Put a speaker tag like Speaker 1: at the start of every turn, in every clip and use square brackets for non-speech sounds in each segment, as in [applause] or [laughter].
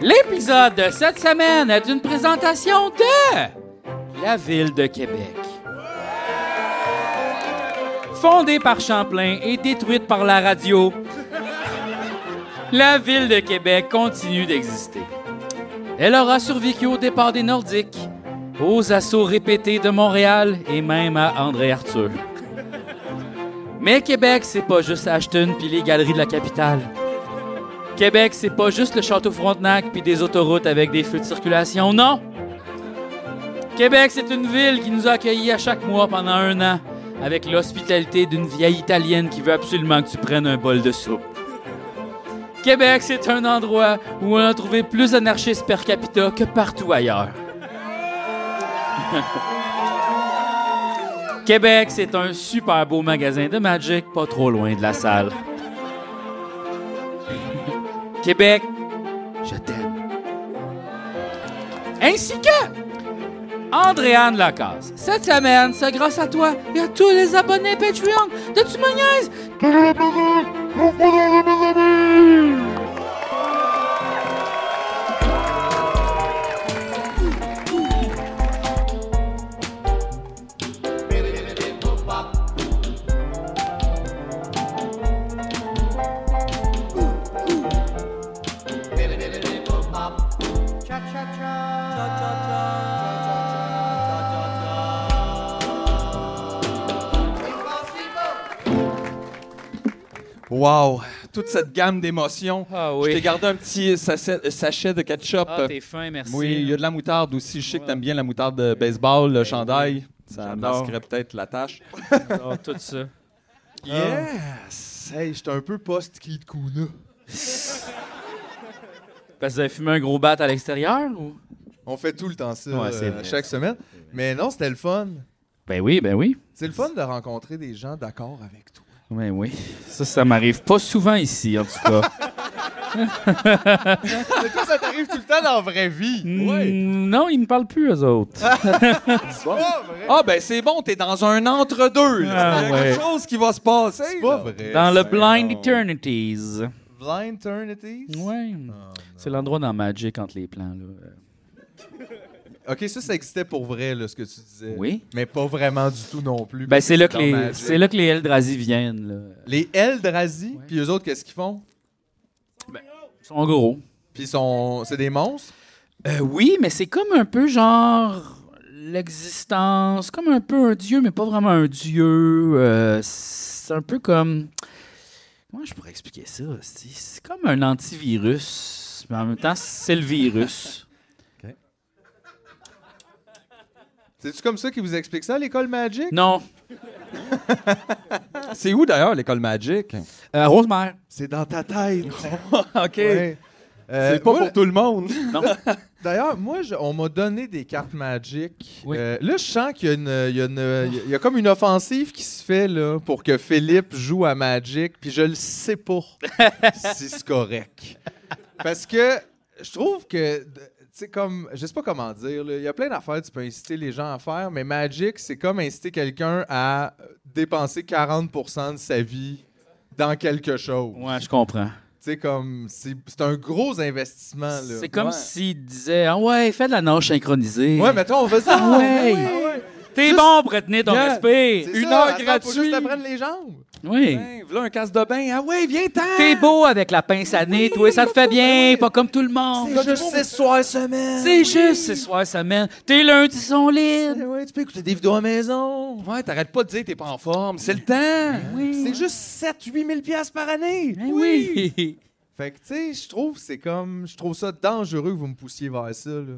Speaker 1: L'épisode de cette semaine est une présentation de la Ville de Québec. Fondée par Champlain et détruite par la radio, la Ville de Québec continue d'exister. Elle aura survécu au départ des Nordiques, aux assauts répétés de Montréal et même à André Arthur. Mais Québec, c'est pas juste Ashton puis les galeries de la capitale. Québec, c'est pas juste le château Frontenac puis des autoroutes avec des feux de circulation, non! Québec, c'est une ville qui nous a accueillis à chaque mois pendant un an, avec l'hospitalité d'une vieille Italienne qui veut absolument que tu prennes un bol de soupe. Québec, c'est un endroit où on a trouvé plus d'anarchistes per capita que partout ailleurs. [laughs] Québec, c'est un super beau magasin de Magic, pas trop loin de la salle. Québec, je t'aime. Ainsi que Andréane Lacasse. Cette semaine, c'est grâce à toi et à tous les abonnés Patreon de Tu me niaises que j'ai la parole au bonheur de mes amis.
Speaker 2: Wow! Toute cette gamme d'émotions.
Speaker 1: Ah
Speaker 2: Je
Speaker 1: oui.
Speaker 2: t'ai gardé un petit sachet, euh, sachet de ketchup.
Speaker 1: Ah, t'es fin, merci.
Speaker 2: oui, il y a de la moutarde aussi. Je sais que t'aimes bien la moutarde de baseball,
Speaker 1: Ben
Speaker 2: le chandail. Ça
Speaker 3: J'adore.
Speaker 2: masquerait peut-être la tâche.
Speaker 1: Ah, tout ça.
Speaker 3: Yes! Hey, j'étais un peu post-Kid Kuna.
Speaker 1: Parce que vous avez fumé un gros bat à l'extérieur ou?
Speaker 3: On fait tout le temps ça
Speaker 1: Ouais, c'est
Speaker 3: euh,
Speaker 1: vrai.
Speaker 3: chaque semaine. Mais non, c'était le fun.
Speaker 1: Ben oui, ben oui.
Speaker 3: C'est le fun de rencontrer des gens d'accord avec toi. [laughs]
Speaker 1: Ben oui. Ça, ça m'arrive pas souvent ici, en tout cas.
Speaker 3: Mais toi, ça t'arrive tout le temps dans la vraie vie.
Speaker 1: [laughs]
Speaker 3: Ouais. Ah,
Speaker 1: Mm, Non, ils me parlent plus, eux autres.
Speaker 3: C'est pas vrai.
Speaker 2: Ah, ben c'est bon, t'es dans un entre-deux. là.
Speaker 1: Ah,
Speaker 2: Il y a quelque
Speaker 1: ouais.
Speaker 2: chose qui va se passer.
Speaker 3: C'est
Speaker 2: là.
Speaker 3: pas vrai.
Speaker 1: Dans le
Speaker 3: C'est
Speaker 1: Blind
Speaker 3: non.
Speaker 1: Eternities.
Speaker 3: Blind Eternities?
Speaker 1: Ouais. C'est l'endroit dans Magic entre les plans, là.
Speaker 3: Ok, ça, ça existait pour vrai, là, ce que tu disais.
Speaker 1: Oui.
Speaker 3: Mais pas vraiment du tout non plus.
Speaker 1: Ben, c'est là, que
Speaker 3: Dans
Speaker 1: les-
Speaker 3: Magic.
Speaker 1: c'est là que les Eldrazi viennent, là.
Speaker 3: Les Eldrazi, puis eux autres, qu'est-ce qu'ils font?
Speaker 1: Ils sont gros.
Speaker 3: Puis ils sont... c'est des monstres?
Speaker 1: Euh, oui, mais c'est comme un peu genre l'existence, comme un peu un dieu, mais pas vraiment un dieu. Euh, c'est un peu comme. Comment je pourrais expliquer ça? C'est c'est comme un antivirus, mais en même temps, c'est le virus.
Speaker 3: C'est-tu comme ça qu'ils vous expliquent ça à l'école Magic?
Speaker 1: [laughs] Non,
Speaker 2: C'est où d'ailleurs l'école Magic?
Speaker 1: euh, Rosemère.
Speaker 3: C'est dans ta tête.
Speaker 2: OK.
Speaker 3: Ouais. Euh,
Speaker 2: c'est pas
Speaker 3: moi,
Speaker 2: pour tout le monde.
Speaker 3: [laughs] D'ailleurs, moi, je- on m'a donné des cartes Magic.
Speaker 1: Oui.
Speaker 3: Euh, là, je sens qu'il y a, une- il y a une- il y a- il y a comme une offensive qui se fait là, pour que Philippe joue à Magic, puis je le sais pas si c'est correct. Parce que je trouve que, tu sais, comme, je sais pas comment dire, là, il y a plein d'affaires que tu peux inciter les gens à faire, mais Magic, c'est comme inciter quelqu'un à dépenser 40 de sa vie dans quelque chose.
Speaker 1: Ouais, je comprends.
Speaker 3: Tu sais, comme, c'est c'est un gros investissement. là.
Speaker 1: C'est comme
Speaker 3: Ouais.
Speaker 1: s'il disait Ah ouais, fais de la nage synchronisée.
Speaker 3: Ouais, mettons, on fait ça.
Speaker 1: Ah ouais. T'es
Speaker 3: juste-
Speaker 1: bon pour retenir ton
Speaker 3: Yeah.
Speaker 1: respect.
Speaker 3: Une heure gratuite. Faut juste apprendre les jambes.
Speaker 1: Oui.
Speaker 2: Hey, voilà un casse de bain. Ah ouais, viens-t'en!
Speaker 1: T'es beau avec la pince à nez, toi, ça te fait bien, pas comme tout le monde.
Speaker 3: T'as juste 6 soirs semaine.
Speaker 1: C'est juste ce soir semaine. Tes lundis sont libres.
Speaker 3: Ouais, tu peux écouter des vidéos à la maison.
Speaker 2: Ouais, t'arrêtes pas de dire que t'es pas en forme. C'est le temps.
Speaker 3: C'est juste 7 8 000 piastres par année.
Speaker 1: Ben Oui. [laughs]
Speaker 3: Fait que, tu sais, je trouve que c'est comme... Je trouve ça dangereux que vous me poussiez vers ça, là.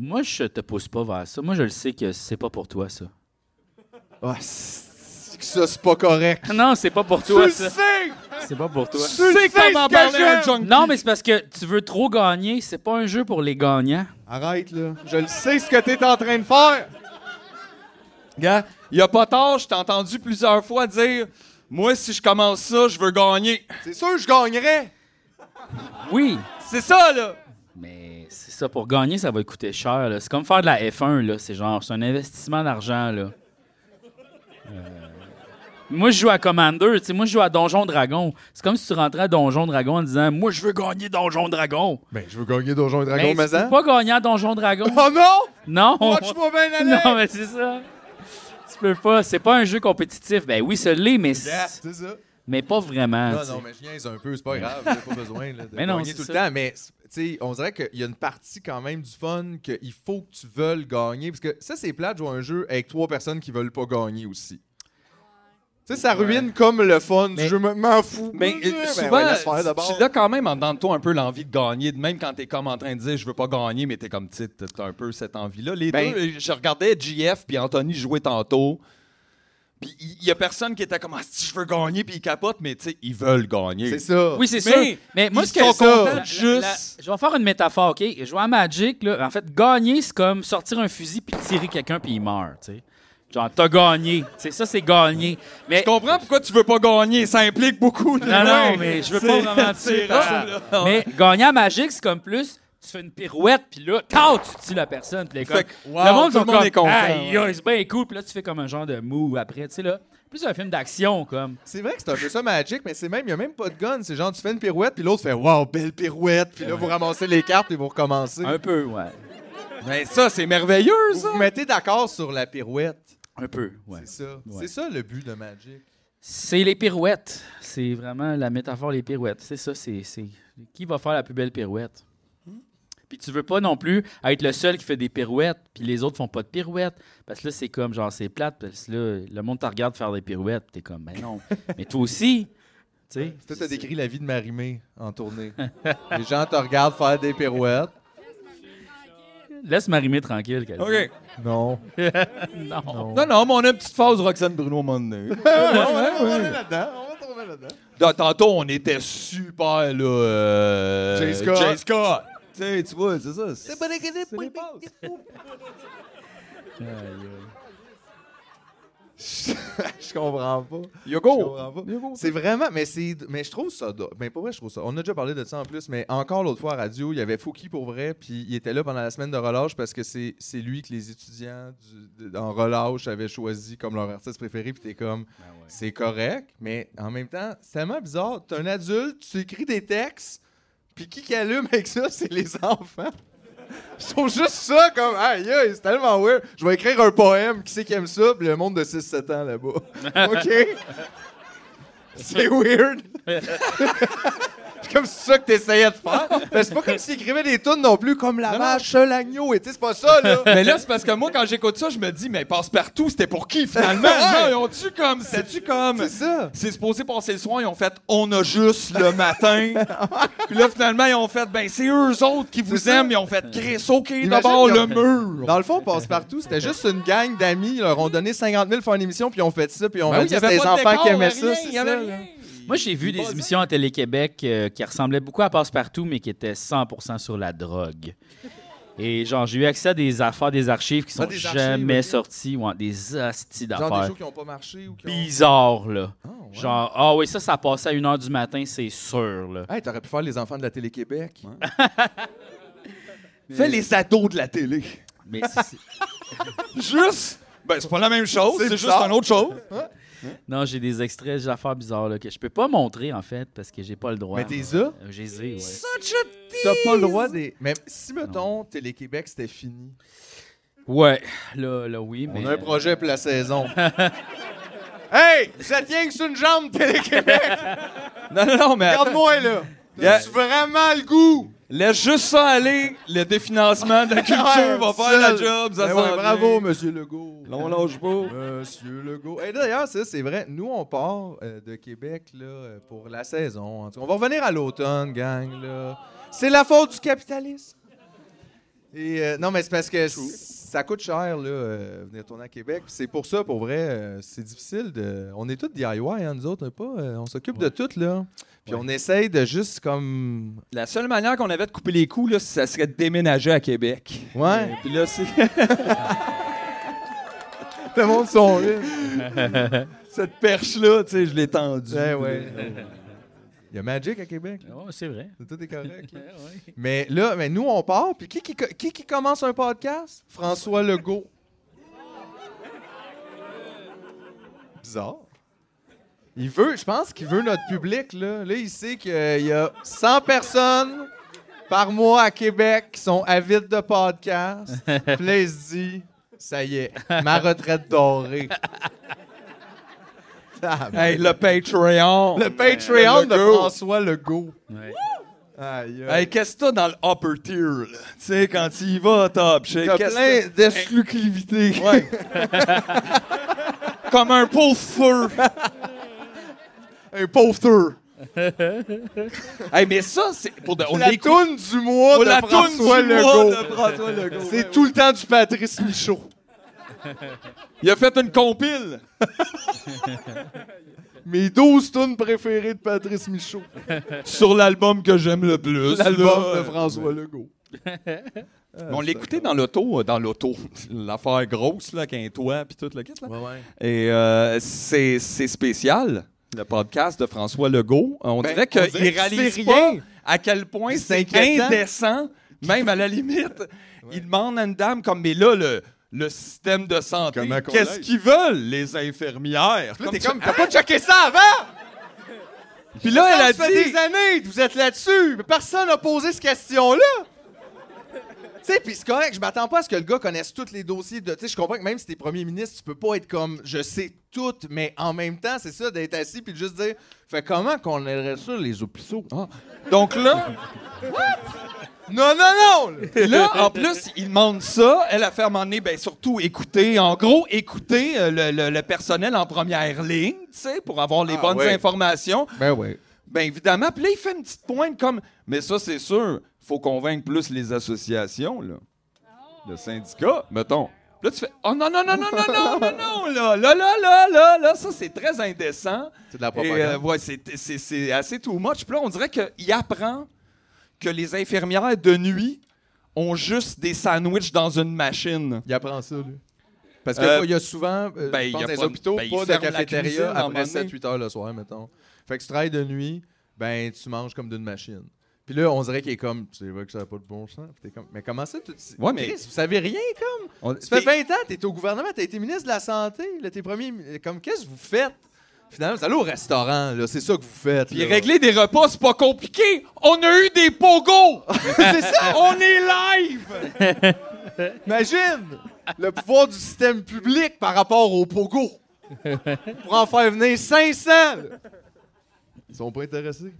Speaker 1: Moi, je te pousse pas vers ça. Moi, je le sais que c'est pas pour toi, ça.
Speaker 3: Ah, c'est que ça, c'est pas correct.
Speaker 1: Non, c'est pas pour
Speaker 3: Tu
Speaker 1: toi,
Speaker 3: le
Speaker 1: ça.
Speaker 3: sais!
Speaker 1: C'est pas pour toi.
Speaker 3: Tu sais
Speaker 2: comment parler à un junkie.
Speaker 1: Non, mais c'est parce que tu veux trop gagner. C'est pas un jeu pour les gagnants.
Speaker 3: Arrête, là. Je le sais ce que t'es en train de faire.
Speaker 2: Gars, il y a pas tard, je t'ai entendu plusieurs fois dire Moi, si je commence ça, je veux gagner.
Speaker 3: C'est sûr que je gagnerais.
Speaker 1: Oui.
Speaker 2: C'est ça, là.
Speaker 1: Mais c'est ça, pour gagner, ça va te coûter cher. là. C'est comme faire de la F1, là. C'est genre, c'est un investissement d'argent, là. Euh, Moi, je joue à Commander. tu sais, moi, je joue à Donjon Dragon. C'est comme si tu rentrais à Donjon Dragon en disant Moi, je veux gagner Donjon Dragon.
Speaker 3: Ben, je veux gagner Donjon et Dragon,
Speaker 1: Ben,
Speaker 3: mais
Speaker 1: tu
Speaker 3: hein?
Speaker 1: peux pas gagner à Donjon
Speaker 3: [laughs]
Speaker 1: Dragon.
Speaker 3: Oh non!
Speaker 1: non. [laughs]
Speaker 3: Watch-moi bien aller!
Speaker 1: non, mais c'est ça. Tu peux pas. C'est pas un jeu compétitif. Ben oui, ça l'est, mais, c'est-
Speaker 3: Yeah, c'est ça.
Speaker 1: mais pas vraiment.
Speaker 3: Non,
Speaker 1: tu sais.
Speaker 3: non, mais je niaise un peu, c'est pas grave, j'ai pas besoin là, de
Speaker 1: [laughs] Mais non,
Speaker 3: gagner
Speaker 1: c'est
Speaker 3: tout le
Speaker 1: ça.
Speaker 3: temps. Mais tu sais, on dirait qu'il y a une partie quand même du fun qu'il faut que tu veuilles gagner. Parce que ça, c'est plat de jouer à un jeu avec trois personnes qui veulent pas gagner aussi. Tu sais, ça ruine comme le fun
Speaker 2: Mais-
Speaker 3: du jeu. M'en fous.
Speaker 2: Mais euh,
Speaker 3: Ben ouais,
Speaker 2: souvent,
Speaker 3: laisse faire d'abord.
Speaker 2: tu l'as quand même en dedans de toi un peu l'envie de gagner, de même quand t'es comme en train de dire je veux pas gagner, mais t'es comme titre, t'as un peu cette envie-là. Les
Speaker 3: Ben-
Speaker 2: deux, je regardais JF puis Anthony jouer tantôt. Puis il y a personne qui était comme ah, si je veux gagner puis ils capotent, mais tu sais ils veulent gagner.
Speaker 3: C'est ça.
Speaker 1: Oui, c'est
Speaker 2: Mais
Speaker 1: sûr. Mais moi,
Speaker 2: ils
Speaker 1: ce que
Speaker 2: sont
Speaker 1: ça-
Speaker 2: contents
Speaker 1: la- la-
Speaker 2: juste-
Speaker 1: la- je vais faire une métaphore, OK? Jouer à Magic, là, en fait, gagner, c'est comme sortir un fusil puis tirer quelqu'un puis il meurt, tu sais. Genre, t'as gagné. Tu sais, ça, c'est gagner. Mais.
Speaker 2: Je comprends pourquoi tu veux pas gagner, ça implique beaucoup. de
Speaker 1: Non,
Speaker 2: mains.
Speaker 1: non, mais je veux
Speaker 2: C'est-
Speaker 1: pas vraiment
Speaker 2: c'est
Speaker 1: tirer.
Speaker 2: rare, là.
Speaker 1: Mais gagner à Magic, c'est comme plus. Tu fais une pirouette, puis là, quand tu tues la personne, puis les
Speaker 2: Fait que, wow,
Speaker 1: le monde,
Speaker 2: tout le
Speaker 1: sont
Speaker 2: monde
Speaker 1: comme,
Speaker 2: est content,
Speaker 1: Aïe, aïe, c'est bien cool, puis là, tu fais comme un genre de move après, tu sais, là. Plus un film d'action, comme.
Speaker 3: C'est vrai que c'est un peu ça Magic, mais c'est même, il y a même pas de gun. C'est genre, tu fais une pirouette, puis l'autre fait Waouh, belle pirouette, puis là, vous ramassez les cartes et vous recommencez.
Speaker 1: Un peu, ouais.
Speaker 2: Mais ça c'est merveilleux
Speaker 3: Vous
Speaker 2: ça.
Speaker 3: vous mettez d'accord sur la pirouette.
Speaker 1: Un peu, ouais.
Speaker 3: C'est ça.
Speaker 1: Ouais.
Speaker 3: C'est ça le but de Magic.
Speaker 1: C'est les pirouettes. C'est vraiment la métaphore, les pirouettes. C'est ça, c'est c'est- qui va faire la plus belle pirouette. Puis tu veux pas non plus être le seul qui fait des pirouettes, puis les autres font pas de pirouettes. Parce que là, c'est comme, genre, c'est plate, parce que là, le monde te regarde faire des pirouettes, puis t'es comme, ben
Speaker 3: [laughs]
Speaker 1: non. Mais toi aussi, tu sais.
Speaker 3: Toi, t'as décrit la vie de Marimé en tournée. Les gens te regardent faire des pirouettes.
Speaker 1: Laisse Marimé tranquille, Calvin.
Speaker 2: Ok.
Speaker 3: Non.
Speaker 1: Non.
Speaker 2: Non non, mais on a une petite phase Roxane Bruno Monday.
Speaker 3: on va tomber là-dedans. On va tomber là-dedans.
Speaker 2: Dans- tantôt, on était super, là. euh,
Speaker 3: Jay Scott.
Speaker 2: Jay Scott. Tu sais, tu vois, c'est ça. C'est les passes.
Speaker 3: [laughs] Je comprends pas. Je
Speaker 2: Yogo.
Speaker 3: comprends pas. C'est vraiment, mais c'est, mais je trouve ça, do- mais pour vrai, je trouve ça. On a déjà parlé de ça en plus, mais encore l'autre fois à radio, il y avait Fouki pour vrai, puis il était là pendant la semaine de relâche parce que c'est, c'est lui que les étudiants du- de- en relâche avaient choisi comme leur artiste préféré, puis t'es comme, c'est correct, mais en même temps, c'est tellement bizarre. T'es un adulte, tu écris des textes, puis qui qui allume avec ça, c'est les enfants. [laughs] Je trouve juste ça comme, aïe, aïe, c'est tellement weird. Je vais écrire un poème, qui c'est qui aime ça, puis le monde de 6-7 ans
Speaker 2: [laughs]
Speaker 3: là-bas. OK? C'est weird. c'est comme ça que t'essayais de faire. Mais c'est pas comme s'il écrivait des tunes non plus, comme la
Speaker 2: Non, non.
Speaker 3: vache, l'agneau, et tu sais, c'est pas ça, là.
Speaker 2: [laughs] Mais là, c'est parce que moi, quand j'écoute ça, je me dis, mais passe-partout, c'était pour
Speaker 3: [laughs]
Speaker 2: qui finalement? Non, ils ont-tu comme. C'était-tu comme.
Speaker 3: C'est ça.
Speaker 2: C'est supposé passer le soir, ils ont fait on a juste
Speaker 3: [laughs]
Speaker 2: le matin. Puis là, finalement, ils ont fait ben c'est eux autres qui vous
Speaker 3: C'est ça.
Speaker 2: aiment. Ils ont fait Chris, ok,
Speaker 3: Imagine,
Speaker 2: d'abord
Speaker 3: ils
Speaker 2: le
Speaker 3: ont-
Speaker 2: mur. Ben
Speaker 3: Dans le fond, Passe-Partout, c'était juste une gang d'amis. Ils leur ont donné 50 000 pour faire une émission, puis ils ont fait ça, puis on
Speaker 2: Ben
Speaker 3: a
Speaker 2: oui,
Speaker 3: dit
Speaker 2: il y
Speaker 3: que c'était les
Speaker 2: pas de
Speaker 3: enfants
Speaker 2: décor,
Speaker 3: qui aimaient ça.
Speaker 2: rien,
Speaker 3: c'est
Speaker 2: il y avait
Speaker 3: ça,
Speaker 2: rien.
Speaker 3: là.
Speaker 1: Moi, j'ai vu des émissions à Télé-Québec euh, qui ressemblaient beaucoup à Passe-Partout, mais qui étaient 100 sur la drogue. Et genre, j'ai eu accès à des affaires, des archives qui sont
Speaker 3: Ah, des archives,
Speaker 1: jamais
Speaker 3: ok.
Speaker 1: sorties, ouais, des astis
Speaker 3: Genre des
Speaker 1: d'affaires.
Speaker 3: shows qui n'ont pas marché ou qui ont...
Speaker 1: Bizarres, là.
Speaker 3: Ah, ouais.
Speaker 1: Genre, ah oui, ça, ça passait à 1h du matin, c'est sûr, là.
Speaker 3: Hey, t'aurais pu faire les enfants de la Télé-Québec. [laughs]
Speaker 2: Fais les ados de la télé.
Speaker 1: Mais c'est-
Speaker 3: [laughs]
Speaker 1: c'est-
Speaker 2: Juste. Ben c'est pas la même chose,
Speaker 3: C'est
Speaker 2: c'est juste
Speaker 3: bizarre.
Speaker 2: une autre chose.
Speaker 1: non, j'ai des extraits d'affaires bizarres, là, que je peux pas montrer, en fait, parce que j'ai pas le droit.
Speaker 3: Mais t'es Eh ça?
Speaker 1: Euh, J'ai les ai, ouais.
Speaker 3: T'as pas le droit des... Mais si, mettons, Télé-Québec, c'était fini.
Speaker 1: Ouais, là, là, oui, mais... euh,
Speaker 3: On a un projet pour la saison. hey, vous êtes rien que sur une jambe, [laughs]
Speaker 2: [laughs]
Speaker 3: Télé-Québec.
Speaker 2: Non, non, non, mais
Speaker 3: Regarde-moi, là.
Speaker 2: Yeah.
Speaker 3: T'as-tu vraiment le goût?
Speaker 2: laisse juste ça aller. Le
Speaker 3: [laughs]
Speaker 2: définancement de la culture va faire la job. Ça
Speaker 3: Ben
Speaker 2: s'en
Speaker 3: ouais,
Speaker 2: vient.
Speaker 3: bravo, Monsieur Legault.
Speaker 2: Là, on lâche pas.
Speaker 3: Monsieur Legault. Et d'ailleurs, ça, c'est vrai. Nous, on part euh, de Québec là, euh, pour la saison. En tout cas, on va revenir à l'automne, gang. Là. C'est la faute du capitalisme. Et, euh, non, mais c'est parce que c- ça coûte cher, là, euh, venir tourner à Québec. Puis C'est pour ça, pour vrai, euh, c'est difficile. De... On est tous DIY, hein, nous autres, on est pas. euh, on s'occupe de tout, là. Puis on essaye de juste comme.
Speaker 2: La seule manière qu'on avait de couper les coups, là, ça serait de déménager à Québec.
Speaker 3: Ouais.
Speaker 2: Puis là, c'est. [laughs]
Speaker 3: Le monde sont riches.
Speaker 2: [laughs] Cette perche-là, tu sais, je l'ai tendue. euh,
Speaker 3: Ouais, Ben ouais. Il y a Magic à Québec. là.
Speaker 1: Oh, c'est vrai.
Speaker 3: Tout est correct. là.
Speaker 1: Ouais, ouais.
Speaker 3: Mais là, mais nous, on part. Puis qui qui, co- qui qui commence un podcast? François Legault. Bizarre. Il veut, je pense qu'il veut notre public, là. Là, il sait qu'il y a 100 personnes par mois à Québec qui sont avides de podcasts. Puis là, il se dit, ça y est, ma retraite dorée. Ah, ben,
Speaker 2: Hey, le Patreon!
Speaker 3: le Patreon
Speaker 2: le
Speaker 3: de
Speaker 2: go.
Speaker 3: François Legault.
Speaker 1: Ouais.
Speaker 3: Aïe, aïe.
Speaker 2: Hey, qu'est-ce que t'as dans le upper tier, là? Tu sais, quand tu y vas, top shape,
Speaker 3: T'as
Speaker 2: qu'est-ce
Speaker 3: plein
Speaker 2: que-
Speaker 3: d'exclusivité. [laughs]
Speaker 2: Ouais. Comme un pauvre feu!
Speaker 3: Un pauvre.
Speaker 2: hey, mais ça, c'est pour de... on
Speaker 3: la
Speaker 2: l'écoute.
Speaker 3: toune du mois
Speaker 2: Pour
Speaker 3: de
Speaker 2: la toune
Speaker 3: François
Speaker 2: du mois
Speaker 3: Legault.
Speaker 2: de François Legault.
Speaker 3: C'est tout le temps du Patrice Michaud.
Speaker 2: Il a fait une [laughs] compile!
Speaker 3: Mes 12 tunes préférées de Patrice Michaud.
Speaker 2: sur l'album que j'aime le plus.
Speaker 3: L'album
Speaker 2: là.
Speaker 3: de François Legault.
Speaker 2: Mais on l'écoutait dans l'auto, euh, dans l'auto, [laughs] l'affaire grosse, là, qu'un toit, puis tout le kit, là. Et euh, c'est c'est spécial, le podcast de François Legault. Euh, On
Speaker 3: Ben, on
Speaker 2: dirait qu'il
Speaker 3: dirait qu'il
Speaker 2: réalise
Speaker 3: sait
Speaker 2: pas
Speaker 3: rien.
Speaker 2: à quel point
Speaker 3: C'est
Speaker 2: c'est
Speaker 3: inquiétant.
Speaker 2: indécent, même à la limite. Il demande à une dame comme, mais là, le... Le système de santé.
Speaker 3: Comment qu'on
Speaker 2: Qu'est-ce
Speaker 3: l'aide?
Speaker 2: qu'ils veulent, les infirmières?
Speaker 3: Là, t'es
Speaker 2: tu-
Speaker 3: comme, t'as pas checké ça avant?
Speaker 2: Puis là, elle a
Speaker 3: ça fait
Speaker 2: dit.
Speaker 3: des années que vous êtes là-dessus, mais personne n'a posé cette question-là. Tu sais, puis c'est correct, je m'attends pas à ce que le gars connaisse tous les dossiers de. Tu sais, je comprends que même si t'es premier ministre, tu peux pas être comme je sais tout, mais en même temps, c'est ça, d'être assis puis de juste dire Fait comment qu'on aiderait ça, les hôpitaux Ah.
Speaker 2: Donc là,
Speaker 3: Non, non, non là.
Speaker 2: Là, en plus, il demande ça. Elle a fait à un moment donné, ben, surtout écouter, en gros, écouter euh, le, le- le personnel en première ligne, tu sais, pour avoir les
Speaker 3: Ah,
Speaker 2: bonnes
Speaker 3: ouais.
Speaker 2: informations.
Speaker 3: Ben oui.
Speaker 2: Bien évidemment. Puis là, il fait une petite pointe comme, mais ça, c'est sûr, faut convaincre plus les associations, là. Le syndicat, mettons. Là, tu fais, oh non, non, non, non, non, non, non, non, là, là, là, là, là, là, ça, c'est très indécent.
Speaker 3: C'est de la
Speaker 2: Et,
Speaker 3: propagande.
Speaker 2: euh, ouais, c'est- c'est c'est assez too much. Puis là, on dirait qu'il apprend que les infirmières de nuit ont juste des sandwichs dans une machine.
Speaker 3: Il apprend ça, lui. Parce qu'il
Speaker 2: Euh,
Speaker 3: y a souvent, euh,
Speaker 2: ben,
Speaker 3: je pense,
Speaker 2: il y a
Speaker 3: dans les
Speaker 2: pas de-
Speaker 3: hôpitaux,
Speaker 2: ben, ils
Speaker 3: pas de
Speaker 2: ferment la cuisine, à
Speaker 3: cafétéria
Speaker 2: un moment
Speaker 3: après
Speaker 2: donné.
Speaker 3: 7-8 heures le soir, mettons. Fait que si tu travailles de nuit, ben, tu manges comme d'une machine. Puis là, on dirait qu'il est comme, c'est vrai que ça n'a pas de bon sens. Puis t'es comme, mais comment ça, tu
Speaker 2: Ouais, mais-
Speaker 3: Chris, vous savez rien, comme.
Speaker 2: On-
Speaker 3: Ça
Speaker 2: Et-
Speaker 3: fait 20 ans, t'es au gouvernement, t'as été ministre de la Santé, là, t'es premier. Comme, qu'est-ce que vous faites? Finalement, vous allez au restaurant, là, c'est ça que vous faites.
Speaker 2: Puis
Speaker 3: là.
Speaker 2: régler des repas, c'est pas compliqué. On a eu des [laughs] pogos.
Speaker 3: [laughs] c'est ça!
Speaker 2: On est live.
Speaker 3: Imagine le pouvoir du système public par rapport au Pogo. Pour en faire venir 500. là. Ils sont pas intéressés.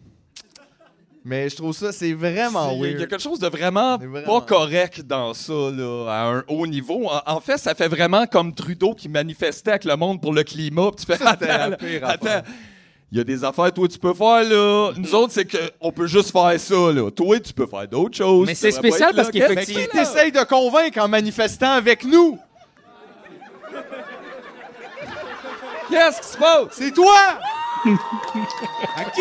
Speaker 3: Mais je trouve ça, c'est vraiment
Speaker 2: euh, Il y a- il y a
Speaker 3: weird.
Speaker 2: quelque chose de vraiment,
Speaker 3: C'est vraiment-
Speaker 2: pas correct dans ça, là, à un haut niveau. En, en fait, ça fait vraiment comme Trudeau qui manifestait avec le monde pour le climat. Puis tu fais,
Speaker 3: c'était la
Speaker 2: attends,
Speaker 3: pire
Speaker 2: là,
Speaker 3: affaire.
Speaker 2: attends. Il y a des affaires, toi, tu peux faire, là. Nous autres, c'est qu'on peut juste faire ça, là. Toi, tu peux faire d'autres choses.
Speaker 1: Mais
Speaker 2: Tu
Speaker 1: c'est
Speaker 2: devrais pas
Speaker 1: spécial
Speaker 2: être là.
Speaker 1: parce
Speaker 3: Mais
Speaker 2: Qu'est-ce
Speaker 3: qui
Speaker 1: qu'effectivement-
Speaker 2: que c'est, là?
Speaker 3: t'essaye de convaincre en manifestant avec
Speaker 2: [laughs]
Speaker 3: nous?
Speaker 2: Qu'est-ce qui se passe?
Speaker 3: C'est
Speaker 2: [laughs]
Speaker 3: toi! à qui?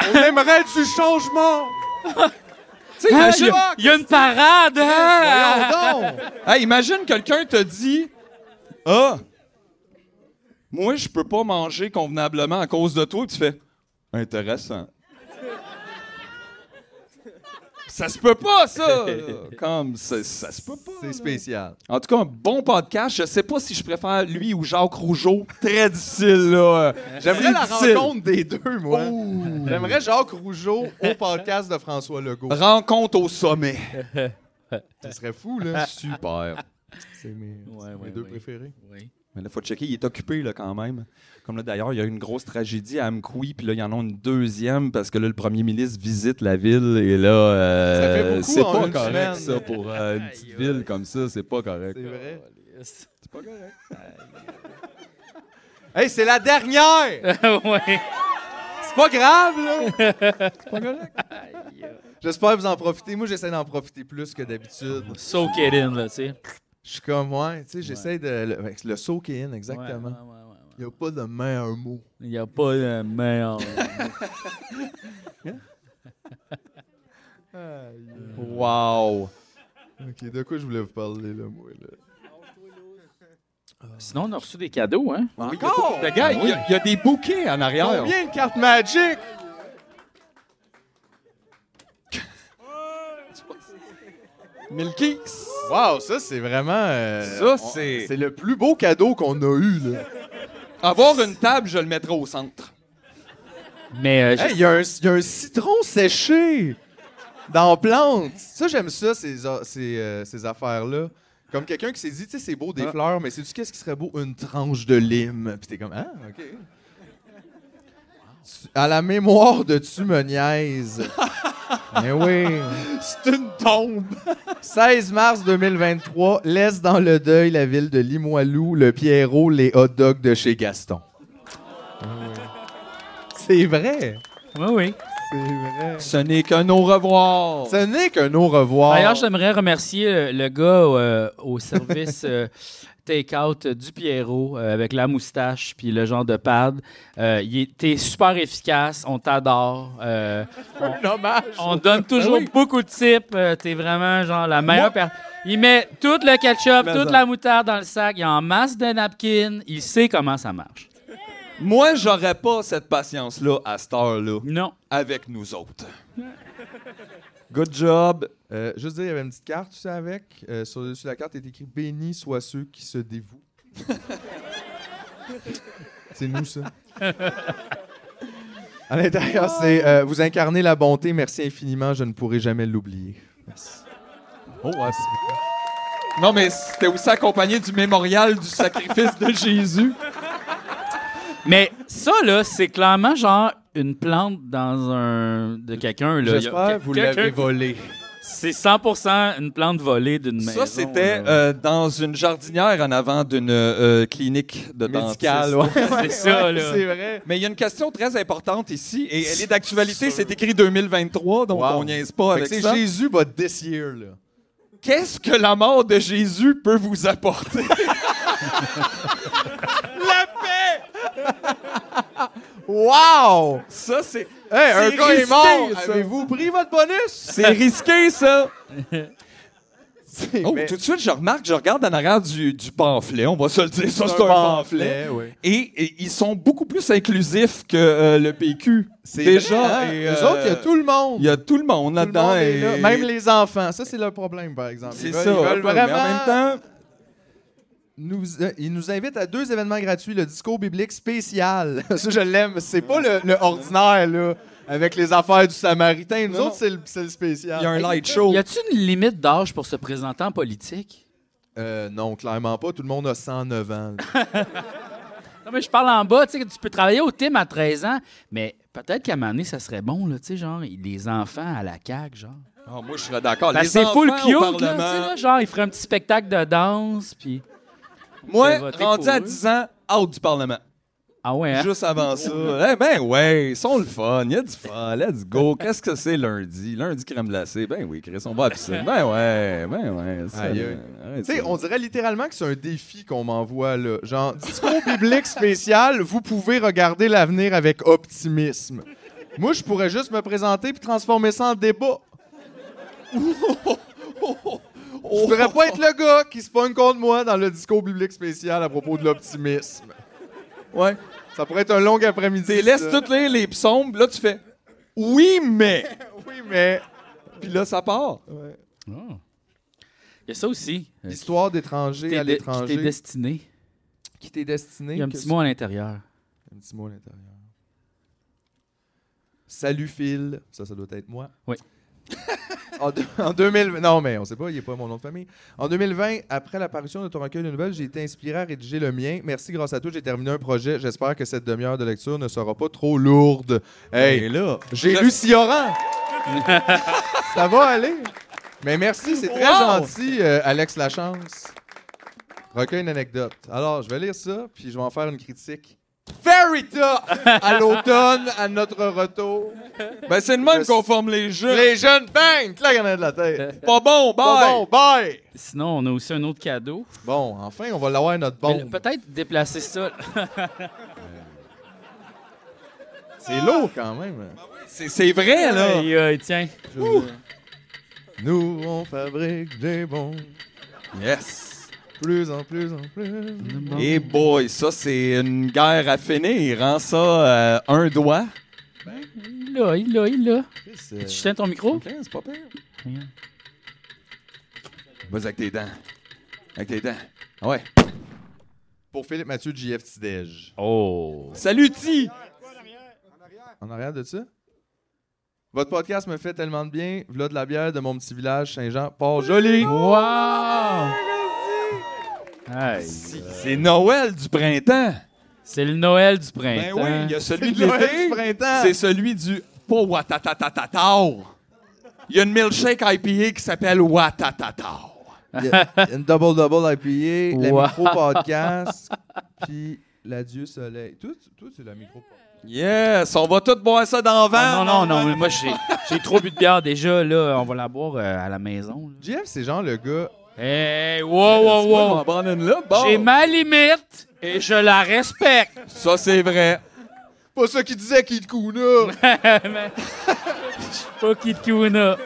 Speaker 3: On aimerait du changement!
Speaker 2: Tu sais,
Speaker 1: Ah, Il
Speaker 2: imagine-
Speaker 1: y a- il y a une parade! hein?
Speaker 3: Voyons donc!
Speaker 2: Hey, imagine quelqu'un te dit Ah, moi, je peux pas manger convenablement à cause de toi. Puis Tu fais Intéressant. Ça se peut
Speaker 3: [laughs]
Speaker 2: pas, ça! là. Comme, ça, ça se peut pas. là.
Speaker 3: C'est spécial.
Speaker 2: En tout cas, un bon podcast. Je sais pas si je préfère lui ou Jacques Rougeau. Très difficile, là.
Speaker 3: J'aimerais la
Speaker 2: Difficile.
Speaker 3: rencontre des deux, moi. J'aimerais Jacques Rougeau au podcast de François Legault.
Speaker 2: Rencontre au sommet.
Speaker 3: Ce serait fou, là.
Speaker 2: Super.
Speaker 3: C'est mes,
Speaker 1: Ouais,
Speaker 3: c'est mes
Speaker 1: ouais,
Speaker 3: deux
Speaker 1: ouais.
Speaker 3: préférés.
Speaker 1: Oui.
Speaker 2: Mais là, faut checker, il est occupé là, quand même. Comme là, d'ailleurs, il y a eu une grosse tragédie à Amkoui, puis là, il y en a une deuxième parce que là, le premier ministre visite la ville et là, euh,
Speaker 3: Ça fait beaucoup
Speaker 2: c'est
Speaker 3: en
Speaker 2: pas
Speaker 3: une
Speaker 2: correct
Speaker 3: semaine.
Speaker 2: ça pour euh, une petite ville comme ça, c'est pas correct.
Speaker 3: C'est vrai.
Speaker 2: C'est pas correct.
Speaker 3: Hey, c'est la dernière!
Speaker 1: [laughs] Ouais.
Speaker 3: C'est pas grave, là! C'est pas correct. J'espère que vous en profitez. Moi, j'essaie d'en profiter plus que d'habitude.
Speaker 1: Soak it in, là, tu sais.
Speaker 3: Je suis comme, ouais, tu sais, j'essaie de. Le, avec le soak in, exactement.
Speaker 1: Ouais, ouais, ouais, ouais, ouais.
Speaker 3: Il n'y a pas de meilleur mot.
Speaker 1: Il n'y a pas de meilleur.
Speaker 2: Wow.
Speaker 3: Ok, de quoi je voulais vous parler, là, moi, là?
Speaker 1: Sinon, on a reçu des cadeaux, hein?
Speaker 3: Encore?
Speaker 2: Le gars, il y a- il y, a des bouquets en arrière.
Speaker 3: Combien de cartes Magic?
Speaker 2: Milky.
Speaker 3: Wow, ça, c'est vraiment. euh,
Speaker 2: Ça,
Speaker 3: on-
Speaker 2: c'est-
Speaker 3: C'est le plus beau cadeau qu'on a eu, là.
Speaker 2: Avoir une table, je le mettrais au centre.
Speaker 1: Mais euh, j'ai-
Speaker 3: Hey, il y, a un- il y a un citron séché dans la plante. Ça, j'aime ça, ces, a- ces, euh, ces affaires-là. Comme quelqu'un qui s'est dit, tu sais, c'est beau des
Speaker 2: Ah.
Speaker 3: fleurs, mais c'est-tu qu'est-ce qui serait beau? Une tranche de lime. Puis t'es comme, ah, OK. Tu- À la mémoire de tu me [laughs] niaises. Mais oui.
Speaker 2: C'est une
Speaker 3: [laughs]
Speaker 2: tombe.
Speaker 3: 16 mars 2023, laisse dans le deuil la ville de Limoilou, le Pierrot, les hot dogs de chez Gaston. Ah C'est vrai.
Speaker 1: oui, oui.
Speaker 3: C'est vrai.
Speaker 2: Ce n'est qu'un au revoir.
Speaker 3: Ce n'est qu'un au revoir.
Speaker 1: D'ailleurs, j'aimerais remercier euh, le gars euh, au service
Speaker 3: [laughs]
Speaker 1: euh, take-out euh, du Pierrot euh, avec la moustache puis le genre de pad. Euh, il est- T'es super efficace, on t'adore. euh,
Speaker 3: un hommage. Ben
Speaker 1: on donne toujours
Speaker 3: oui.
Speaker 1: beaucoup de tips. euh, T'es vraiment genre la meilleure personne. Il met tout le ketchup,
Speaker 2: Mais
Speaker 1: toute
Speaker 2: ça.
Speaker 1: la moutarde dans le sac, il en masse de napkins, il sait comment ça marche.
Speaker 2: Moi, j'aurais pas cette patience-là à cette heure-là
Speaker 1: Non.
Speaker 2: avec nous autres. Good job.
Speaker 3: Euh, juste dire, il y avait une petite carte, tu sais, avec. Euh, sur le dessus de la carte, il est écrit Béni soient ceux qui se [laughs] dévouent. c'est nous, [laughs] ça. à l'intérieur, c'est euh, Vous incarnez la bonté, merci infiniment, je ne pourrai jamais l'oublier. Merci. Oh, ouais, c'est-
Speaker 2: Non, mais c'était aussi accompagné du mémorial du sacrifice de Jésus.
Speaker 1: Mais ça, là, c'est clairement genre une plante dans un. de quelqu'un, là. Il y a
Speaker 3: J'espère
Speaker 1: quel-
Speaker 3: que vous
Speaker 1: quelqu'un-
Speaker 3: l'avez volé.
Speaker 1: C'est 100% une plante volée d'une maison.
Speaker 2: Ça, c'était
Speaker 1: là.
Speaker 2: euh, dans une jardinière en avant d'une euh, clinique de dentiste.
Speaker 3: Médical, ouais.
Speaker 1: C'est ça, là.
Speaker 3: C'est vrai.
Speaker 2: Mais il y a une question très importante ici, et elle est d'actualité, c'est écrit 2023, donc
Speaker 3: Wow.
Speaker 2: on niaise pas
Speaker 3: Fait que
Speaker 2: avec
Speaker 3: c'est
Speaker 2: ça.
Speaker 3: Jésus, but this year, là.
Speaker 2: Qu'est-ce que la mort de Jésus peut vous apporter? [laughs] la paix!
Speaker 3: Wow!
Speaker 2: Ça, c'est...
Speaker 3: Hey, un
Speaker 2: C'est
Speaker 3: gars est
Speaker 2: risqué,
Speaker 3: mort!
Speaker 2: ça.
Speaker 3: Avez-vous pris votre bonus? [laughs]
Speaker 2: C'est risqué, ça!
Speaker 3: C'est
Speaker 2: Oh,
Speaker 3: mais-
Speaker 2: tout de suite, je remarque, je regarde en arrière du, du pamphlet, on va se le dire, ça, c'est un, pamphlet.
Speaker 3: Ben oui.
Speaker 2: Et, et ils sont beaucoup plus inclusifs que euh, le PQ.
Speaker 3: C'est
Speaker 2: Déjà,
Speaker 3: vrai, hein?
Speaker 2: et,
Speaker 3: Eux
Speaker 2: euh,
Speaker 3: autres, il y a tout le monde.
Speaker 2: Il y a tout le monde
Speaker 3: Tout le
Speaker 2: là-dedans.
Speaker 3: monde est
Speaker 2: et-
Speaker 3: là. Même les enfants. Ça, c'est leur problème, par exemple.
Speaker 2: C'est
Speaker 3: Ils veulent-
Speaker 2: ça.
Speaker 3: Ils veulent
Speaker 2: un peu, mais
Speaker 3: vraiment...
Speaker 2: En même temps,
Speaker 3: Nous, euh, ils nous invitent à deux événements gratuits, le discours biblique spécial. [laughs] ça, je l'aime. C'est pas le, le ordinaire, là, avec les affaires du Samaritain. Nous
Speaker 2: Non,
Speaker 3: autres, c'est le, c'est le spécial.
Speaker 2: il y a un light show.
Speaker 1: Y a-tu une limite d'âge pour se présenter en politique?
Speaker 3: Euh, non, clairement pas. Tout le monde a 109 ans. là.
Speaker 1: Non, mais je parle en bas, tu sais, que tu peux travailler au thème à 13 ans, mais peut-être qu'à un moment donné, ça serait bon, là, tu sais, genre, les enfants à la CAQ, genre.
Speaker 2: Ah, moi, je serais d'accord.
Speaker 1: Parce
Speaker 2: Les
Speaker 1: que c'est full
Speaker 2: enfants au
Speaker 1: cute, là, tu sais,
Speaker 2: Parlement,
Speaker 1: là, genre, ils feraient un petit spectacle de danse, puis... J'ai
Speaker 2: Moi,
Speaker 1: voté
Speaker 2: rendu
Speaker 1: pour
Speaker 2: à
Speaker 1: eux.
Speaker 2: 10 ans, out du Parlement.
Speaker 1: Ah ouais, hein?
Speaker 2: Juste avant ça. Eh ben ouais, ils sont le fun, il y a du fun, let's go. Qu'est-ce que c'est lundi? Lundi crème glacée. Ben oui, Chris, on va à la piscine. Ben ouais, ben ouais. ça,
Speaker 3: Aïe,
Speaker 2: euh, arrête
Speaker 3: Tu sais,
Speaker 2: ça.
Speaker 3: on dirait littéralement que c'est un défi qu'on m'envoie, là.
Speaker 1: [laughs]
Speaker 3: Genre, discours biblique spécial, vous pouvez regarder l'avenir avec optimisme. Moi, je pourrais juste me présenter puis transformer ça
Speaker 1: [laughs]
Speaker 3: en débat. Je voudrais pas être le gars qui se pogne contre moi dans le discours biblique spécial à propos de l'optimisme.
Speaker 2: Ouais.
Speaker 3: Ça pourrait être un long après-midi.
Speaker 2: Tu laisses
Speaker 3: ça.
Speaker 2: toutes les, les psaumes, là, tu fais oui, mais.
Speaker 3: Oui, mais.
Speaker 2: Puis là, ça part.
Speaker 1: Il y a ça aussi. euh, qui
Speaker 3: L'histoire d'étrangers
Speaker 1: t'est
Speaker 3: à
Speaker 1: de- qui t'est
Speaker 3: l'étranger.
Speaker 1: destiné.
Speaker 3: Qui t'est destiné.
Speaker 1: Il y a un
Speaker 3: que
Speaker 1: petit mot à l'intérieur.
Speaker 3: Un petit mot à l'intérieur. Salut Phil. Ça, ça doit être moi.
Speaker 1: Oui.
Speaker 3: [laughs] en, deux- en 2020. Non, mais on sait pas, il n'est pas mon nom de famille. En 2020, après l'apparition de ton recueil de nouvelles, j'ai été inspiré à rédiger le mien. Merci, grâce à toi, j'ai terminé un projet. J'espère que cette demi-heure de lecture ne sera pas trop lourde.
Speaker 2: Et
Speaker 3: Hey,
Speaker 2: là,
Speaker 3: j'ai
Speaker 2: je-
Speaker 3: lu Sioran. [laughs] ça va aller. Mais merci, c'est très
Speaker 2: Wow!
Speaker 3: gentil, euh, Alex Lachance. Recueil une anecdote. Alors, je vais lire ça, puis je vais en faire une critique. Very tough à l'automne, à notre retour.
Speaker 2: Ben c'est le même
Speaker 3: Je-
Speaker 2: qu'on forme les jeux.
Speaker 3: Les jeunes, bang! Clac en arrière de la tête.
Speaker 2: Pas bon, bye.
Speaker 3: Pas bon, bye!
Speaker 1: Sinon, on a aussi un autre cadeau.
Speaker 3: Bon, enfin, on va l'avoir notre
Speaker 2: Oh.
Speaker 1: Mais
Speaker 3: bombe.
Speaker 1: Peut-être déplacer ça.
Speaker 3: C'est lourd quand même.
Speaker 2: C'est c'est vrai, là.
Speaker 1: Aïe, aïe, tiens.
Speaker 3: Nous, on fabrique des bombes.
Speaker 2: Yes.
Speaker 3: Plus en plus en plus.
Speaker 2: Et boy, ça, c'est une guerre à finir. Hein, ça, euh, un doigt.
Speaker 1: Il l'a, il
Speaker 2: Euh.
Speaker 1: l'a, il l'a.
Speaker 3: C'est
Speaker 2: Oh.
Speaker 1: Tu tiens ton micro?
Speaker 2: Ok, c'est pas pire. Vas-y avec tes dents. Avec tes dents. Ah
Speaker 3: Ouais. Pour Philippe Mathieu, JF Tidej.
Speaker 1: Oh!
Speaker 2: Salut, Ti!
Speaker 3: En arrière de ça? Votre podcast me fait tellement de bien. V'là de la bière de mon petit village Saint-Jean. Port [laughs] joli!
Speaker 1: Wow! Hey,
Speaker 2: C'est Noël du printemps.
Speaker 1: c'est le Noël du
Speaker 2: Ben
Speaker 1: printemps.
Speaker 2: oui, il y a celui de
Speaker 3: Noël du
Speaker 2: l'été.
Speaker 3: printemps!
Speaker 2: C'est celui du pas Watatatatao. Il y a une milkshake IPA qui s'appelle Watatatao.
Speaker 3: Il y a- il y a une double double IPA,
Speaker 1: Wow.
Speaker 3: la micro podcast, [laughs] puis l'adieu soleil. Toi, tu- toi, c'est la micro podcast.
Speaker 2: Yes, on va tous boire ça dans le
Speaker 1: Ah,
Speaker 2: vent.
Speaker 1: non, non, non, mais moi, j'ai j'ai trop bu de bière déjà, là. On va la boire euh, à la maison. là.
Speaker 3: JF, c'est genre le gars.
Speaker 1: Hey, wow, wow, wow! J'ai ma limite et je la respecte.
Speaker 2: Ça, c'est vrai.
Speaker 3: Pas ça qu'il disait qu'il te [laughs] couna!
Speaker 1: Mais- Je suis pas Kid Kuna.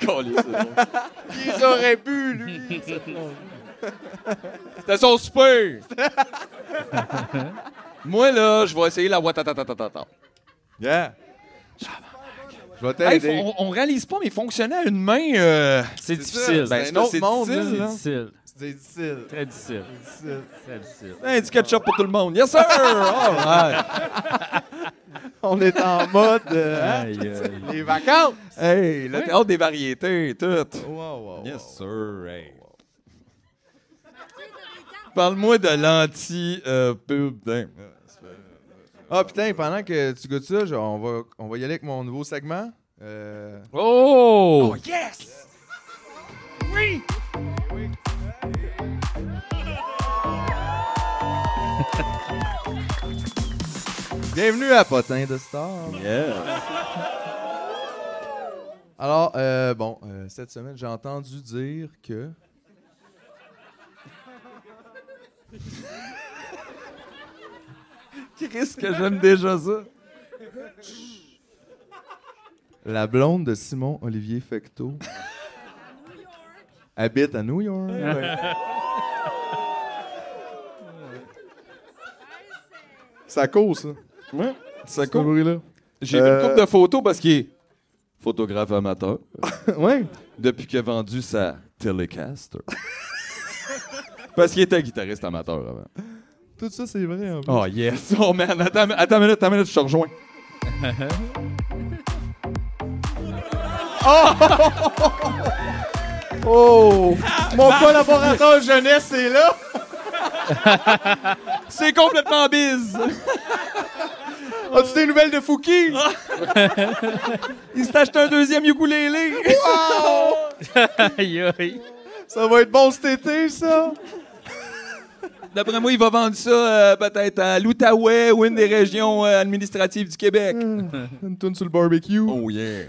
Speaker 3: Ils auraient pu, lui!
Speaker 2: [laughs] C'était son super. [laughs] Moi, là, je vais essayer la Watatatatao.
Speaker 3: Yeah! Je vais
Speaker 2: Hey,
Speaker 3: t'aider.
Speaker 2: on, on réalise pas, mais fonctionner à une main. euh,
Speaker 1: C'est
Speaker 3: ça.
Speaker 1: difficile.
Speaker 3: Ben,
Speaker 2: c'est
Speaker 3: un autre
Speaker 2: c'est
Speaker 3: monde,
Speaker 2: difficile,
Speaker 3: là.
Speaker 2: là.
Speaker 1: difficile.
Speaker 3: C'est difficile.
Speaker 1: Très difficile.
Speaker 3: C'est difficile.
Speaker 1: Très difficile.
Speaker 2: Hey, du ketchup pour tout le monde. Yes, sir! Oh, All right.
Speaker 3: On est en mode. euh, hein?
Speaker 1: Aïe, aïe.
Speaker 3: Les vacances!
Speaker 2: Hey, le théâtre des variétés et tout.
Speaker 3: Wow, wow, wow.
Speaker 2: Yes, sir. hey. Parle-moi de lentilles euh, pub. Damn.
Speaker 3: Ah putain, pendant que tu goûtes ça, je- on, va, on va y aller avec mon nouveau segment. Euh,
Speaker 1: Oh!
Speaker 2: Yes!
Speaker 3: Bienvenue à Potin de Star.
Speaker 2: Yeah.
Speaker 3: Alors, euh, bon, euh, cette semaine, j'ai entendu dire
Speaker 2: [laughs]
Speaker 3: que.
Speaker 2: Qu'est-ce que j'aime déjà ça?
Speaker 3: La blonde de Simon Olivier Fecteau habite à New York. Ça cause, ça.
Speaker 2: Ouais.
Speaker 3: Ça
Speaker 2: court.
Speaker 3: bruit-là. [laughs]
Speaker 2: J'ai vu
Speaker 3: Euh,
Speaker 2: une couple de photos parce qu'il est photographe amateur
Speaker 3: ouais.
Speaker 2: depuis qu'il a vendu sa Telecaster. parce qu'il était guitariste amateur avant.
Speaker 3: Tout ça, c'est vrai. En plus.
Speaker 2: Oh yes! [laughs] Oh man, attends, attends une minute, attends une minute, je te rejoins.
Speaker 3: Oh! Mon collaborateur jeunesse est là!
Speaker 2: C'est complètement bise!
Speaker 3: As-tu des nouvelles de Fouki?
Speaker 2: Il s'est acheté un deuxième ukulélé!
Speaker 1: Aïe, aïe.
Speaker 3: Ça va être bon cet été, ça!
Speaker 2: D'après moi, il va vendre ça euh, peut-être à l'Outaouais ou une des régions euh, administratives du Québec.
Speaker 3: Une tourne sur le barbecue.
Speaker 2: Oh yeah!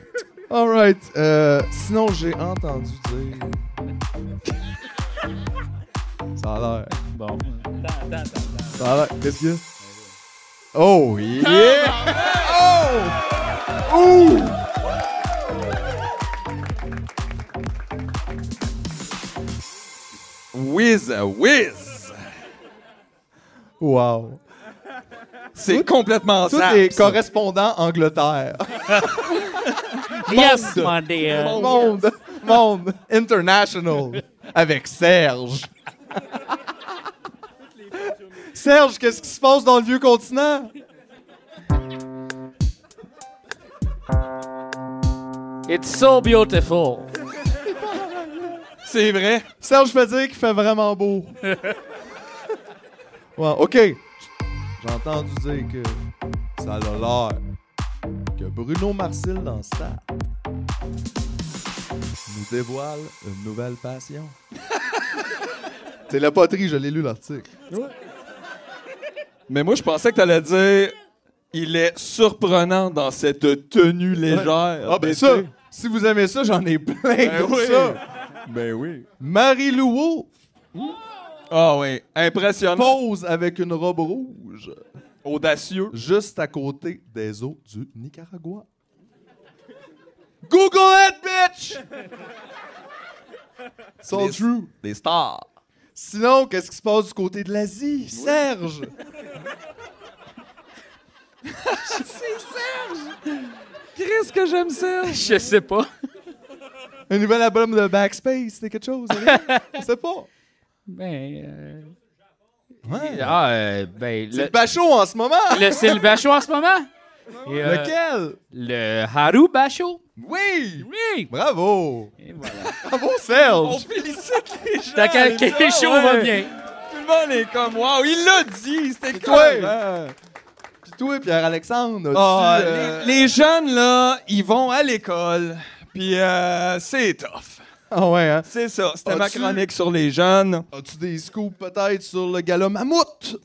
Speaker 3: Alright. Euh, sinon, j'ai entendu dire. [laughs] ça a l'air.
Speaker 1: Bon.
Speaker 3: Ça a l'air. Qu'est-ce qu'il y a? Oh yeah! Oh! Ouh!
Speaker 2: Whiz, whiz!
Speaker 3: Wow!
Speaker 2: C'est complètement
Speaker 3: Tout
Speaker 2: ça!
Speaker 3: est correspondant Angleterre.
Speaker 1: Yes, mon dear.
Speaker 3: Monde! Monde! International! Avec Serge! Serge, qu'est-ce qui se passe dans le vieux continent?
Speaker 1: It's so beautiful.
Speaker 2: C'est vrai!
Speaker 3: Serge fait dire qu'il fait vraiment beau. ouais, OK. J'ai entendu dire que ça a l'air que Bruno Marcel dans ça nous dévoile une nouvelle passion. C'est la poterie, je l'ai lu l'article.
Speaker 2: Mais moi, je pensais que t'allais dire il est surprenant dans cette tenue légère.
Speaker 3: Ah ben ça, si vous aimez ça, j'en ai plein
Speaker 2: Ben
Speaker 3: comme
Speaker 2: oui.
Speaker 3: ça.
Speaker 2: Ben oui.
Speaker 3: Marie-Lou Wolfe
Speaker 2: Ah oui, impressionnant.
Speaker 3: pose avec une robe rouge
Speaker 2: Audacieux.
Speaker 3: juste à côté des eaux du Nicaragua. Google it, bitch! So
Speaker 2: Les-
Speaker 3: true.
Speaker 2: Des stars.
Speaker 3: Sinon, qu'est-ce qui se passe du côté de l'Asie?
Speaker 2: [laughs]
Speaker 3: Serge!
Speaker 2: Qu'est-ce que j'aime ça?
Speaker 1: Je sais pas.
Speaker 3: Un nouvel album de Backspace, c'était quelque chose. hein? Je sais pas.
Speaker 1: Ben. euh,
Speaker 3: Ouais.
Speaker 1: Ah, euh, ben.
Speaker 3: C'est le
Speaker 1: Le,
Speaker 3: bachot en ce moment.
Speaker 1: le, c'est le Bachot en ce moment? Et, euh,
Speaker 3: Lequel?
Speaker 1: Le Haru Bachot?
Speaker 3: Oui!
Speaker 1: Oui!
Speaker 3: Bravo!
Speaker 1: Et voilà.
Speaker 3: Bravo, Serge!
Speaker 2: On félicite les gens.
Speaker 1: Tant qu'à- que les shows vont bien.
Speaker 2: Tout le monde est comme, waouh, il l'a dit, c'était
Speaker 3: toi,
Speaker 2: quoi?
Speaker 3: hein? Puis toi, Pierre-Alexandre, as-tu,
Speaker 2: Ah,
Speaker 3: euh,
Speaker 2: les, les jeunes, là, ils vont à l'école, puis euh, c'est tough.
Speaker 3: Ah ouais, hein?
Speaker 2: C'est ça, c'était
Speaker 3: Ah,
Speaker 2: ma
Speaker 3: tu-
Speaker 2: chronique sur les jeunes.
Speaker 3: As-tu des scoops peut-être sur le gala mammouth?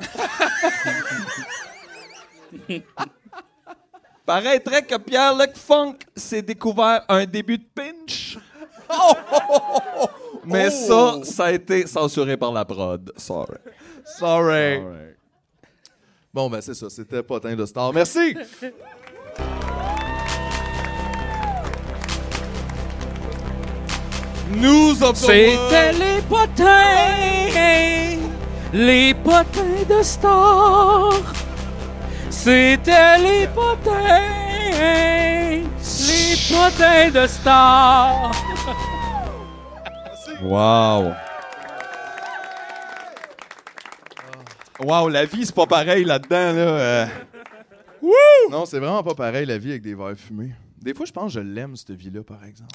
Speaker 2: Paraîtrait que Pierre-Luc Funk s'est découvert un début de pinch. Mais ça,
Speaker 3: Oh!
Speaker 2: ça a été censuré par la prod. Sorry.
Speaker 3: Sorry. Bon, ben c'est ça, c'était Potin de Star. Merci!
Speaker 2: Nous avons...
Speaker 1: C'était les potins, les potins de Star. C'était les potins, les potins de Star.
Speaker 2: Wow. Wow, la vie, c'est pas pareil là-dedans, là. euh.
Speaker 3: Non, c'est vraiment pas pareil la vie avec des verres fumés. Des fois, je pense que je l'aime, cette vie-là, par exemple.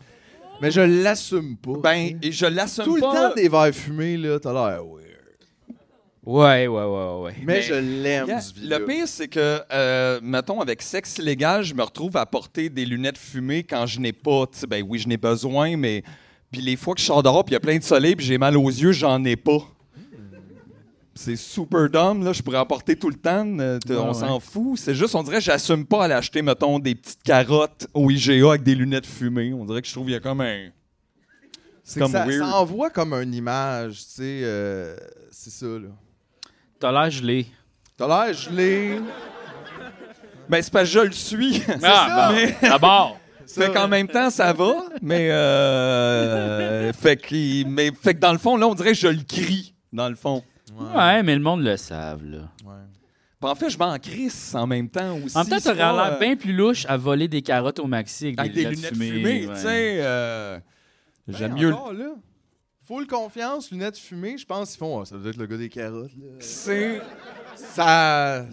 Speaker 3: Mais je l'assume pas.
Speaker 2: Ben,
Speaker 3: tu sais.
Speaker 2: et je l'assume
Speaker 3: tout le
Speaker 2: pas.
Speaker 3: temps des verres fumés, là, t'as l'air weird.
Speaker 1: Ouais, ouais, ouais, ouais.
Speaker 3: Mais, je l'aime,
Speaker 2: Yeah.
Speaker 3: ce vie-là.
Speaker 2: Le pire, c'est que, euh, mettons, avec sexe illégal, je me retrouve à porter des lunettes fumées quand je n'ai pas. Tu sais, ben oui, je n'ai besoin, mais. Puis les fois que je sors dehors, puis il y a plein de soleil, puis j'ai mal aux yeux, j'en ai pas. C'est super dumb, là. Je pourrais en porter tout le temps. euh, t-
Speaker 1: Ouais,
Speaker 2: on
Speaker 1: ouais.
Speaker 2: s'en fout. C'est juste, on dirait, que j'assume pas à l'acheter, mettons, des petites carottes au IGA avec des lunettes fumées. On dirait que je trouve qu'il y a comme un.
Speaker 3: C'est
Speaker 2: comme
Speaker 3: que ça,
Speaker 2: weird.
Speaker 3: ça envoie comme une image, tu sais. euh, c'est ça, là.
Speaker 1: T'as l'air gelé.
Speaker 3: T'as l'air gelé.
Speaker 2: Ben, c'est parce que je le suis. [laughs]
Speaker 1: Ah,
Speaker 3: ça.
Speaker 1: bon.
Speaker 2: Mais-
Speaker 1: D'abord.
Speaker 2: Fait qu'en même temps, ça va, mais euh, fait qu'il- mais fait que dans le fond, là, on dirait que je le crie, dans le fond.
Speaker 1: Ouais, mais le monde le savent, là.
Speaker 2: Puis en fait, je m'en crisse en même temps aussi.
Speaker 1: En même temps,
Speaker 2: c'est
Speaker 1: t'aurais
Speaker 2: pas,
Speaker 1: l'air
Speaker 2: euh,
Speaker 1: bien plus louche à voler des carottes au maxi avec,
Speaker 2: avec des lunettes fumées,
Speaker 1: ouais.
Speaker 2: tu sais. euh, J'aime
Speaker 3: Ben,
Speaker 2: mieux.
Speaker 3: encore, là. Full confiance, lunettes fumées, je pense qu'ils font. Ah, ça doit être le gars des carottes, là.
Speaker 2: C'est
Speaker 3: Ça.
Speaker 2: euh,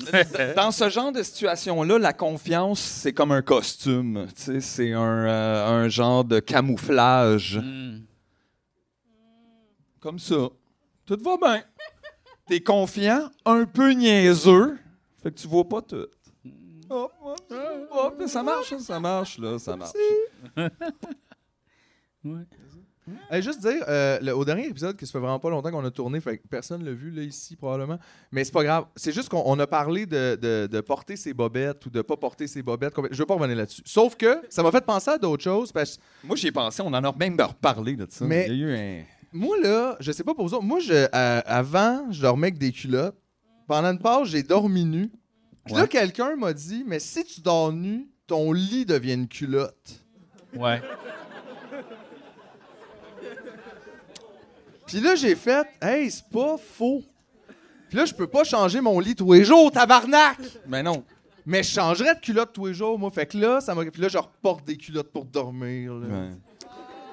Speaker 1: [laughs]
Speaker 2: dans ce genre de situation-là, la confiance, c'est comme un costume, tu sais, c'est un, euh, un genre de camouflage,
Speaker 1: Hmm.
Speaker 2: comme ça. Tout va bien. T'es confiant, un peu niaiseux, fait que tu vois pas tout. Oh, Hop, hop, hop, hop, mais ça marche, Mm. hein? ça marche, là, ça marche.
Speaker 1: Ouais.
Speaker 3: Hey, juste dire, euh, le- au dernier épisode, que ça fait vraiment pas longtemps qu'on a tourné, fait que personne l'a vu là, ici probablement, mais c'est pas grave. C'est juste qu'on on a parlé de, de- de porter ses bobettes ou de pas porter ses bobettes. complè- Je veux pas revenir là-dessus. Sauf que ça m'a fait penser à d'autres choses. Parce que
Speaker 2: Moi, j'y ai pensé, on en a même reparlé de ça.
Speaker 3: Mais-
Speaker 2: Il y a eu un...
Speaker 3: moi, là, je sais pas pour vous autres, moi, je, à- avant, je dormais avec des culottes. Pendant une pause, j'ai dormi nu. Puis là,
Speaker 2: Ouais.
Speaker 3: quelqu'un m'a dit, mais si tu dors nu, ton lit devient une culotte.
Speaker 1: Ouais.
Speaker 3: Puis là, j'ai fait, hey, c'est pas faux. Puis là, je peux pas changer mon lit tous les jours, tabarnak!
Speaker 2: Mais non.
Speaker 3: Mais je changerais de culotte tous les jours, moi. Fait que là, ça m'a. Puis là, je reporte des culottes pour dormir. là.
Speaker 2: Ouais.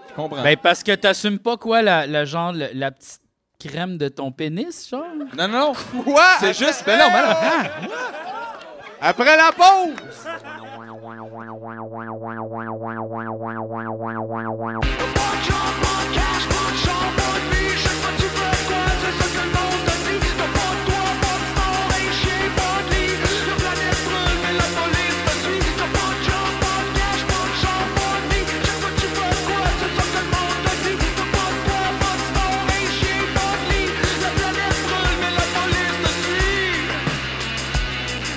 Speaker 2: Je comprends.
Speaker 1: Ben, parce que t'assumes pas quoi, la, la genre, la, la petite crème de ton pénis, genre?
Speaker 2: Non, non, non.
Speaker 3: Quoi?
Speaker 2: C'est juste... Ben non, ben non. Ah!
Speaker 3: Après la pause!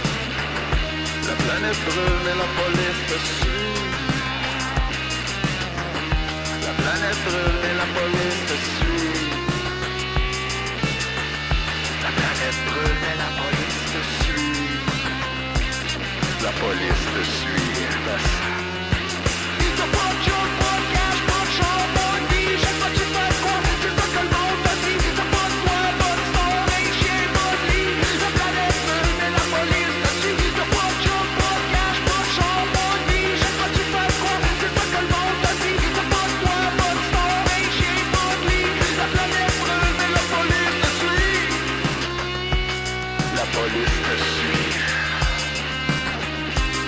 Speaker 4: La planète brûle, mais la police te suit. La planète brûle, mais la police te suit. La planète brûle, mais la police te suit. La police te suit. La police te suit.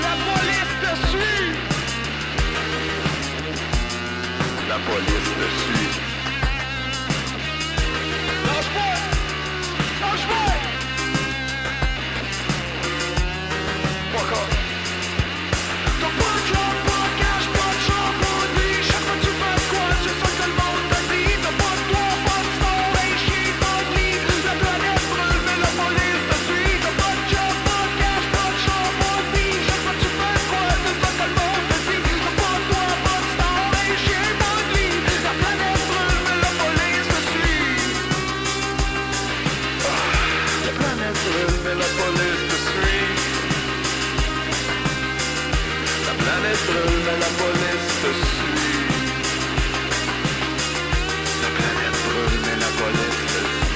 Speaker 4: La police te suit. La police te suit. Lâche pas! Lâche pas! Fuck off. T'as pas de job, pas de cash, pas de char, pas de vie. Chaque fois que tu fais de quoi, tu sais que le monde te dit. T'as pas de toit, pas de sport, un chien, pas de lit. La planète brûle, mais la police te suit. T'as pas de job, pas de cash, pas de char, pas de vie. Chaque fois que tu fais de quoi, tu sais que le monde te dit. T'as pas de toit, pas de sport, un chien, pas de lit. La planète brûle, mais la police te suit. La planète brûle, mais la police te suit. La planète brûle, mais la police te suit. La planète brûle, mais la police te suit.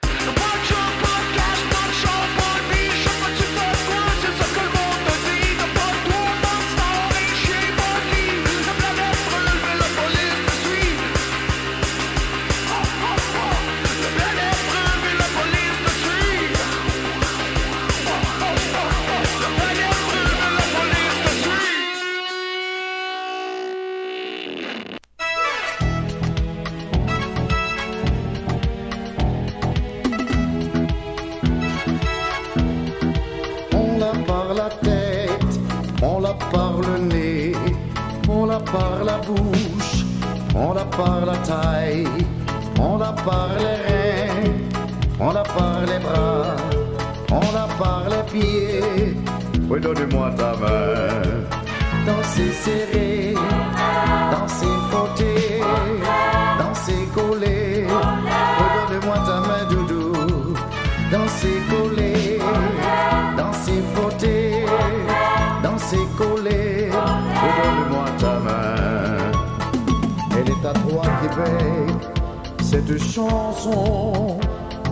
Speaker 4: Pas de job, pas de cash, pas de char, pas de vie. Chaque fois que tu fais quoi, c'est ça que le monde te dit. T'as pas de toit, pas de star, un chien, pas de lit. La planète brûle, mais la police te suit. La planète brûle, mais la police te suit. La planète brûle, mais la police te suit.
Speaker 5: On la par la tête, on la par le nez, on la par la bouche, on la par la taille, on la par les reins, on la par les bras, on la par les pieds. Oui, donne-moi ta main. Danser serré, danser frotter, danser coller. Oui, donne-moi ta main, doudou. Danser coller, danser frotter, danser coller. Oui, donne-moi ta main. Elle est à toi, Québec, cette chanson.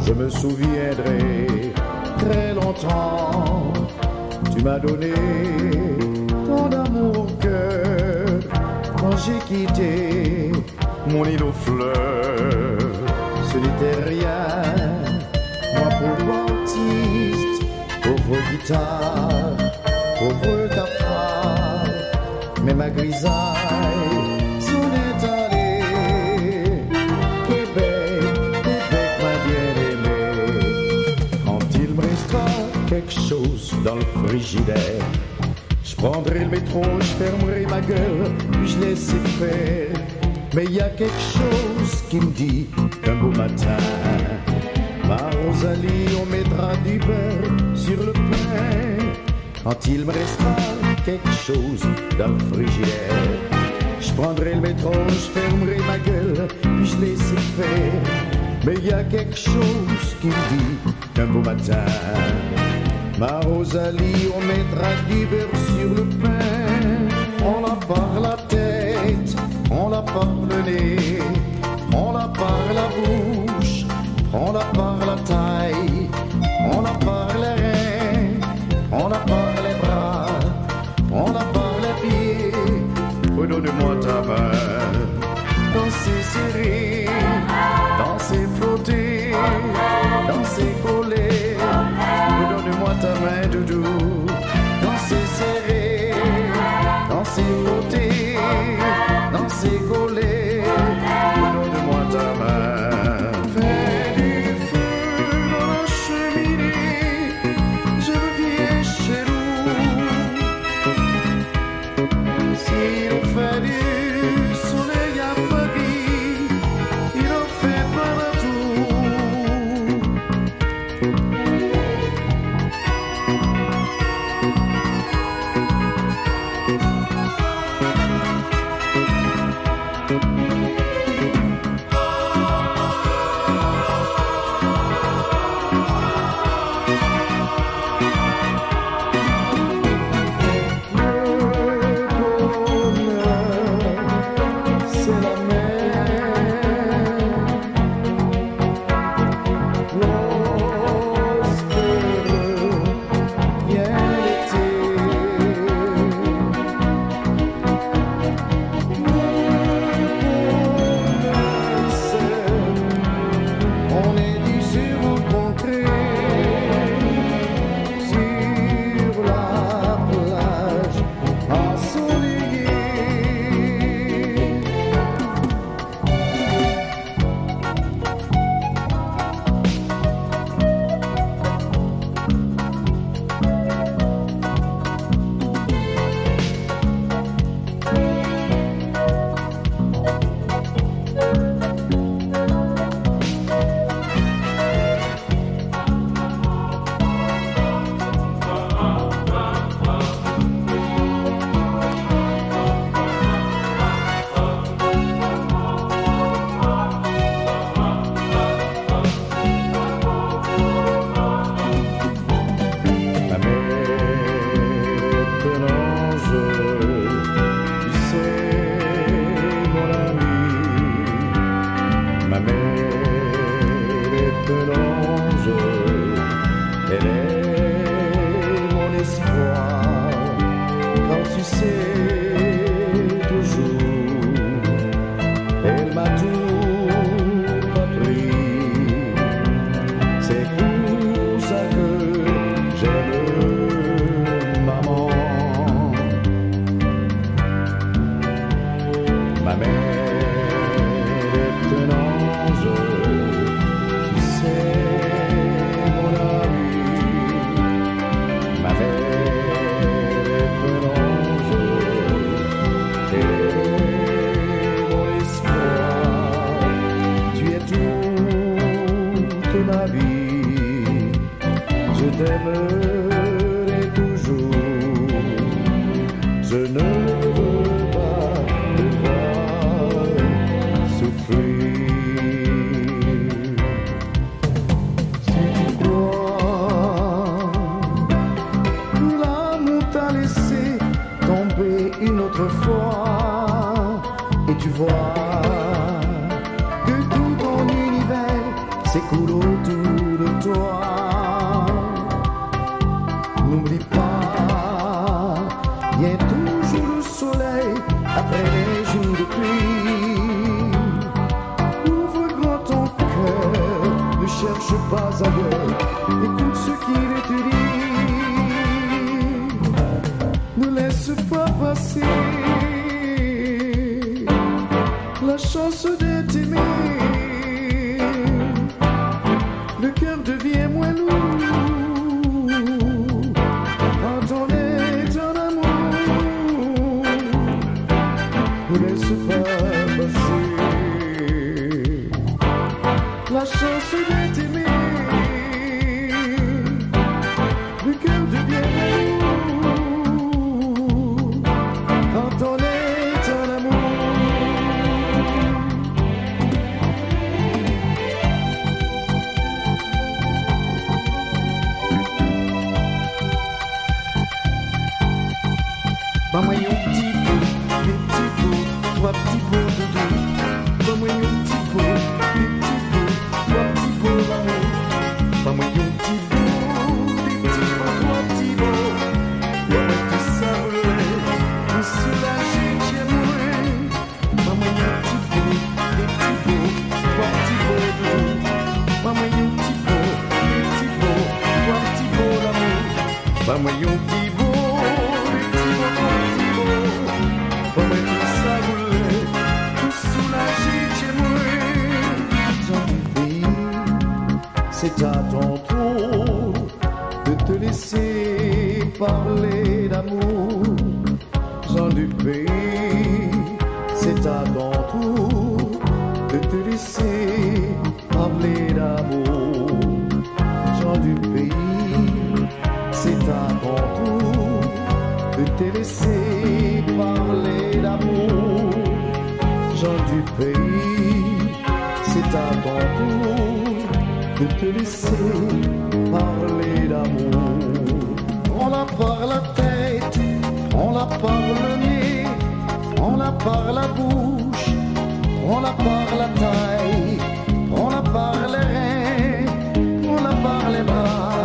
Speaker 5: Je me souviendrai très longtemps. Tu m'as donné ton amour au cœur quand j'ai quitté mon île aux fleurs. Ce n'était rien, moi pauvre artiste, pauvre guitare, pauvre cafarde mais ma grisaille s'en est allée. Québec, Québec m'a bien aimé. Quand il me restera quelque chose dans le frigidaire, je prendrai le métro, je fermerai ma gueule, puis je laisserai faire. Mais il y a quelque chose qui me dit un beau matin. Ma Rosalie, on mettra du beurre sur le pain. Quand il me restera quelque chose dans le frigidaire, je prendrai le métro, je fermerai ma gueule, puis je laisserai faire. Mais il y a quelque chose qui me dit un beau matin. Ma Rosalie, on mettra du beurre sur le pain. On la par la tête, on la par le nez, on la par la bouche, on la par la taille, on la par les reins. On la par les bras, on la par les pieds. Redonne-moi ta main. Danser serré, danser flotter, danser coller. Redonne-moi ta main, doudou. Danser serré, danser flotter, danser coller. Redonne-moi ta main. Fais du feu dans la cheminée. Je reviens chez nous Si on fait du soleil à Paris Il en fait partout C'est la mer Lorsque vient l'été Mon
Speaker 6: un ange. Elle est mon espoir, quand tu sais toujours, elle m'a tout appris. C'est pour ça que j'aime maman. Ma mère est un ange, tu sais mon ami. Ma mère est un ange, elle est mon espoir. Tu es toute ma vie, je t'aimerai toujours. Je ne veux pas te voir souffrir. Si tu crois que l'amour t'a laissé tomber une autre fois, et tu vois que tout ton univers s'écoule autour de toi. N'oublie pas, il y a toujours le soleil après les jours de pluie. Ouvre grand ton cœur, ne cherche pas ailleurs, écoute ce qu'il te dit. Ne laisse pas passer la chance d'être aimé. Le cœur devient moins lourd quand on est en amour. Ne laisse pas passer la chance d'être aimé. Le cœur devient moins lourd quand on est en amour. Maman yon petit pot, des petits pots, trois petits pots de doux. Maman yon petit pot, des petits pots, trois petits pots d'amour. Maman yon petit pot, des petits pots, trois petits pots. Maman qui savourait, pour soulager chez moi. Maman yon petit pot, des petits pots, trois petits pots de doux. Maman yon petit pot, des petits pots, trois petits pots d'amour. Maman yon petit pot, des petits pots, trois petits pots. Maman qui savourait, pour soulager chez moi. J'en ai c'est à ton tour de te laisser parler d'amour. Jean du pays, c'est à ton tour de te laisser parler d'amour. Jean du pays, c'est à ton tour de te laisser parler d'amour gens du pays, c'est à ton tour de te laisser parler d'amour. On la par la tête, on la par le nez, on la par la bouche, on la par la taille, on la par les reins, on la par les bras,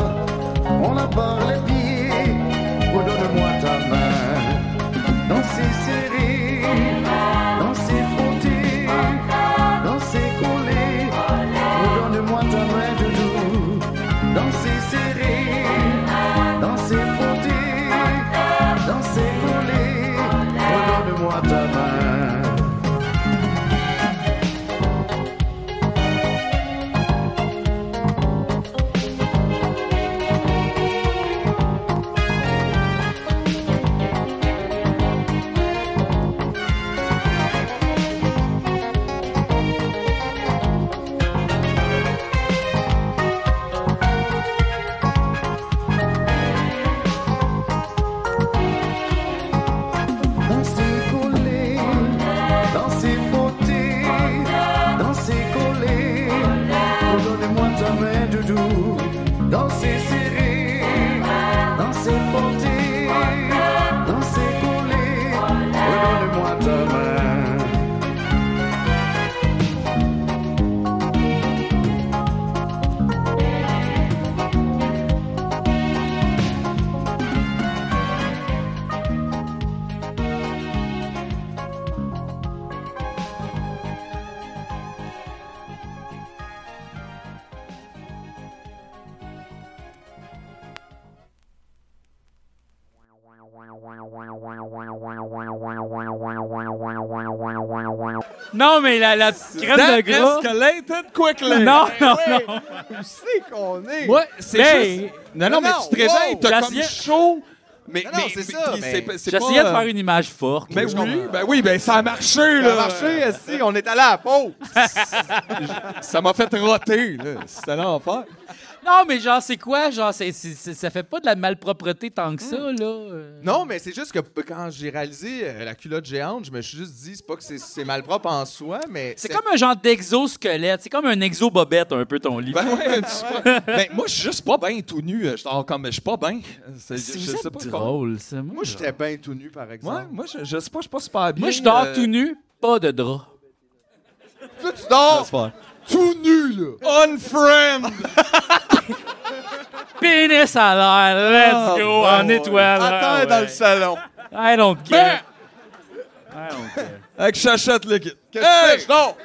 Speaker 6: on la par les pieds. Redonne-moi ta main, dans ses séries dans ses frontières, dans ses collés. Redonne-moi ta main de jour, dans ses serrés, dans ses frontières, dans ses collés. Redonne-moi ta main.
Speaker 1: Non, mais la, la petite crème de gras.
Speaker 2: escalated quickly.
Speaker 1: Non, non, non.
Speaker 3: Où c'est qu'on est?
Speaker 2: Moi, c'est
Speaker 1: Ben,
Speaker 2: juste... Non,
Speaker 3: non,
Speaker 2: non, mais tu te
Speaker 3: wow.
Speaker 2: réveilles, t'as comme
Speaker 1: J'essayais-
Speaker 2: chaud. Mais,
Speaker 3: Non, non,
Speaker 2: mais-
Speaker 3: c'est ça,
Speaker 2: puis
Speaker 3: mais-
Speaker 2: c'est- c'est
Speaker 1: J'essayais de
Speaker 2: pas, euh,
Speaker 1: faire une image forte.
Speaker 2: Ben
Speaker 1: là.
Speaker 2: oui, ben oui, ben ça a marché,
Speaker 3: Ça
Speaker 2: là.
Speaker 3: a marché, esti, on est allé à la pause.
Speaker 2: Ça m'a fait roter, là. C'était l'enfer.
Speaker 1: Non, mais genre, c'est quoi? Genre, c'est- c'est- c'est- ça fait pas de la malpropreté tant que ça, là. euh.
Speaker 3: Non, mais c'est juste que p- quand j'ai réalisé euh, la culotte géante, je me suis juste dit, c'est pas que c'est- c'est malpropre en soi, mais.
Speaker 1: C'est comme un genre d'exosquelette. C'est comme un exo-bobette, un peu, ton lit.
Speaker 2: [laughs] Ben ouais, tu sais pas- ben, moi, je suis juste pas bien tout nu. euh, Je suis comme, je suis pas bien. C'est-
Speaker 1: c'est
Speaker 2: je
Speaker 1: vous
Speaker 2: sais
Speaker 1: êtes
Speaker 2: pas comment-
Speaker 1: drôle, ça. Moi,
Speaker 3: Moi, j'étais bien tout nu, par
Speaker 2: Ouais,
Speaker 3: exemple.
Speaker 2: moi, je, je sais pas, je suis pas super bien.
Speaker 1: Moi, je dors
Speaker 2: euh,
Speaker 1: tout nu, pas de drap.
Speaker 3: Toi, tu dors tout nu, là.
Speaker 2: Unfriend!
Speaker 1: Pénis à l'air, let's go,
Speaker 2: Ah,
Speaker 1: en
Speaker 2: ouais.
Speaker 1: étoile.
Speaker 3: Attends dans le Ben! salon.
Speaker 1: le I don't care. I don't care.
Speaker 2: Avec chachette liquide.
Speaker 3: Qu'est-ce que
Speaker 2: Hey!
Speaker 3: tu fais? Non!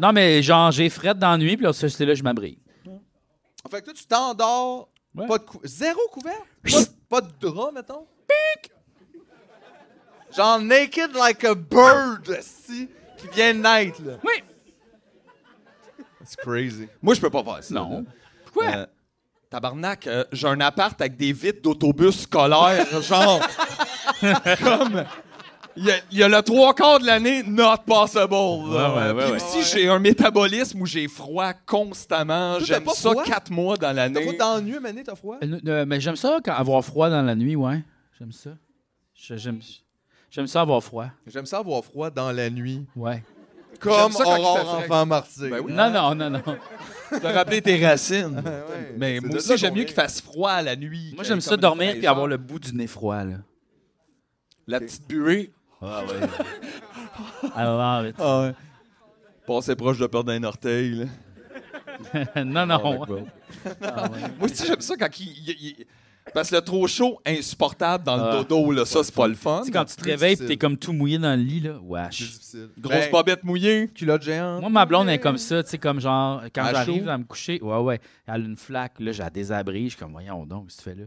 Speaker 1: Non, mais genre, j'ai frette dans la nuit, puis là, ça, c'est là, je m'abris.
Speaker 3: Fait que toi, tu t'endors.
Speaker 1: Ouais.
Speaker 3: Pas de cou- Zéro couvert? Pas, de- pas de drap, mettons? Pic! Genre naked like a bird, esti, qui vient de naître, là.
Speaker 1: Oui.
Speaker 3: C'est crazy.
Speaker 2: Moi, je peux pas faire ça.
Speaker 1: Non.
Speaker 2: là.
Speaker 1: Pourquoi?
Speaker 2: Euh, tabarnak, euh, j'ai un appart avec des vitres d'autobus scolaires, [laughs] genre. Comme. Il y, a, il y a le trois quarts de l'année, not possible. là.
Speaker 1: Ouais, ouais, ouais,
Speaker 2: Puis
Speaker 1: ouais.
Speaker 2: aussi, j'ai un métabolisme où j'ai froid constamment.
Speaker 3: Toi,
Speaker 2: J'aime
Speaker 3: t'as pas
Speaker 2: ça
Speaker 3: froid?
Speaker 2: quatre mois dans
Speaker 3: T'as pas
Speaker 2: l'année.
Speaker 3: d'ennui, Mané, t'as froid?
Speaker 1: Euh, euh, mais j'aime ça, quand, avoir froid dans la nuit, ouais. J'aime ça. Je- J'aime j'aime ça, avoir froid.
Speaker 3: J'aime ça avoir froid dans la nuit.
Speaker 1: Ouais.
Speaker 3: Comme
Speaker 2: ça quand il
Speaker 3: Aurore
Speaker 2: fait frais.
Speaker 3: enfant martyr.
Speaker 2: Ben oui.
Speaker 1: Non, non, non, non.
Speaker 2: T'as rappelé tes racines.
Speaker 3: ouais.
Speaker 2: Mais
Speaker 3: C'est
Speaker 2: moi
Speaker 3: de
Speaker 2: aussi,
Speaker 3: là
Speaker 2: j'aime
Speaker 3: qu'on
Speaker 2: mieux
Speaker 3: est.
Speaker 2: qu'il fasse froid la nuit.
Speaker 1: Moi,
Speaker 2: qu'il
Speaker 1: j'aime
Speaker 2: y ait
Speaker 1: ça
Speaker 2: comme une
Speaker 1: dormir puis
Speaker 2: fraîcheur.
Speaker 1: avoir le bout du nez froid, là.
Speaker 2: La petite buée.
Speaker 1: Alors,
Speaker 3: [laughs]
Speaker 2: Ah ouais. Passer proche de perdre un orteil, là.
Speaker 1: non,
Speaker 3: Oh
Speaker 1: non.
Speaker 2: Moi aussi, j'aime ça quand il. il- il- Parce que le trop chaud, insupportable dans le
Speaker 1: Ah.
Speaker 2: dodo, là, ça, c'est pas le fun.
Speaker 1: Tu sais, quand tu te
Speaker 3: Plus
Speaker 1: réveilles pis
Speaker 3: difficile.
Speaker 1: t'es comme tout mouillé dans le lit, là,
Speaker 3: C'est
Speaker 1: wesh.
Speaker 3: difficile.
Speaker 2: Grosse
Speaker 3: Ben,
Speaker 2: bobette mouillée.
Speaker 3: Culotte géante.
Speaker 1: Moi, ma blonde elle est comme ça, tu sais, comme genre, quand
Speaker 3: À
Speaker 1: j'arrive
Speaker 3: chaud.
Speaker 1: à me coucher, ouais, ouais, elle a une flaque, là, j'ai la désabris, je suis comme, voyons donc, qu'est-ce que tu fais là?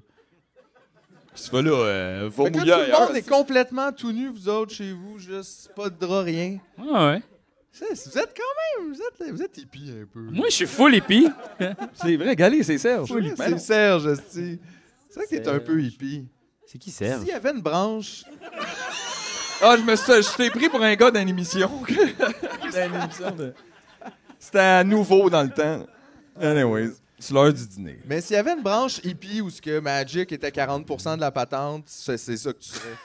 Speaker 2: Tu fais là, euh, va
Speaker 3: Fait que là, ben,
Speaker 2: mouiller
Speaker 3: tout le
Speaker 2: ailleurs.
Speaker 3: monde est complètement tout nu, vous autres, chez vous, juste pas de drap, rien.
Speaker 1: Ah Ouais, ouais.
Speaker 3: C'est- Vous êtes quand même, vous êtes, vous êtes hippie un peu.
Speaker 1: Moi, je suis full hippie.
Speaker 2: C'est vrai, Galé, c'est Serge.
Speaker 3: Oui, c'est Serge, esti. C'est vrai que t'es un peu hippie.
Speaker 1: C'est qui,
Speaker 3: S'il
Speaker 1: Serge?
Speaker 3: y avait une branche
Speaker 2: Ah, je me suis, je t'ai pris pour un gars d'une [laughs] émission. C'était une émission de- C'était à nouveau dans le temps. Anyways, c'est l'heure du dîner.
Speaker 3: Mais s'il y avait une branche hippie où ce que Magic était 40% de la patente, c'est c'est ça que tu [laughs] serais.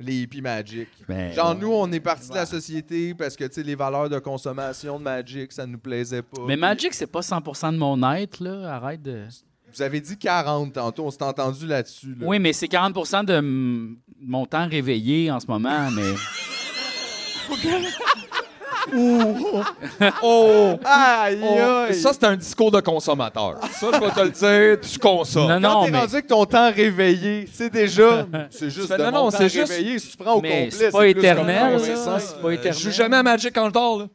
Speaker 3: les hippies Magic.
Speaker 1: Ben,
Speaker 3: Genre, nous, on est parti de la société parce que, tu sais, les valeurs de consommation de Magic, ça nous plaisait pas.
Speaker 1: Mais Magic, c'est pas 100% de mon être, là. Arrête de.
Speaker 3: Vous avez dit 40 tantôt, on s'est entendu là-dessus. là.
Speaker 1: Oui, mais c'est 40% de mm, mon temps réveillé en ce
Speaker 3: [laughs]
Speaker 1: moment, mais.
Speaker 2: Oh!
Speaker 3: Aïe, aïe!
Speaker 2: Ça, c'est un discours de consommateur. Ça, je vais te le dire, tu consommes.
Speaker 1: Non,
Speaker 3: Quand
Speaker 1: non,
Speaker 3: t'es
Speaker 1: mais.
Speaker 3: rendu que ton temps réveillé, c'est
Speaker 2: [laughs]
Speaker 3: déjà... C'est juste
Speaker 2: fais,
Speaker 3: de
Speaker 2: non,
Speaker 3: mon
Speaker 2: non,
Speaker 3: temps
Speaker 2: c'est juste-
Speaker 3: réveillé, si tu prends au
Speaker 1: Mais
Speaker 3: complet,
Speaker 1: c'est pas
Speaker 3: plus comme
Speaker 1: éternel,
Speaker 3: cinq,
Speaker 1: ça.
Speaker 3: cinq.
Speaker 1: C'est pas
Speaker 2: Je joue
Speaker 1: éternel.
Speaker 2: jamais à Magic quand je dors, là.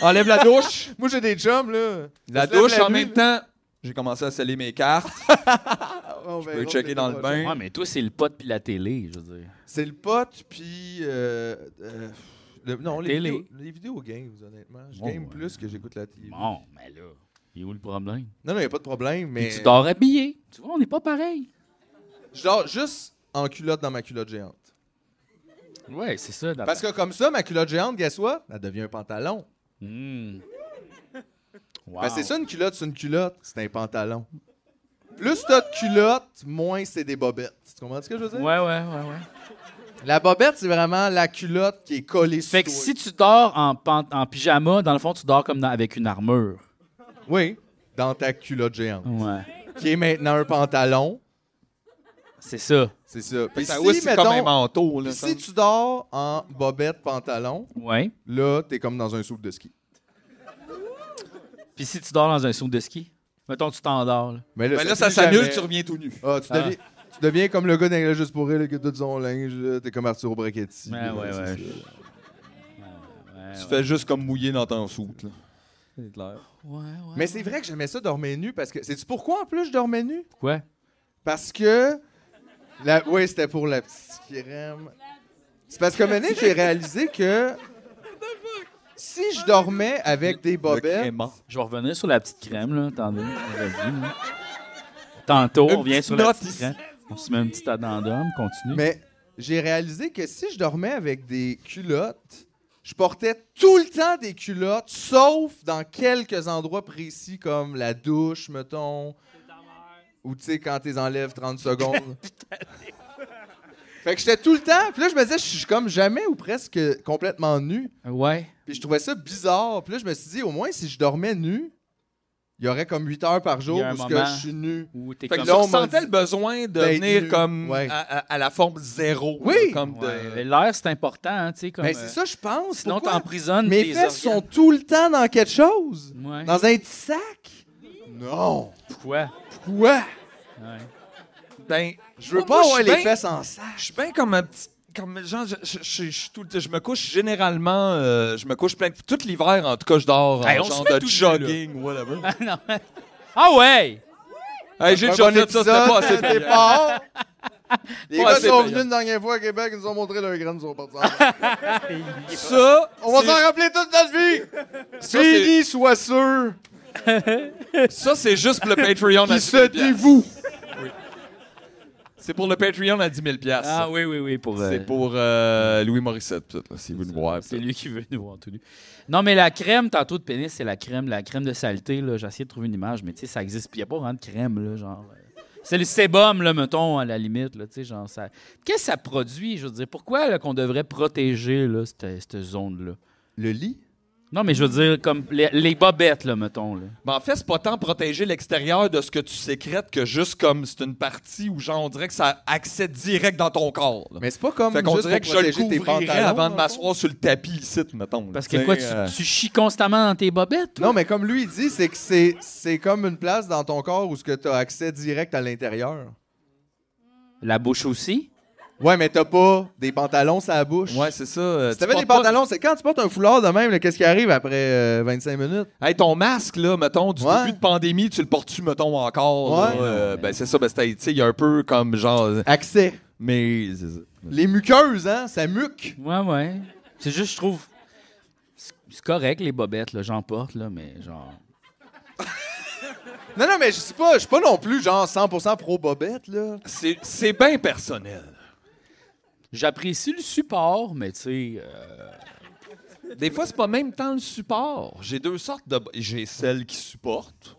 Speaker 2: Enlève la douche.
Speaker 3: [laughs] Moi, j'ai des chums, là.
Speaker 2: La
Speaker 3: Je lève
Speaker 2: douche, en
Speaker 3: nuit,
Speaker 2: même temps, j'ai commencé à sceller mes cartes.
Speaker 3: là. On
Speaker 2: Je
Speaker 3: verra,
Speaker 2: peux checker
Speaker 3: c'est
Speaker 2: dans
Speaker 3: Ben, pas
Speaker 2: le
Speaker 3: grave.
Speaker 1: Ouais,
Speaker 2: bain.
Speaker 1: mais toi, c'est le pot puis la télé, je veux dire.
Speaker 3: C'est le pote, puis. euh, euh, le- non, les
Speaker 1: télé.
Speaker 3: vidéos, les vidéos games, honnêtement. Je
Speaker 1: Bon,
Speaker 3: game
Speaker 1: ouais.
Speaker 3: plus que j'écoute la télé.
Speaker 1: Bon, mais là, il est où le problème?
Speaker 3: Non, non, y a pas de problème, mais.
Speaker 1: Puis tu dors habillé. Tu vois, on n'est pas pareil.
Speaker 3: Je dors juste en culotte dans ma culotte géante.
Speaker 1: Ouais, c'est ça.
Speaker 3: Parce que comme ça, ma culotte géante, guess what? Elle devient un pantalon. Hmm. Parce que c'est ça une culotte, c'est une culotte, c'est un pantalon. Plus t'as de culottes, moins c'est des bobettes. Tu comprends ce que je veux dire?
Speaker 1: Ouais, ouais, ouais, ouais.
Speaker 3: La bobette, c'est vraiment la culotte qui est collée sur
Speaker 1: Fait que
Speaker 3: toi.
Speaker 1: si tu dors en, pan- en pyjama, dans le fond, tu dors comme dans- avec une armure.
Speaker 3: Oui, dans ta culotte géante.
Speaker 1: Ouais.
Speaker 3: Qui est maintenant un pantalon.
Speaker 1: C'est ça.
Speaker 3: C'est Ben, ça. Puis
Speaker 2: Ça,
Speaker 3: si,
Speaker 2: ouais, c'est comme un
Speaker 3: mettons,
Speaker 2: manteau, là.
Speaker 3: Puis si tu dors en bobette, pantalon,
Speaker 1: Ouais.
Speaker 3: là, t'es comme dans un soupe de ski.
Speaker 1: Puis si tu dors dans un saut de ski, mettons, tu t'endors. là.
Speaker 2: Ben là, ça
Speaker 3: tu sais jamais.
Speaker 2: s'annule, tu reviens tout nu.
Speaker 3: Ah, tu, deviens, tu deviens comme le gars d'un juste pour rire, là, qui a tout son linge, là, t'es comme Arturo Brachetti.
Speaker 1: Ouais,
Speaker 3: là,
Speaker 1: ouais,
Speaker 3: c'est
Speaker 1: ouais.
Speaker 3: ça.
Speaker 2: Tu fais juste comme mouiller dans ton soute, là. C'est clair.
Speaker 1: Ouais, ouais.
Speaker 3: Mais c'est vrai que j'aimais ça dormir nu parce que. Sais-tu pourquoi en plus je dormais nu?
Speaker 1: Quoi?
Speaker 3: Parce que. La... Oui, c'était pour la petite crème. C'est parce que maintenant, j'ai réalisé que. Si je dormais avec des bobettes,
Speaker 2: Vraiment.
Speaker 1: Je vais revenir sur la petite crème, là. Attendez, on revient, là. Tantôt,
Speaker 2: Une
Speaker 1: on revient
Speaker 2: petite
Speaker 1: sur la
Speaker 2: note
Speaker 1: petite
Speaker 2: ici.
Speaker 1: crème. On se met un petit addendum, continue.
Speaker 3: mais j'ai réalisé que si je dormais avec des culottes, je portais tout le temps des culottes, sauf dans quelques endroits précis comme la douche, mettons, ou tu sais, quand t'es enlèves 30 secondes. fait que j'étais tout le temps, puis là, je me disais, je suis comme jamais ou presque complètement nu.
Speaker 1: Ouais.
Speaker 3: Puis je trouvais ça bizarre. Puis là, je me suis dit, au moins, si je dormais nu, il y aurait comme 8 heures par jour
Speaker 1: Il y a un
Speaker 3: où ce que
Speaker 1: moment.
Speaker 3: je suis nu.
Speaker 1: Ou t'es
Speaker 2: Fait que
Speaker 1: comme...
Speaker 2: là,
Speaker 3: là,
Speaker 2: on
Speaker 3: on m'a
Speaker 2: sentait
Speaker 3: dit-
Speaker 2: le besoin de
Speaker 3: d'être
Speaker 2: venir
Speaker 3: nu.
Speaker 2: comme
Speaker 3: Ouais.
Speaker 2: à, à- à la forme zéro.
Speaker 3: Oui.
Speaker 2: là, comme de-
Speaker 1: Ouais, euh, L'air, c'est important, hein, tu sais, comme...
Speaker 3: Ben,
Speaker 1: euh,
Speaker 3: c'est ça, je pense.
Speaker 1: Sinon,
Speaker 3: Pourquoi?
Speaker 1: t'emprisonnes
Speaker 3: Mes
Speaker 1: tes
Speaker 3: fesses sont
Speaker 1: organes.
Speaker 3: tout le temps dans quelque chose.
Speaker 1: Ouais.
Speaker 3: Dans un petit sac. Non.
Speaker 1: Pourquoi?
Speaker 3: Quoi?
Speaker 1: Ouais.
Speaker 2: Ben,
Speaker 3: Je veux
Speaker 2: moi,
Speaker 3: pas
Speaker 2: moi,
Speaker 3: avoir
Speaker 2: je suis
Speaker 3: les
Speaker 2: bien-
Speaker 3: fesses en sac.
Speaker 2: Je suis bien comme un petit. Comme genre, je, je, je- je suis tout le temps- je me couche généralement, euh, je me couche plein. Tout l'hiver, en tout cas, je dors
Speaker 1: Hey, on
Speaker 2: en
Speaker 1: se
Speaker 2: genre
Speaker 1: fait
Speaker 2: de
Speaker 1: tout nu,
Speaker 2: jogging ou whatever. [laughs]
Speaker 1: Ah, non. Ah ouais!
Speaker 2: hey, j'ai
Speaker 3: Un
Speaker 2: déjà
Speaker 3: bon
Speaker 2: fait ça,
Speaker 3: épisode,
Speaker 2: c'était pas assez
Speaker 3: c'était
Speaker 2: payant.
Speaker 3: pas hors. Les
Speaker 2: Pas
Speaker 3: gars
Speaker 2: assez
Speaker 3: sont
Speaker 2: payant.
Speaker 3: venus une dernière fois à Québec, ils nous ont montré leurs graines, ils sont
Speaker 2: [laughs]
Speaker 3: partis. en-
Speaker 2: Ça,
Speaker 3: On va
Speaker 2: c'est-
Speaker 3: s'en rappeler toute notre vie!
Speaker 2: ça, c'est-
Speaker 3: Fini, sois sûr!
Speaker 2: ça, c'est juste pour le Patreon à
Speaker 3: Qui
Speaker 2: 10 000
Speaker 3: se dévoue!
Speaker 2: C'est pour le Patreon à 10 000
Speaker 1: Ah oui, oui, oui, pour... euh,
Speaker 2: C'est pour euh, Louis Morissette, peut-être, là, s'il veut nous voir.
Speaker 1: C'est
Speaker 2: peut-être.
Speaker 1: lui qui veut nous voir tout nu. Non, mais la crème, tantôt de pénis, c'est la crème, la crème de saleté. là. J'ai essayé de trouver une image, mais tu sais, ça existe. Puis il n'y a pas vraiment de crème, là, genre. euh, C'est le sébum, là, mettons, à la limite, là, tu sais, genre, ça... Qu'est-ce que ça produit, je veux dire? Pourquoi, là, qu'on devrait protéger, là, cette, cette zone-là?
Speaker 3: Le lit?
Speaker 1: Non, mais je veux dire, comme les, les bobettes, là, mettons, là.
Speaker 2: Mais en fait, c'est pas tant protéger l'extérieur de ce que tu sécrètes que juste comme c'est une partie où, genre, on dirait que ça accède direct dans ton corps. là.
Speaker 3: Mais c'est pas comme
Speaker 2: Fait
Speaker 3: juste
Speaker 2: qu'on
Speaker 3: pour
Speaker 2: dirait que je le
Speaker 3: protéger tes
Speaker 2: couvrirais
Speaker 3: pantalons.
Speaker 2: avant de
Speaker 3: dans le fond.
Speaker 2: m'asseoir sur le tapis ici, mettons.
Speaker 1: Parce que quoi, tu,
Speaker 2: euh,
Speaker 1: tu chies constamment dans tes bobettes, toi?
Speaker 3: Non, mais comme lui il dit, c'est que c'est, c'est comme une place dans ton corps où ce que tu as accès direct à l'intérieur.
Speaker 1: La bouche aussi?
Speaker 3: Ouais, mais t'as pas des pantalons sur la bouche.
Speaker 2: Ouais, c'est ça. euh,
Speaker 3: si
Speaker 2: tu
Speaker 3: t'avais des
Speaker 2: portes pas-
Speaker 3: pantalons, c'est quand tu portes un foulard de même, là, qu'est-ce qui arrive après euh, 25 minutes?
Speaker 2: Hey, ton masque, là, mettons, du
Speaker 3: Ouais.
Speaker 2: début de pandémie, tu le portes-tu, mettons, encore? là?
Speaker 3: Ouais.
Speaker 2: Euh, ben, c'est ça. Ben, c'était- tu sais, il y a un peu comme genre.
Speaker 3: Accès.
Speaker 2: Mais. c'est ça.
Speaker 3: Les muqueuses, hein, ça muque.
Speaker 1: Ouais, ouais. C'est juste, je trouve. c'est- C'est correct, les bobettes, là, j'en porte, là, mais genre.
Speaker 3: Non, non, mais je sais pas, je suis pas non plus genre 100% pro-bobette, là.
Speaker 2: C'est- C'est bien personnel.
Speaker 1: J'apprécie le support, mais tu sais. euh,
Speaker 2: Des fois, c'est pas même tant le support. J'ai deux sortes de. J'ai celles qui supportent.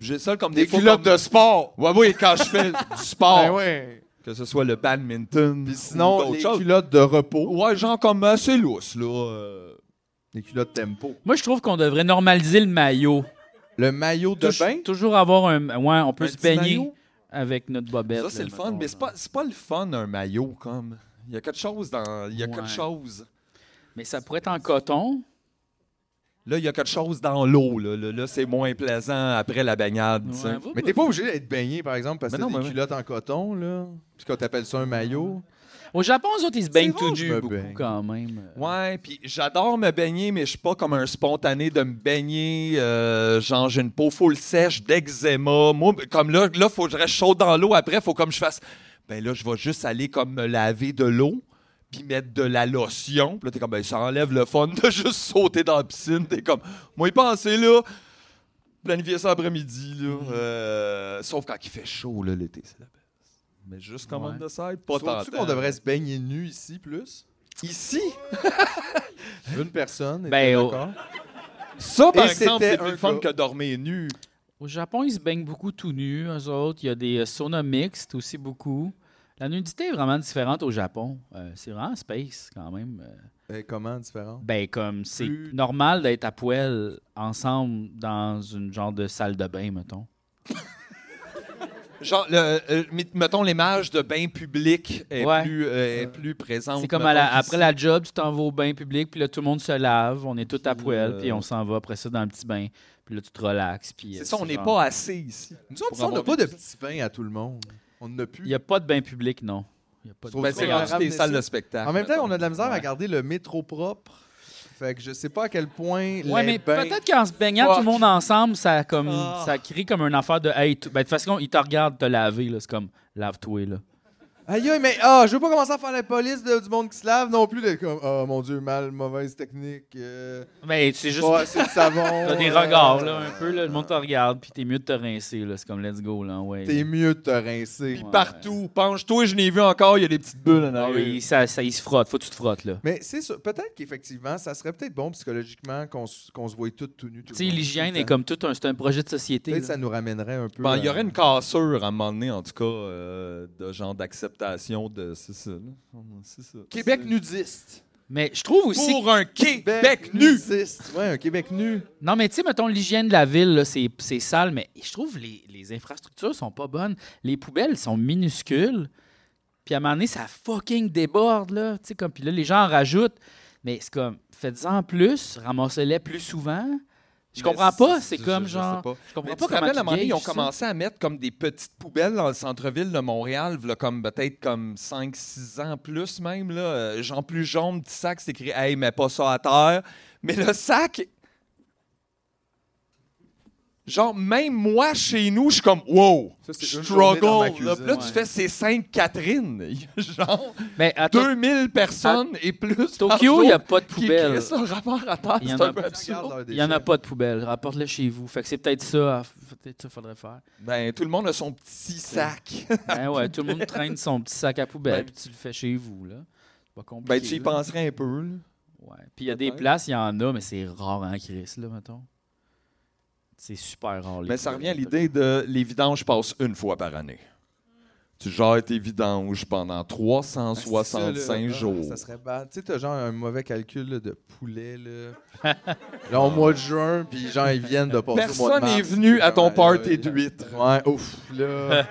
Speaker 2: J'ai celles comme des,
Speaker 3: Des culottes de
Speaker 2: sport. Ouais, oui, quand
Speaker 3: [laughs]
Speaker 2: je fais du sport.
Speaker 3: Ben ouais.
Speaker 2: Que ce soit le badminton. Puis
Speaker 3: Sinon, les culottes de repos.
Speaker 2: Ouais, genre comme assez lousse, là. euh,
Speaker 3: Les culottes tempo.
Speaker 1: Moi, je trouve qu'on devrait normaliser le maillot.
Speaker 3: Le maillot de
Speaker 1: Touj-
Speaker 3: bain.
Speaker 1: Toujours avoir un. Ouais, on peut
Speaker 2: un
Speaker 1: se
Speaker 2: petit
Speaker 1: baigner
Speaker 2: maillot.
Speaker 1: avec notre bobette.
Speaker 2: Ça, c'est
Speaker 1: là,
Speaker 2: le fun,
Speaker 1: mettons,
Speaker 2: mais c'est
Speaker 1: genre.
Speaker 2: pas, c'est pas le fun, un maillot, comme. Il y a quelque chose dans. Il y a
Speaker 1: Ouais.
Speaker 2: quelque chose.
Speaker 1: Mais ça pourrait être en coton.
Speaker 2: Là, il y a quelque chose dans l'eau, là. Là, là, c'est moins plaisant après la baignade, tu sais.
Speaker 1: Ouais,
Speaker 3: Mais t'es pas obligé d'être baigné, par exemple, parce que
Speaker 2: Mais non,
Speaker 3: t'as
Speaker 2: mais
Speaker 3: des
Speaker 2: ouais.
Speaker 3: culottes en coton, là. Puis quand t'appelles ça un maillot.
Speaker 1: Au Japon, eux autres, ils se baignent
Speaker 2: vrai,
Speaker 1: tout
Speaker 2: je
Speaker 1: nus
Speaker 3: me
Speaker 1: beaucoup
Speaker 3: baigne.
Speaker 1: quand même.
Speaker 2: Ouais, puis j'adore me baigner, mais je suis pas comme un spontané de me baigner. euh, genre, j'ai une peau full sèche, d'eczéma. Moi, comme là, là, faut que je reste chaud dans l'eau. Après, faut comme je fasse. Ben là, je vais juste aller comme me laver de l'eau, puis mettre de la lotion. Puis là, t'es comme, ben ça enlève le fun de juste sauter dans la piscine. T'es comme, moi, y penser là. Planifier ça après-midi, là.
Speaker 3: Mm-hmm.
Speaker 2: Euh, sauf quand il fait chaud, là, l'été, c'est la best. Mais juste comme
Speaker 1: Ouais.
Speaker 2: on the side, pas tant.
Speaker 3: Trouves-tu qu'on devrait se baigner nu ici plus?
Speaker 2: Ici?
Speaker 3: [laughs] Une personne.
Speaker 1: Ben,
Speaker 3: était
Speaker 1: oh.
Speaker 3: d'accord.
Speaker 2: Ça, par
Speaker 3: Et
Speaker 2: exemple,
Speaker 3: c'était
Speaker 2: c'est plus
Speaker 3: un
Speaker 2: le fun
Speaker 3: gars.
Speaker 2: que dormir nu.
Speaker 1: Au Japon, ils se baignent beaucoup tout nus, eux autres. Il y a des euh, saunas mixtes aussi beaucoup. La nudité est vraiment différente au Japon. Euh, c'est vraiment space quand même. Euh,
Speaker 3: Euh, comment différent?
Speaker 1: Ben, comme c'est
Speaker 3: Plus-
Speaker 1: normal d'être à poil ensemble dans une genre de salle de bain, mettons.
Speaker 2: Genre, le, euh, mit- mettons, l'image de bain public est,
Speaker 1: Ouais.
Speaker 2: plus, euh, est plus présente.
Speaker 1: C'est comme
Speaker 2: mettons,
Speaker 1: à la-
Speaker 2: qu'ici.
Speaker 1: après la job, tu t'en vas au bain public, puis là, tout le monde se lave, on est tout à
Speaker 2: Puis,
Speaker 1: poil,
Speaker 2: euh,
Speaker 1: puis on s'en va après ça dans le petit bain, puis là, tu te relaxes. puis, euh,
Speaker 2: C'est ça, on n'est
Speaker 1: genre-
Speaker 2: pas assez ici.
Speaker 3: Nous autres,
Speaker 2: Pour
Speaker 3: ça, on n'a
Speaker 2: avoir
Speaker 3: pas de
Speaker 2: vécu
Speaker 3: petits pains à tout le monde. On n'a plus.
Speaker 1: Il n'y a pas de bain public, non. Il y a pas de
Speaker 3: Sauf
Speaker 1: bain
Speaker 2: Ben, c'est
Speaker 3: Ouais,
Speaker 2: rendu
Speaker 3: on a
Speaker 2: des
Speaker 3: ramené
Speaker 2: salles
Speaker 3: ça.
Speaker 2: de spectacle.
Speaker 3: En même temps,
Speaker 2: mettons.
Speaker 3: on a de la misère à
Speaker 1: Ouais.
Speaker 3: garder le métro propre. Fait que je sais pas à quel point.
Speaker 1: Ouais,
Speaker 3: les
Speaker 1: mais
Speaker 3: bains-
Speaker 1: peut-être qu'en se baignant
Speaker 2: Fuck.
Speaker 1: tout le monde ensemble, ça comme
Speaker 2: Ah.
Speaker 1: ça crée comme une affaire de hey, tu- ben, de toute façon, ils te regardent te laver là, c'est comme lave-toi là.
Speaker 3: Aïe, aïe, mais ah, je veux pas commencer à faire la police de- du monde qui se lave non plus. d'être comme, ah, mon Dieu, mal, mauvaise technique. euh,
Speaker 1: Mais Ben, c'est juste.
Speaker 3: pas assez de savon.
Speaker 1: [laughs] T'as des
Speaker 3: euh,
Speaker 1: regards, là, un peu, là. Le monde te regarde, puis t'es mieux de te rincer, là. C'est comme let's go, là, ouais.
Speaker 3: T'es mieux de te rincer.
Speaker 1: Ouais.
Speaker 2: Partout, penche-toi, je n'ai vu encore, il y a des petites bulles en
Speaker 1: Ah
Speaker 2: arrière.
Speaker 1: oui, ça, ça, il se frotte. Faut que tu te frottes, là.
Speaker 3: Mais c'est sûr, peut-être qu'effectivement, ça serait peut-être bon psychologiquement qu'on s- qu'on se voie tous tout nu.
Speaker 1: Tu sais, l'hygiène est comme tout un, c'est un projet de société.
Speaker 3: Peut-être
Speaker 1: là.
Speaker 3: ça nous ramènerait un peu.
Speaker 2: Ben, il y
Speaker 3: à-
Speaker 2: aurait une cassure à un moment donné, en tout cas, euh, de genre d'acceptation de. C'est ça, là. C'est ça.
Speaker 3: Québec
Speaker 2: C'est-
Speaker 3: nudiste.
Speaker 1: Mais je trouve aussi.
Speaker 2: Pour un Québec nu!
Speaker 3: nudiste. Ouais, un Québec nu.
Speaker 1: Non, mais tu sais, mettons, l'hygiène de la ville, là, c'est, c'est sale, mais je trouve les, les infrastructures sont pas bonnes. Les poubelles sont minuscules. Puis à un moment donné, ça fucking déborde, là. Tu sais, comme, puis là, les gens en rajoutent. Mais c'est comme, faites-en plus, ramassez-les plus souvent. Je comprends pas, c'est comme genre.
Speaker 2: Je, sais pas.
Speaker 1: Je comprends
Speaker 2: Mais
Speaker 1: pas
Speaker 2: tu te rappelles, à un
Speaker 1: comment
Speaker 2: moment
Speaker 1: tu
Speaker 2: donné, ils ont
Speaker 1: gages ça.
Speaker 2: commencé à mettre comme des petites poubelles dans le centre-ville de Montréal, v'là comme peut-être comme 5-6 ans plus même. Là. Euh, Jean plus jaune, petit sac, c'est écrit Hey, mets pas ça à terre. Mais le sac. Genre, même moi, chez nous, je suis comme Wow!
Speaker 3: Ça, c'est une journée
Speaker 2: struggle!
Speaker 3: dans ma
Speaker 2: là.
Speaker 3: cuisine.
Speaker 2: Puis là,
Speaker 1: Ouais.
Speaker 2: tu fais ces 5 Catherine. [laughs] Il y a
Speaker 1: [laughs]
Speaker 2: genre
Speaker 1: Mais Ben, à To-
Speaker 2: 2000 personnes et plus. par
Speaker 1: Tokyo, il n'y a
Speaker 2: jour
Speaker 1: pas de
Speaker 2: qui
Speaker 1: poubelle.
Speaker 2: crient ça, rapport à terre.
Speaker 1: Il y en
Speaker 2: C'est
Speaker 1: a-
Speaker 2: un peu absurde.
Speaker 1: Il n'y en a pas de poubelle. Rapporte-le chez vous. Fait que c'est peut-être ça. à- Peut-être ça faudrait faire.
Speaker 2: Ben, tout le monde a son petit sac.
Speaker 1: Ben
Speaker 2: [laughs]
Speaker 1: ouais, tout le monde traîne son petit sac à poubelle,
Speaker 2: Ben-
Speaker 1: puis tu le fais chez vous, là. C'est pas compliqué.
Speaker 2: Ben, tu y
Speaker 1: là.
Speaker 2: penserais un peu. là.
Speaker 1: Ouais. Puis il y a des
Speaker 2: Peut-être.
Speaker 1: places, il y en a, mais c'est rare en Chris, là, mettons. C'est super rare. les
Speaker 2: Mais ça revient
Speaker 1: poubelles.
Speaker 2: à l'idée de les vidanges passent une fois par année. Tu gères tes vidanges pendant
Speaker 3: Ah, c'est ça, là.
Speaker 2: 365
Speaker 3: Ah,
Speaker 2: jours.
Speaker 3: Ça serait bad. Tu sais, t'as genre un mauvais calcul là, de poulet, là. [laughs] là, au mois de juin, puis genre, ils viennent de passer au mois
Speaker 2: Personne
Speaker 3: de mars.
Speaker 2: n'est venu à
Speaker 3: Ouais,
Speaker 2: ton
Speaker 3: ouais,
Speaker 2: party d'huîtres.
Speaker 3: Ouais, ouf, [laughs] là.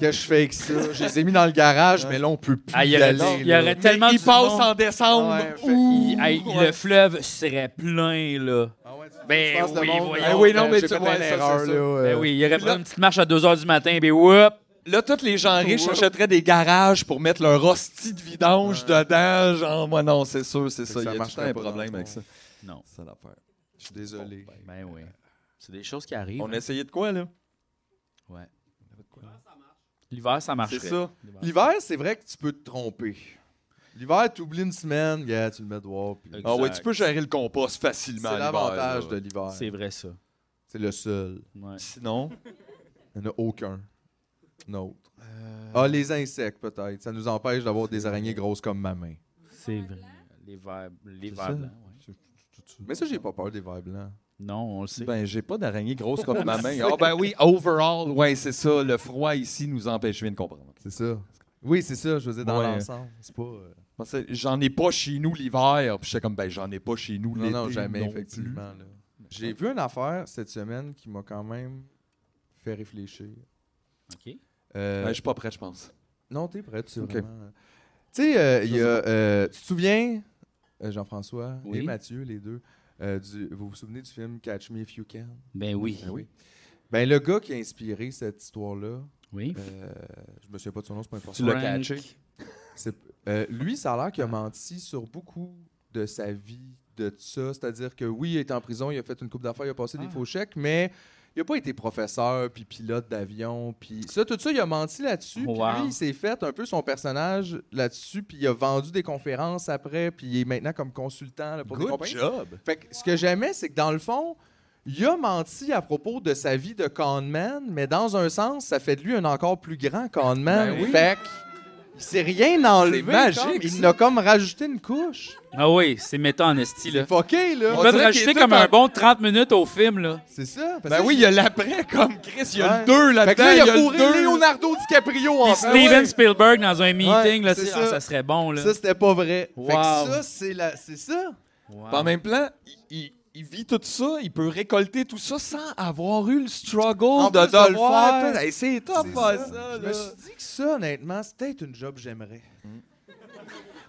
Speaker 3: Qu'est-ce que je fais avec ça? Je les ai mis dans le garage, mais là, on peut plus
Speaker 1: Ah, il y
Speaker 3: y
Speaker 1: aurait,
Speaker 3: aller.
Speaker 1: il y
Speaker 3: là.
Speaker 1: aurait tellement
Speaker 2: Ils
Speaker 1: du
Speaker 2: passent
Speaker 1: monde.
Speaker 2: en décembre.
Speaker 3: Ouais, fait-
Speaker 2: Ouh,
Speaker 1: Il- hey,
Speaker 2: ouais.
Speaker 1: Le fleuve serait plein, là.
Speaker 3: Ah ouais, tu- tu
Speaker 1: Ben
Speaker 3: penses le
Speaker 1: oui,
Speaker 3: monde-
Speaker 1: voyons.
Speaker 3: Ah
Speaker 2: oui, non,
Speaker 3: euh,
Speaker 2: mais
Speaker 3: j'ai
Speaker 2: tu
Speaker 3: fait
Speaker 2: vois,
Speaker 3: une
Speaker 2: ça,
Speaker 3: erreur,
Speaker 2: ça, ça.
Speaker 3: là, euh,
Speaker 1: Ben oui, il aurait pris
Speaker 2: là-
Speaker 1: une petite marche à 2 h du matin, puis whoop!
Speaker 2: Là, tous les gens riches
Speaker 3: Ouais.
Speaker 2: achèteraient des garages pour mettre leur hostie de vidange dedans. Genre, moi, non, c'est sûr, c'est
Speaker 3: Fait
Speaker 2: ça.
Speaker 3: que ça
Speaker 2: Il y a tout le temps
Speaker 3: marcherait
Speaker 2: un
Speaker 3: pas dans
Speaker 2: problème
Speaker 3: le
Speaker 2: avec
Speaker 3: fond.
Speaker 2: ça.
Speaker 1: Non.
Speaker 2: C'est l'affaire.
Speaker 3: Je suis désolé.
Speaker 1: Ben oui. C'est des choses qui arrivent.
Speaker 2: On a essayé de quoi, là?
Speaker 1: Ouais. L'hiver, ça marche.
Speaker 2: C'est ça.
Speaker 3: L'hiver, c'est vrai que tu peux te tromper. L'hiver, tu oublies une semaine, gars, tu le mets dehors. puis-
Speaker 1: Exact.
Speaker 2: Ah ouais, tu peux gérer le compost facilement.
Speaker 3: C'est
Speaker 2: l'hiver,
Speaker 3: l'avantage
Speaker 2: là.
Speaker 3: de l'hiver.
Speaker 1: C'est vrai, ça.
Speaker 3: C'est le seul.
Speaker 1: Ouais.
Speaker 2: Sinon,
Speaker 3: Il n'y en a aucun. Non. Ah, les insectes, peut-être. Ça nous empêche d'avoir des araignées grosses comme ma main.
Speaker 1: C'est vrai. Les verres, les
Speaker 3: ça.
Speaker 1: verres blancs, ouais.
Speaker 3: Mais ça, j'ai pas peur des vers blancs.
Speaker 1: Non, on le sait.
Speaker 2: ben j'ai pas d'araignée grosse comme ma [laughs] main. Ah ben oui, overall, ouais, c'est ça. Le froid ici nous empêche, je viens de comprendre.
Speaker 3: C'est ça. Oui, c'est ça, je veux dire, dans
Speaker 2: Ouais.
Speaker 3: l'ensemble. C'est pas. euh,
Speaker 2: Je pensais, J'en ai pas chez nous l'hiver. Puis j'étais comme, ben j'en ai pas chez nous
Speaker 3: Non,
Speaker 2: l'été.
Speaker 3: non, jamais,
Speaker 2: non plus.
Speaker 3: effectivement. là. J'ai vu une affaire cette semaine qui m'a quand même fait réfléchir.
Speaker 1: OK.
Speaker 3: Euh,
Speaker 2: Ouais, Ben, je suis pas prêt, je pense.
Speaker 3: Non, t'es prêt, tu
Speaker 2: Ok.
Speaker 3: vraiment- Tu sais, euh, il y a, euh, tu te souviens, euh, Jean-François
Speaker 1: Oui.
Speaker 3: et Mathieu, les deux, euh, du- vous vous souvenez du film Catch Me If You Can?
Speaker 1: Ben oui.
Speaker 3: Ben oui. Ben, le gars qui a inspiré cette histoire-là,
Speaker 1: Oui.
Speaker 3: euh, je me souviens pas de son nom, c'est pas
Speaker 2: Tu
Speaker 3: important.
Speaker 2: l'as
Speaker 1: Frank.
Speaker 2: catché?
Speaker 3: C'est- euh, lui, ça a l'air qu'il a menti sur beaucoup de sa vie, de ça. C'est-à-dire que oui, il est en prison, il a fait une coupe d'affaires, il a passé des
Speaker 1: Ah.
Speaker 3: faux chèques, mais il n'a pas été professeur, puis pilote d'avion, puis ça, tout ça, il a menti là-dessus. Puis
Speaker 1: Wow.
Speaker 3: lui, il s'est fait un peu son personnage là-dessus, puis il a vendu des conférences après, puis il est maintenant comme consultant là, pour des
Speaker 2: Good
Speaker 3: compagnies.
Speaker 2: job.
Speaker 3: Fait que ce que j'aimais, c'est que dans le fond, il a menti à propos de sa vie de conman, mais dans un sens, ça fait de lui un encore plus grand conman.
Speaker 2: Ben oui.
Speaker 3: Fait que il s'est rien enlevé.
Speaker 2: C'est magique,
Speaker 3: comme, il
Speaker 2: ça.
Speaker 3: n'a comme rajouté une couche.
Speaker 1: Ah oui, c'est mettant en esti, là.
Speaker 3: C'est fucké,
Speaker 1: Ils
Speaker 2: On
Speaker 3: là.
Speaker 1: peuvent
Speaker 2: dirait qu'il
Speaker 1: rajouter
Speaker 2: est
Speaker 1: comme
Speaker 2: tout
Speaker 1: un
Speaker 2: en-
Speaker 1: bon 30 minutes au film, là.
Speaker 3: C'est ça. parce
Speaker 2: Ben
Speaker 3: que-
Speaker 2: oui, il y a l'après comme Chris, il y a
Speaker 3: Ouais.
Speaker 2: le 2 là-dedans.
Speaker 3: Fait que là, il a
Speaker 2: le
Speaker 3: fourré
Speaker 2: deux.
Speaker 3: Leonardo DiCaprio en
Speaker 1: Puis
Speaker 3: fait.
Speaker 1: Steven Spielberg dans un meeting, là,
Speaker 3: ben c'est
Speaker 1: c'est-
Speaker 3: ça.
Speaker 1: ah, ça serait bon, là.
Speaker 3: Ça, c'était pas vrai. Fait que
Speaker 1: Wow.
Speaker 3: ça, c'est la... c'est ça.
Speaker 1: Wow.
Speaker 2: Puis En même plan, il, il- il vit tout ça, il peut récolter tout ça sans avoir eu le struggle
Speaker 3: En
Speaker 2: de,
Speaker 3: plus
Speaker 2: de
Speaker 3: de
Speaker 2: le
Speaker 3: le
Speaker 2: faire.
Speaker 3: faire.
Speaker 2: tout. Hey, c'est top,
Speaker 3: C'est
Speaker 2: faire
Speaker 3: ça.
Speaker 2: ça.
Speaker 3: Je me suis dit que ça, honnêtement, c'est peut-être une job que j'aimerais.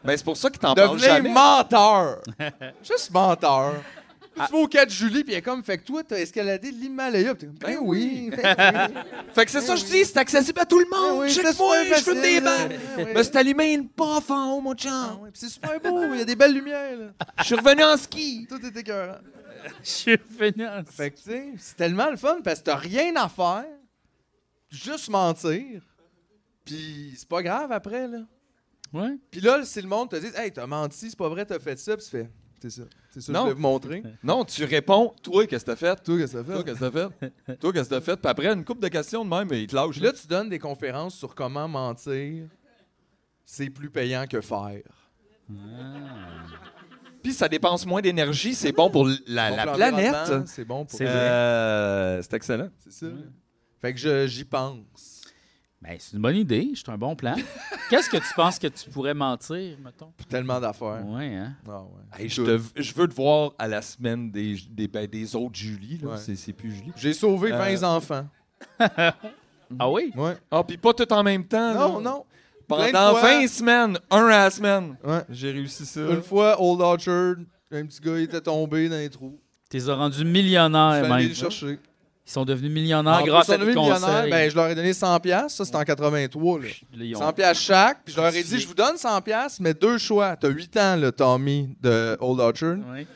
Speaker 2: Ben, c'est pour ça qu'il t'en parle
Speaker 3: Devenez
Speaker 2: jamais. [laughs]
Speaker 3: menteur. Juste menteur.
Speaker 2: Ah.
Speaker 3: Tu vas au 4 juillet, puis elle est comme, fait que toi, t'as escaladé l'Himalaya. Puis t'es comme, Ben
Speaker 2: [laughs]
Speaker 3: oui, ben oui.
Speaker 2: Fait que c'est ça, je dis, c'est accessible à tout le
Speaker 3: ben
Speaker 2: monde.
Speaker 3: oui, c'était
Speaker 2: Check-moi,
Speaker 3: super
Speaker 2: je fume
Speaker 3: facile,
Speaker 2: des
Speaker 3: là.
Speaker 2: balles.
Speaker 3: Ben oui.
Speaker 2: Mais c'est allumé une pof en haut, mon
Speaker 3: Ah
Speaker 2: chum.
Speaker 3: oui, puis c'est super beau, il y a des belles lumières. là.
Speaker 2: Je suis revenu en ski.
Speaker 3: Tout est écœurant.
Speaker 1: [laughs] Je suis fini en-
Speaker 3: Fait que, tu sais, c'est tellement le fun parce que t'as rien à faire, juste mentir. Puis c'est pas grave après, là.
Speaker 1: Ouais.
Speaker 3: Puis là, si le monde te dit, hey, t'as menti, c'est pas vrai, t'as fait ça, puis tu fais, c'est ça. C'est ça,
Speaker 2: Non.
Speaker 3: je vais vous montrer.
Speaker 2: [laughs] Non, tu réponds, toi, qu'est-ce que t'as fait?
Speaker 3: Toi, qu'est-ce que ça
Speaker 2: Toi,
Speaker 3: fait?
Speaker 2: qu'est-ce que t'as fait? Toi, qu'est-ce que t'as fait? Puis après, une coupe de questions de même, et il te lâche.
Speaker 3: Puis là, tu donnes des conférences sur comment mentir, c'est plus payant que faire.
Speaker 2: Puis ça dépense moins d'énergie, c'est bon pour l- la,
Speaker 3: Donc,
Speaker 2: la
Speaker 3: l'environnement,
Speaker 2: planète.
Speaker 3: C'est bon pour.
Speaker 1: C'est vrai.
Speaker 2: Euh, c'est excellent.
Speaker 3: C'est ça. Fait que je- j'y pense.
Speaker 1: Ben, c'est une bonne idée, c'est un bon plan. Qu'est-ce que tu penses que tu pourrais mentir, mettons?
Speaker 3: Puis tellement d'affaires.
Speaker 1: Ouais, hein?
Speaker 3: Ah ouais.
Speaker 2: Hey, je, te- je veux te voir à la semaine des, des, ben, des autres Julie. là.
Speaker 3: Ouais.
Speaker 2: C'est, c'est plus Julie.
Speaker 3: J'ai sauvé
Speaker 2: Euh,
Speaker 3: 20 enfants.
Speaker 1: Ah oui?
Speaker 3: Ouais.
Speaker 2: Ah, puis pas tout en même temps.
Speaker 3: Non,
Speaker 2: là.
Speaker 3: non. plein
Speaker 2: Pendant
Speaker 3: de fois.
Speaker 2: 20 semaines, un à la semaine.
Speaker 3: Ouais.
Speaker 2: J'ai réussi ça.
Speaker 3: Une fois, Old Orchard, un petit gars, il était tombé dans les trous.
Speaker 1: Tu les as rendus
Speaker 3: Je suis
Speaker 1: millionnaires,
Speaker 3: allé
Speaker 1: même.
Speaker 3: le chercher.
Speaker 1: Ils sont devenus
Speaker 3: En
Speaker 1: millionnaires
Speaker 3: plus,
Speaker 1: grâce
Speaker 3: on
Speaker 1: à
Speaker 3: a mis
Speaker 1: tes
Speaker 3: le millionnaire,
Speaker 1: conseils.
Speaker 3: ben, je leur ai donné 100 pièces, ça c'était en 83 là.
Speaker 1: Là, ils ont-
Speaker 3: 100 pièces chaque, puis je leur ai
Speaker 1: Confisqué.
Speaker 3: dit je vous donne 100 pièces mais deux choix. T'as 8 ans le Tommy de Old Orchard.
Speaker 1: Ouais.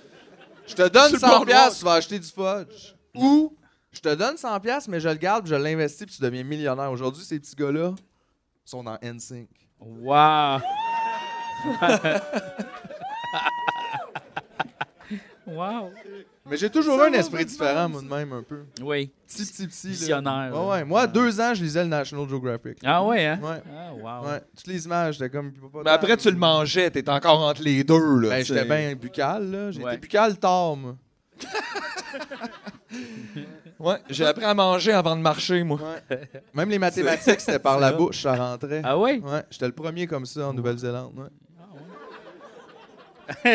Speaker 3: Je te donne
Speaker 2: Sur le bord
Speaker 3: 100
Speaker 2: de moi.
Speaker 3: pièces, tu vas acheter du fudge. Ou je te donne 100 pièces mais je le garde, puis je l'investis puis tu deviens millionnaire. Aujourd'hui, ces petits gars-là sont dans NSYNC.
Speaker 1: Wow! [laughs] wow!
Speaker 3: Mais j'ai toujours eu un esprit différent moi de même un peu.
Speaker 1: Oui.
Speaker 3: Petit petit petit là.
Speaker 1: Visionnaire,
Speaker 3: Ouais,
Speaker 1: là.
Speaker 3: ouais. moi à deux ans, je lisais le National Geographic.
Speaker 1: Ah ouais, hein?
Speaker 3: Ouais.
Speaker 1: Ah, wow.
Speaker 3: Ouais, toutes les images, j'étais comme
Speaker 2: Mais après, tu le mangeais, t'es encore entre les deux. Là,
Speaker 3: Ben,
Speaker 2: tu sais.
Speaker 3: j'étais bien buccal, là. J'ai
Speaker 1: Ouais.
Speaker 3: été buccal tard, moi.
Speaker 2: Ouais, j'ai appris à manger avant de marcher, moi.
Speaker 3: Même les mathématiques, c'était par la
Speaker 2: c'est
Speaker 3: bouche, ça rentrait.
Speaker 1: Ah ouais?
Speaker 3: Ouais, j'étais le premier comme ça en Nouvelle-Zélande, ouais.
Speaker 2: Ah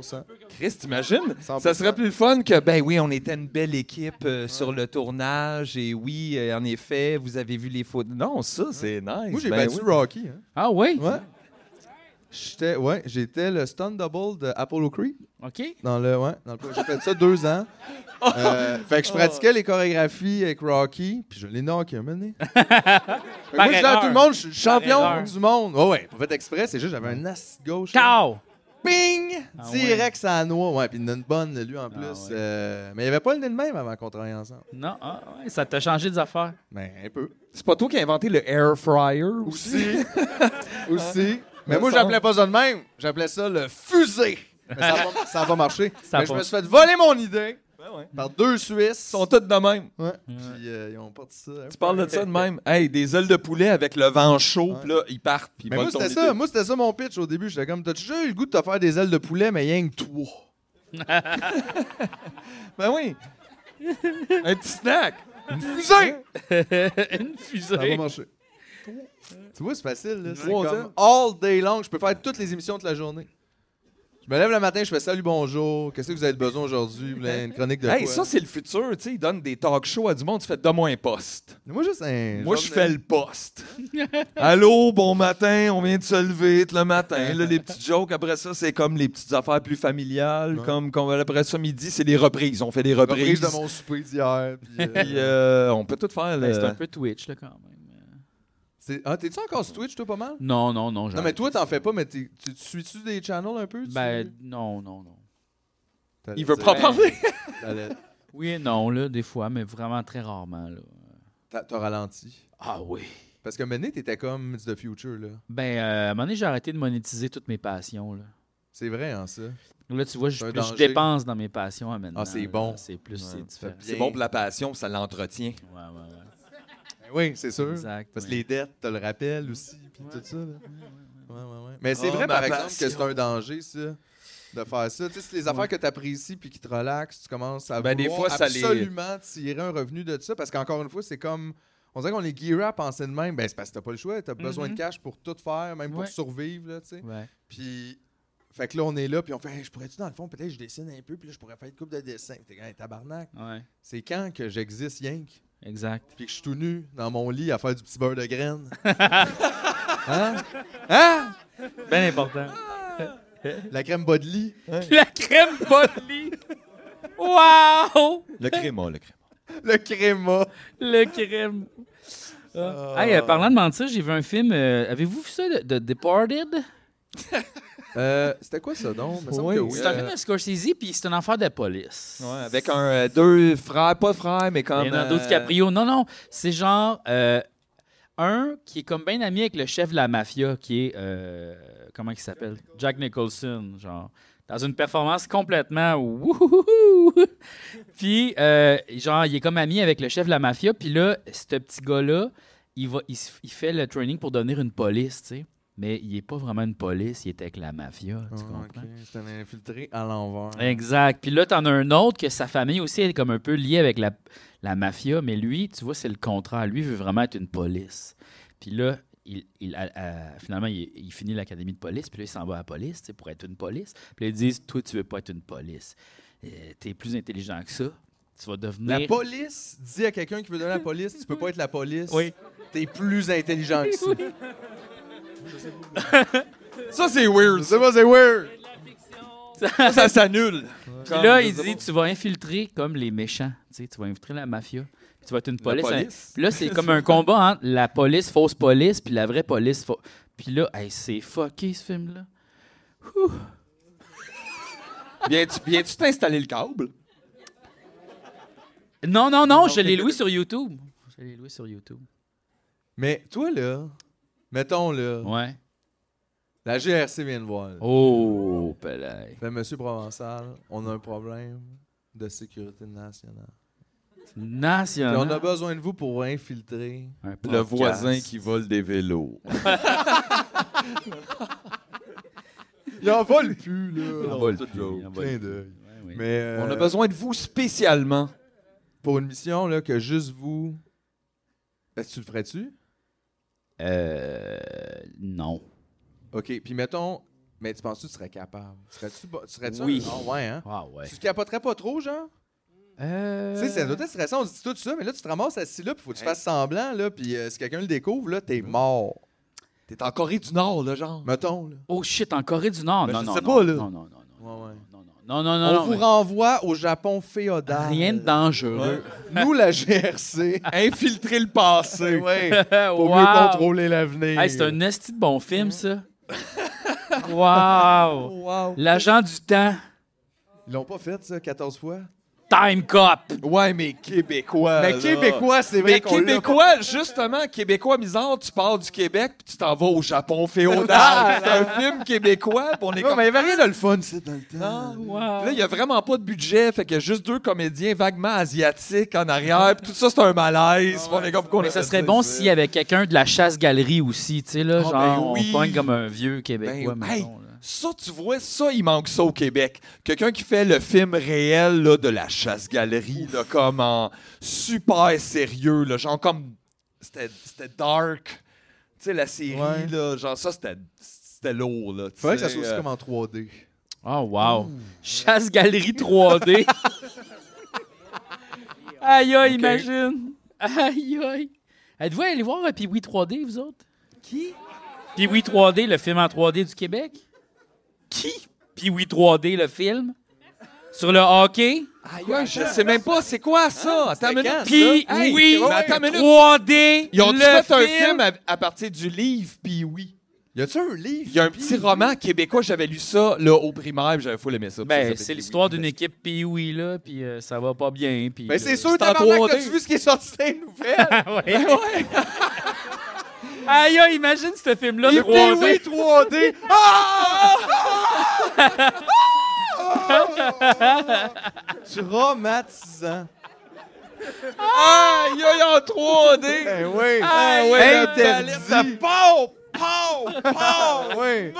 Speaker 3: 100%.
Speaker 2: Chris, t'imagines?
Speaker 3: 100%.
Speaker 2: Ça serait plus le fun que, ben oui, on était une belle équipe euh, sur le tournage et oui, euh, en effet, vous avez vu les photos. Non, ça, c'est nice.
Speaker 3: Moi, j'ai
Speaker 2: ben
Speaker 3: battu
Speaker 2: oui.
Speaker 3: Rocky, hein.
Speaker 1: Ah oui?
Speaker 3: Ouais. J'étais, ouais, j'étais le stunt double de Apollo Creed.
Speaker 1: OK.
Speaker 3: Dans le, ouais, dans le- j'ai fait ça deux [laughs] ans. Euh, fait que je pratiquais les chorégraphies avec Rocky, puis je l'ai knocké un moment [laughs] donné. Fait que moi, je dis à
Speaker 1: erreur.
Speaker 3: tout le monde, je suis le champion
Speaker 1: erreur.
Speaker 3: du monde. Ouais, ouais, pas fait exprès, c'est juste, j'avais un as gauche. là.
Speaker 1: Cow!
Speaker 3: Ping!
Speaker 1: Ah
Speaker 3: Direct, ça à noix. Ouais, puis il en a une bonne, lui, en plus.
Speaker 1: ouais.
Speaker 3: Euh, mais il n'y avait pas le nez de même avant qu'on travaille ensemble.
Speaker 1: Non, ah, ouais, ça t'a changé des affaires.
Speaker 3: Mais un peu.
Speaker 2: C'est pas toi qui as inventé le air fryer aussi?
Speaker 3: Aussi. Aussi. Mais
Speaker 2: Me
Speaker 3: moi,
Speaker 2: semble.
Speaker 3: j'appelais pas ça de même. J'appelais ça le fusée. Mais ça n'a pas, ça a pas marché.
Speaker 1: Ça a
Speaker 3: mais je
Speaker 1: pas-
Speaker 3: me suis fait voler mon idée
Speaker 2: ouais.
Speaker 3: par deux Suisses.
Speaker 2: Ils sont tous de même.
Speaker 3: Ouais. Puis euh, ils ont parti ça.
Speaker 2: Tu parles de ça
Speaker 3: [laughs]
Speaker 2: de même. Hey, des ailes de poulet avec le vent chaud, pis là, ils partent. Pis ils
Speaker 3: Mais
Speaker 2: volent
Speaker 3: moi,
Speaker 2: ton
Speaker 3: c'était
Speaker 2: idée.
Speaker 3: ça. Moi, c'était ça mon pitch au début. J'étais comme, t'as déjà eu le goût de te faire des ailes de poulet, mais rien que toi.
Speaker 2: [laughs] Ben oui. Un petit snack.
Speaker 3: Fusée!
Speaker 1: Une
Speaker 3: [laughs] Ça va
Speaker 1: fusée.
Speaker 3: marcher. Tu vois, c'est facile. Là. C'est
Speaker 2: Trois
Speaker 3: comme all day long. Je peux faire toutes les émissions de la journée. Je me lève le matin, je fais salut, bonjour. Qu'est-ce que vous avez besoin aujourd'hui? Vous voulez Une chronique de
Speaker 2: Hey,
Speaker 3: quoi?
Speaker 2: ça, c'est le futur. Tu sais, ils donnent des talk shows à du monde. Tu fais, donne-moi un poste.
Speaker 3: Moi, juste un.
Speaker 2: Moi, je fais le poste. [laughs] Allô, bon matin, on vient de se lever tout le matin. Là, les petites jokes, après ça, c'est comme les petites affaires plus familiales.
Speaker 3: Ouais.
Speaker 2: Comme qu'on- après ça, midi, c'est les reprises. On fait des
Speaker 3: reprise
Speaker 2: reprises.
Speaker 3: de mon souper d'hier. puis, euh, [laughs]
Speaker 2: Puis, euh, on peut tout faire. là.
Speaker 1: Ben, c'est un peu Twitch, là, quand même.
Speaker 3: c'est- Ah, t'es-tu encore sur Twitch, toi, pas mal?
Speaker 1: Non, non, non.
Speaker 3: Non, mais toi, t'en fais pas, mais t'es- tu tu suis-tu des channels un peu? tu-
Speaker 1: Ben, non, non, non.
Speaker 3: T'allais
Speaker 2: Il veut
Speaker 3: dire-
Speaker 2: pas parler.
Speaker 3: t'allais-
Speaker 1: Oui et non, là, des fois, mais vraiment très rarement, là.
Speaker 3: T'as t'as ralenti.
Speaker 1: Ah oui.
Speaker 3: Parce que Mené, t'étais comme It's the Future, là.
Speaker 1: Ben, euh, à un moment donné, j'ai arrêté de monétiser toutes mes passions, là.
Speaker 3: C'est vrai, hein, ça?
Speaker 1: Là, tu vois, je,
Speaker 3: C'est un
Speaker 1: je
Speaker 3: danger.
Speaker 1: dépense dans mes passions hein, maintenant.
Speaker 3: Ah, c'est
Speaker 1: là.
Speaker 3: bon.
Speaker 1: C'est plus, c'est différent.
Speaker 3: fait
Speaker 2: C'est bon pour la passion, ça l'entretient.
Speaker 1: Ouais, ouais, ouais.
Speaker 3: Ben oui, c'est sûr.
Speaker 1: Exact,
Speaker 3: Parce que
Speaker 1: ouais.
Speaker 3: les dettes, t'as le rappel aussi, puis tout ça. là. Ouais, ouais, ouais. Mais c'est
Speaker 2: Oh,
Speaker 3: vrai,
Speaker 2: ma
Speaker 3: par exemple,
Speaker 2: passion.
Speaker 3: que c'est un danger, ça, de faire ça. Tu sais, c'est les affaires que t'apprécies puis qui te relaxent, tu commences à
Speaker 2: Ben, des
Speaker 3: vouloir
Speaker 2: fois, ça les-
Speaker 3: absolument tirer un revenu de ça, parce qu'encore une fois, c'est comme... On dirait qu'on est gear up en scène même. Ben, c'est parce que t'as pas le choix. T'as besoin de
Speaker 1: Mhm.
Speaker 3: cash pour tout faire, même pour
Speaker 1: Ouais.
Speaker 3: survivre, là, tu sais.
Speaker 1: Ouais.
Speaker 3: Puis... Fait que là, on est là, puis on fait Hey, je pourrais-tu, dans le fond, peut-être je dessine un peu, puis là, je pourrais faire une coupe de dessin. Puis t'es comme, Hey, tabarnak.
Speaker 1: Ouais.
Speaker 3: C'est quand que j'existe, Yank?
Speaker 1: Exact.
Speaker 3: puis que je suis tout nu dans mon lit à faire du petit beurre de graines. hein? Hein?
Speaker 1: Ben important.
Speaker 3: La crème bas de lit.
Speaker 1: La crème pas de lit. Wow!
Speaker 2: Le créma, le créma.
Speaker 3: Le créma.
Speaker 1: Le crème. Ah. Hey, euh, parlant de mentir, j'ai vu un film. euh, Avez-vous vu ça, de, de Departed?
Speaker 3: Euh, C'était quoi ça, donc? Il me semble
Speaker 2: Oui.
Speaker 3: que oui.
Speaker 1: C'est un film de Scorsese, puis c'est une affaire de police.
Speaker 2: Ouais, avec un,
Speaker 3: Euh,
Speaker 2: euh, deux frères, pas de frères, mais comme.
Speaker 1: Leonardo
Speaker 2: euh,
Speaker 1: DiCaprio. Non, non, c'est genre. euh, un qui est comme bien ami avec le chef de la mafia, qui est. euh, comment il s'appelle Jack Nicholson, genre. Dans une performance complètement. wouhouhou. [laughs] puis, euh, genre, il est comme ami avec le chef de la mafia. Puis là, ce petit gars-là, il, va, il, se- il fait le training pour devenir une police, tu sais. Mais il n'est pas vraiment une police, il est avec la mafia,
Speaker 2: Ah,
Speaker 1: tu comprends?
Speaker 3: Ah, C'est un infiltré à l'envers.
Speaker 1: Exact. Puis là, t'en as un autre que sa famille aussi elle est comme un peu liée avec la, la mafia, mais lui, tu vois, c'est le contraire. Lui veut vraiment être une police. Puis là, il, il- à- à- finalement, il, il finit l'académie de police, puis là, il s'en va à la police tu sais, pour être une police. Puis là, ils disent Toi, tu veux pas être une police. Euh, T'es plus intelligent que ça. Tu vas devenir.
Speaker 3: La police dit à quelqu'un qui veut donner la police, tu peux pas être la police.
Speaker 1: Oui.
Speaker 3: T'es plus intelligent que ça.
Speaker 2: Ça, c'est weird.
Speaker 3: C'est pas, c'est weird.
Speaker 2: Ça, ça s'annule.
Speaker 1: Puis là, il dit Tu vas infiltrer comme les méchants. Tu, sais, tu vas infiltrer la mafia. Puis tu vas être une police. Hein.
Speaker 2: police.
Speaker 1: Puis là, c'est comme un combat entre la police, fausse police, puis la vraie police. fau- Puis là, hey, c'est fucké ce film-là.
Speaker 2: Viens-tu viens-tu t'installer le câble?
Speaker 1: Non, non, non, je l'ai loué sur YouTube. Je l'ai loué sur YouTube.
Speaker 3: Mais toi, là, mettons, là,
Speaker 1: Ouais.
Speaker 3: la GRC vient de voir. là.
Speaker 1: Oh, pelay.
Speaker 3: Fait, Monsieur Provençal, on a un problème de sécurité nationale. Puis on a
Speaker 1: National.
Speaker 3: besoin de vous pour infiltrer.
Speaker 1: Un
Speaker 2: Le
Speaker 1: podcast.
Speaker 2: voisin qui vole des [laughs] vélos.
Speaker 3: Il en vole plus, là.
Speaker 1: On
Speaker 2: vole
Speaker 1: tout
Speaker 2: plus,
Speaker 1: jouer,
Speaker 2: on
Speaker 1: on vole plus.
Speaker 3: Clin d'œil.
Speaker 1: Ouais, ouais.
Speaker 3: Mais euh,
Speaker 2: On a besoin de vous spécialement.
Speaker 3: pour une mission là, que juste vous. Est-ce que tu le ferais-tu?
Speaker 1: Euh. Non.
Speaker 3: OK. Puis mettons, mais tu penses-tu que tu serais capable? Serais-tu bo- serais-tu
Speaker 1: Oui.
Speaker 3: Ah ouais, hein?
Speaker 1: Ah, ouais.
Speaker 3: Tu te capoterais pas trop, genre?
Speaker 1: Euh.
Speaker 3: Tu sais, ça doit être stressant, on se dit tout ça, mais là, tu te ramasses assis là, puis faut que tu fasses semblant, là, puis euh, si quelqu'un le découvre, là, t'es mort.
Speaker 2: T'es en Corée du Nord, là, genre.
Speaker 3: Mettons, là.
Speaker 1: Oh shit, en Corée du Nord.
Speaker 2: Ben,
Speaker 1: non,
Speaker 2: je
Speaker 1: non,
Speaker 2: sais
Speaker 1: non.
Speaker 2: pas, là.
Speaker 1: Non, non, non, non.
Speaker 3: Ouais, ouais.
Speaker 1: Non, non, non, non, non,
Speaker 3: on vous renvoie au Japon féodal.
Speaker 1: Rien de dangereux.
Speaker 3: Nous,
Speaker 1: [laughs]
Speaker 3: la GRC,
Speaker 2: Infiltrer le passé.
Speaker 3: ouais, pour
Speaker 1: Wow.
Speaker 3: mieux contrôler l'avenir.
Speaker 1: Hey, c'est un esti de bon film, ça. wow!
Speaker 3: Wow.
Speaker 1: L'agent du temps,
Speaker 3: Ils l'ont pas fait, ça, 14 fois?
Speaker 1: Time Cop.
Speaker 2: Ouais, mais Québécois.
Speaker 3: Mais
Speaker 2: là.
Speaker 3: Québécois, c'est vrai
Speaker 2: Mais
Speaker 3: qu'on l'a pas.
Speaker 2: Québécois, justement, Québécois misant, tu pars du Québec puis tu t'en vas au Japon féodal. c'est un film québécois, puis on est
Speaker 3: Ah, Non,
Speaker 2: comme...
Speaker 3: mais il n'y avait rien de le fun, c'est dans le temps.
Speaker 2: Puis Là, il y a vraiment pas de budget, fait qu'il y a juste deux comédiens vaguement asiatiques en arrière, puis tout ça, c'est un malaise. Puis on est comme, pourquoi on
Speaker 1: Mais
Speaker 2: a
Speaker 1: ça
Speaker 2: fait
Speaker 1: serait bon s'il y avait quelqu'un de la chasse-galerie aussi, tu sais, là,
Speaker 2: Ah,
Speaker 1: genre,
Speaker 2: ben oui.
Speaker 1: on pogne comme un vieux Québécois,
Speaker 2: Ben,
Speaker 1: mettons, là.
Speaker 2: Ça, tu vois, ça, il manque ça au Québec. Quelqu'un qui fait le film réel là, de la chasse-galerie, là, comme en super sérieux, là, genre comme. C'était c'était dark. Tu sais, la série,
Speaker 3: Ouais.
Speaker 2: là, genre ça, c'était c'était lourd. Là, tu
Speaker 3: Faudrait que ça
Speaker 2: sais,
Speaker 3: soit aussi
Speaker 2: euh,
Speaker 3: comme en 3D.
Speaker 1: Oh, wow. Chasse-galerie 3D. [laughs] aïe, aïe, imagine. Aïe, aïe. Êtes-vous allé voir euh, Pee-Wee 3D, vous autres? Qui? Pee-Wee 3D, le film en 3D du Québec? Qui? Pee-Wee 3D, le film? Sur le hockey?
Speaker 2: Aïe, aïe, je sais même pas, c'est quoi ça? Attends une minute.
Speaker 3: Ah, quand, ça?
Speaker 1: Pee-Wee
Speaker 2: Hey, mais attends une minute.
Speaker 1: 3D,
Speaker 2: Ils ont
Speaker 1: le
Speaker 2: fait
Speaker 1: film?
Speaker 2: un film à, à partir du livre, puis oui.
Speaker 3: Y a-tu un livre?
Speaker 2: Il y a un petit roman québécois, j'avais lu ça là, au primaire, puis j'avais fou aimé ça. puis ça
Speaker 1: Ben,
Speaker 2: s'appelle
Speaker 1: c'est
Speaker 2: Pee-wee.
Speaker 1: l'histoire d'une équipe Pee-Wee, là, puis euh, ça va pas bien. Puis,
Speaker 3: Mais
Speaker 1: là,
Speaker 3: c'est sûr,
Speaker 2: Ben, c'est en
Speaker 3: tabarnak,
Speaker 2: 3D.
Speaker 3: t'as-tu vu ce qui est sorti dans les nouvelles?
Speaker 1: Ouais. Aïe, aïe, imagine ce film-là 3D.
Speaker 3: oui, 3D! Ah! Ah! Ah!
Speaker 2: hein?
Speaker 3: Traumatisant.
Speaker 2: Aïe, aïe, en 3D!
Speaker 3: Ben oui!
Speaker 1: Aïe,
Speaker 3: ouais,
Speaker 2: Ça
Speaker 3: interdit!
Speaker 2: pompe! Pompe!
Speaker 3: Ah, ouais.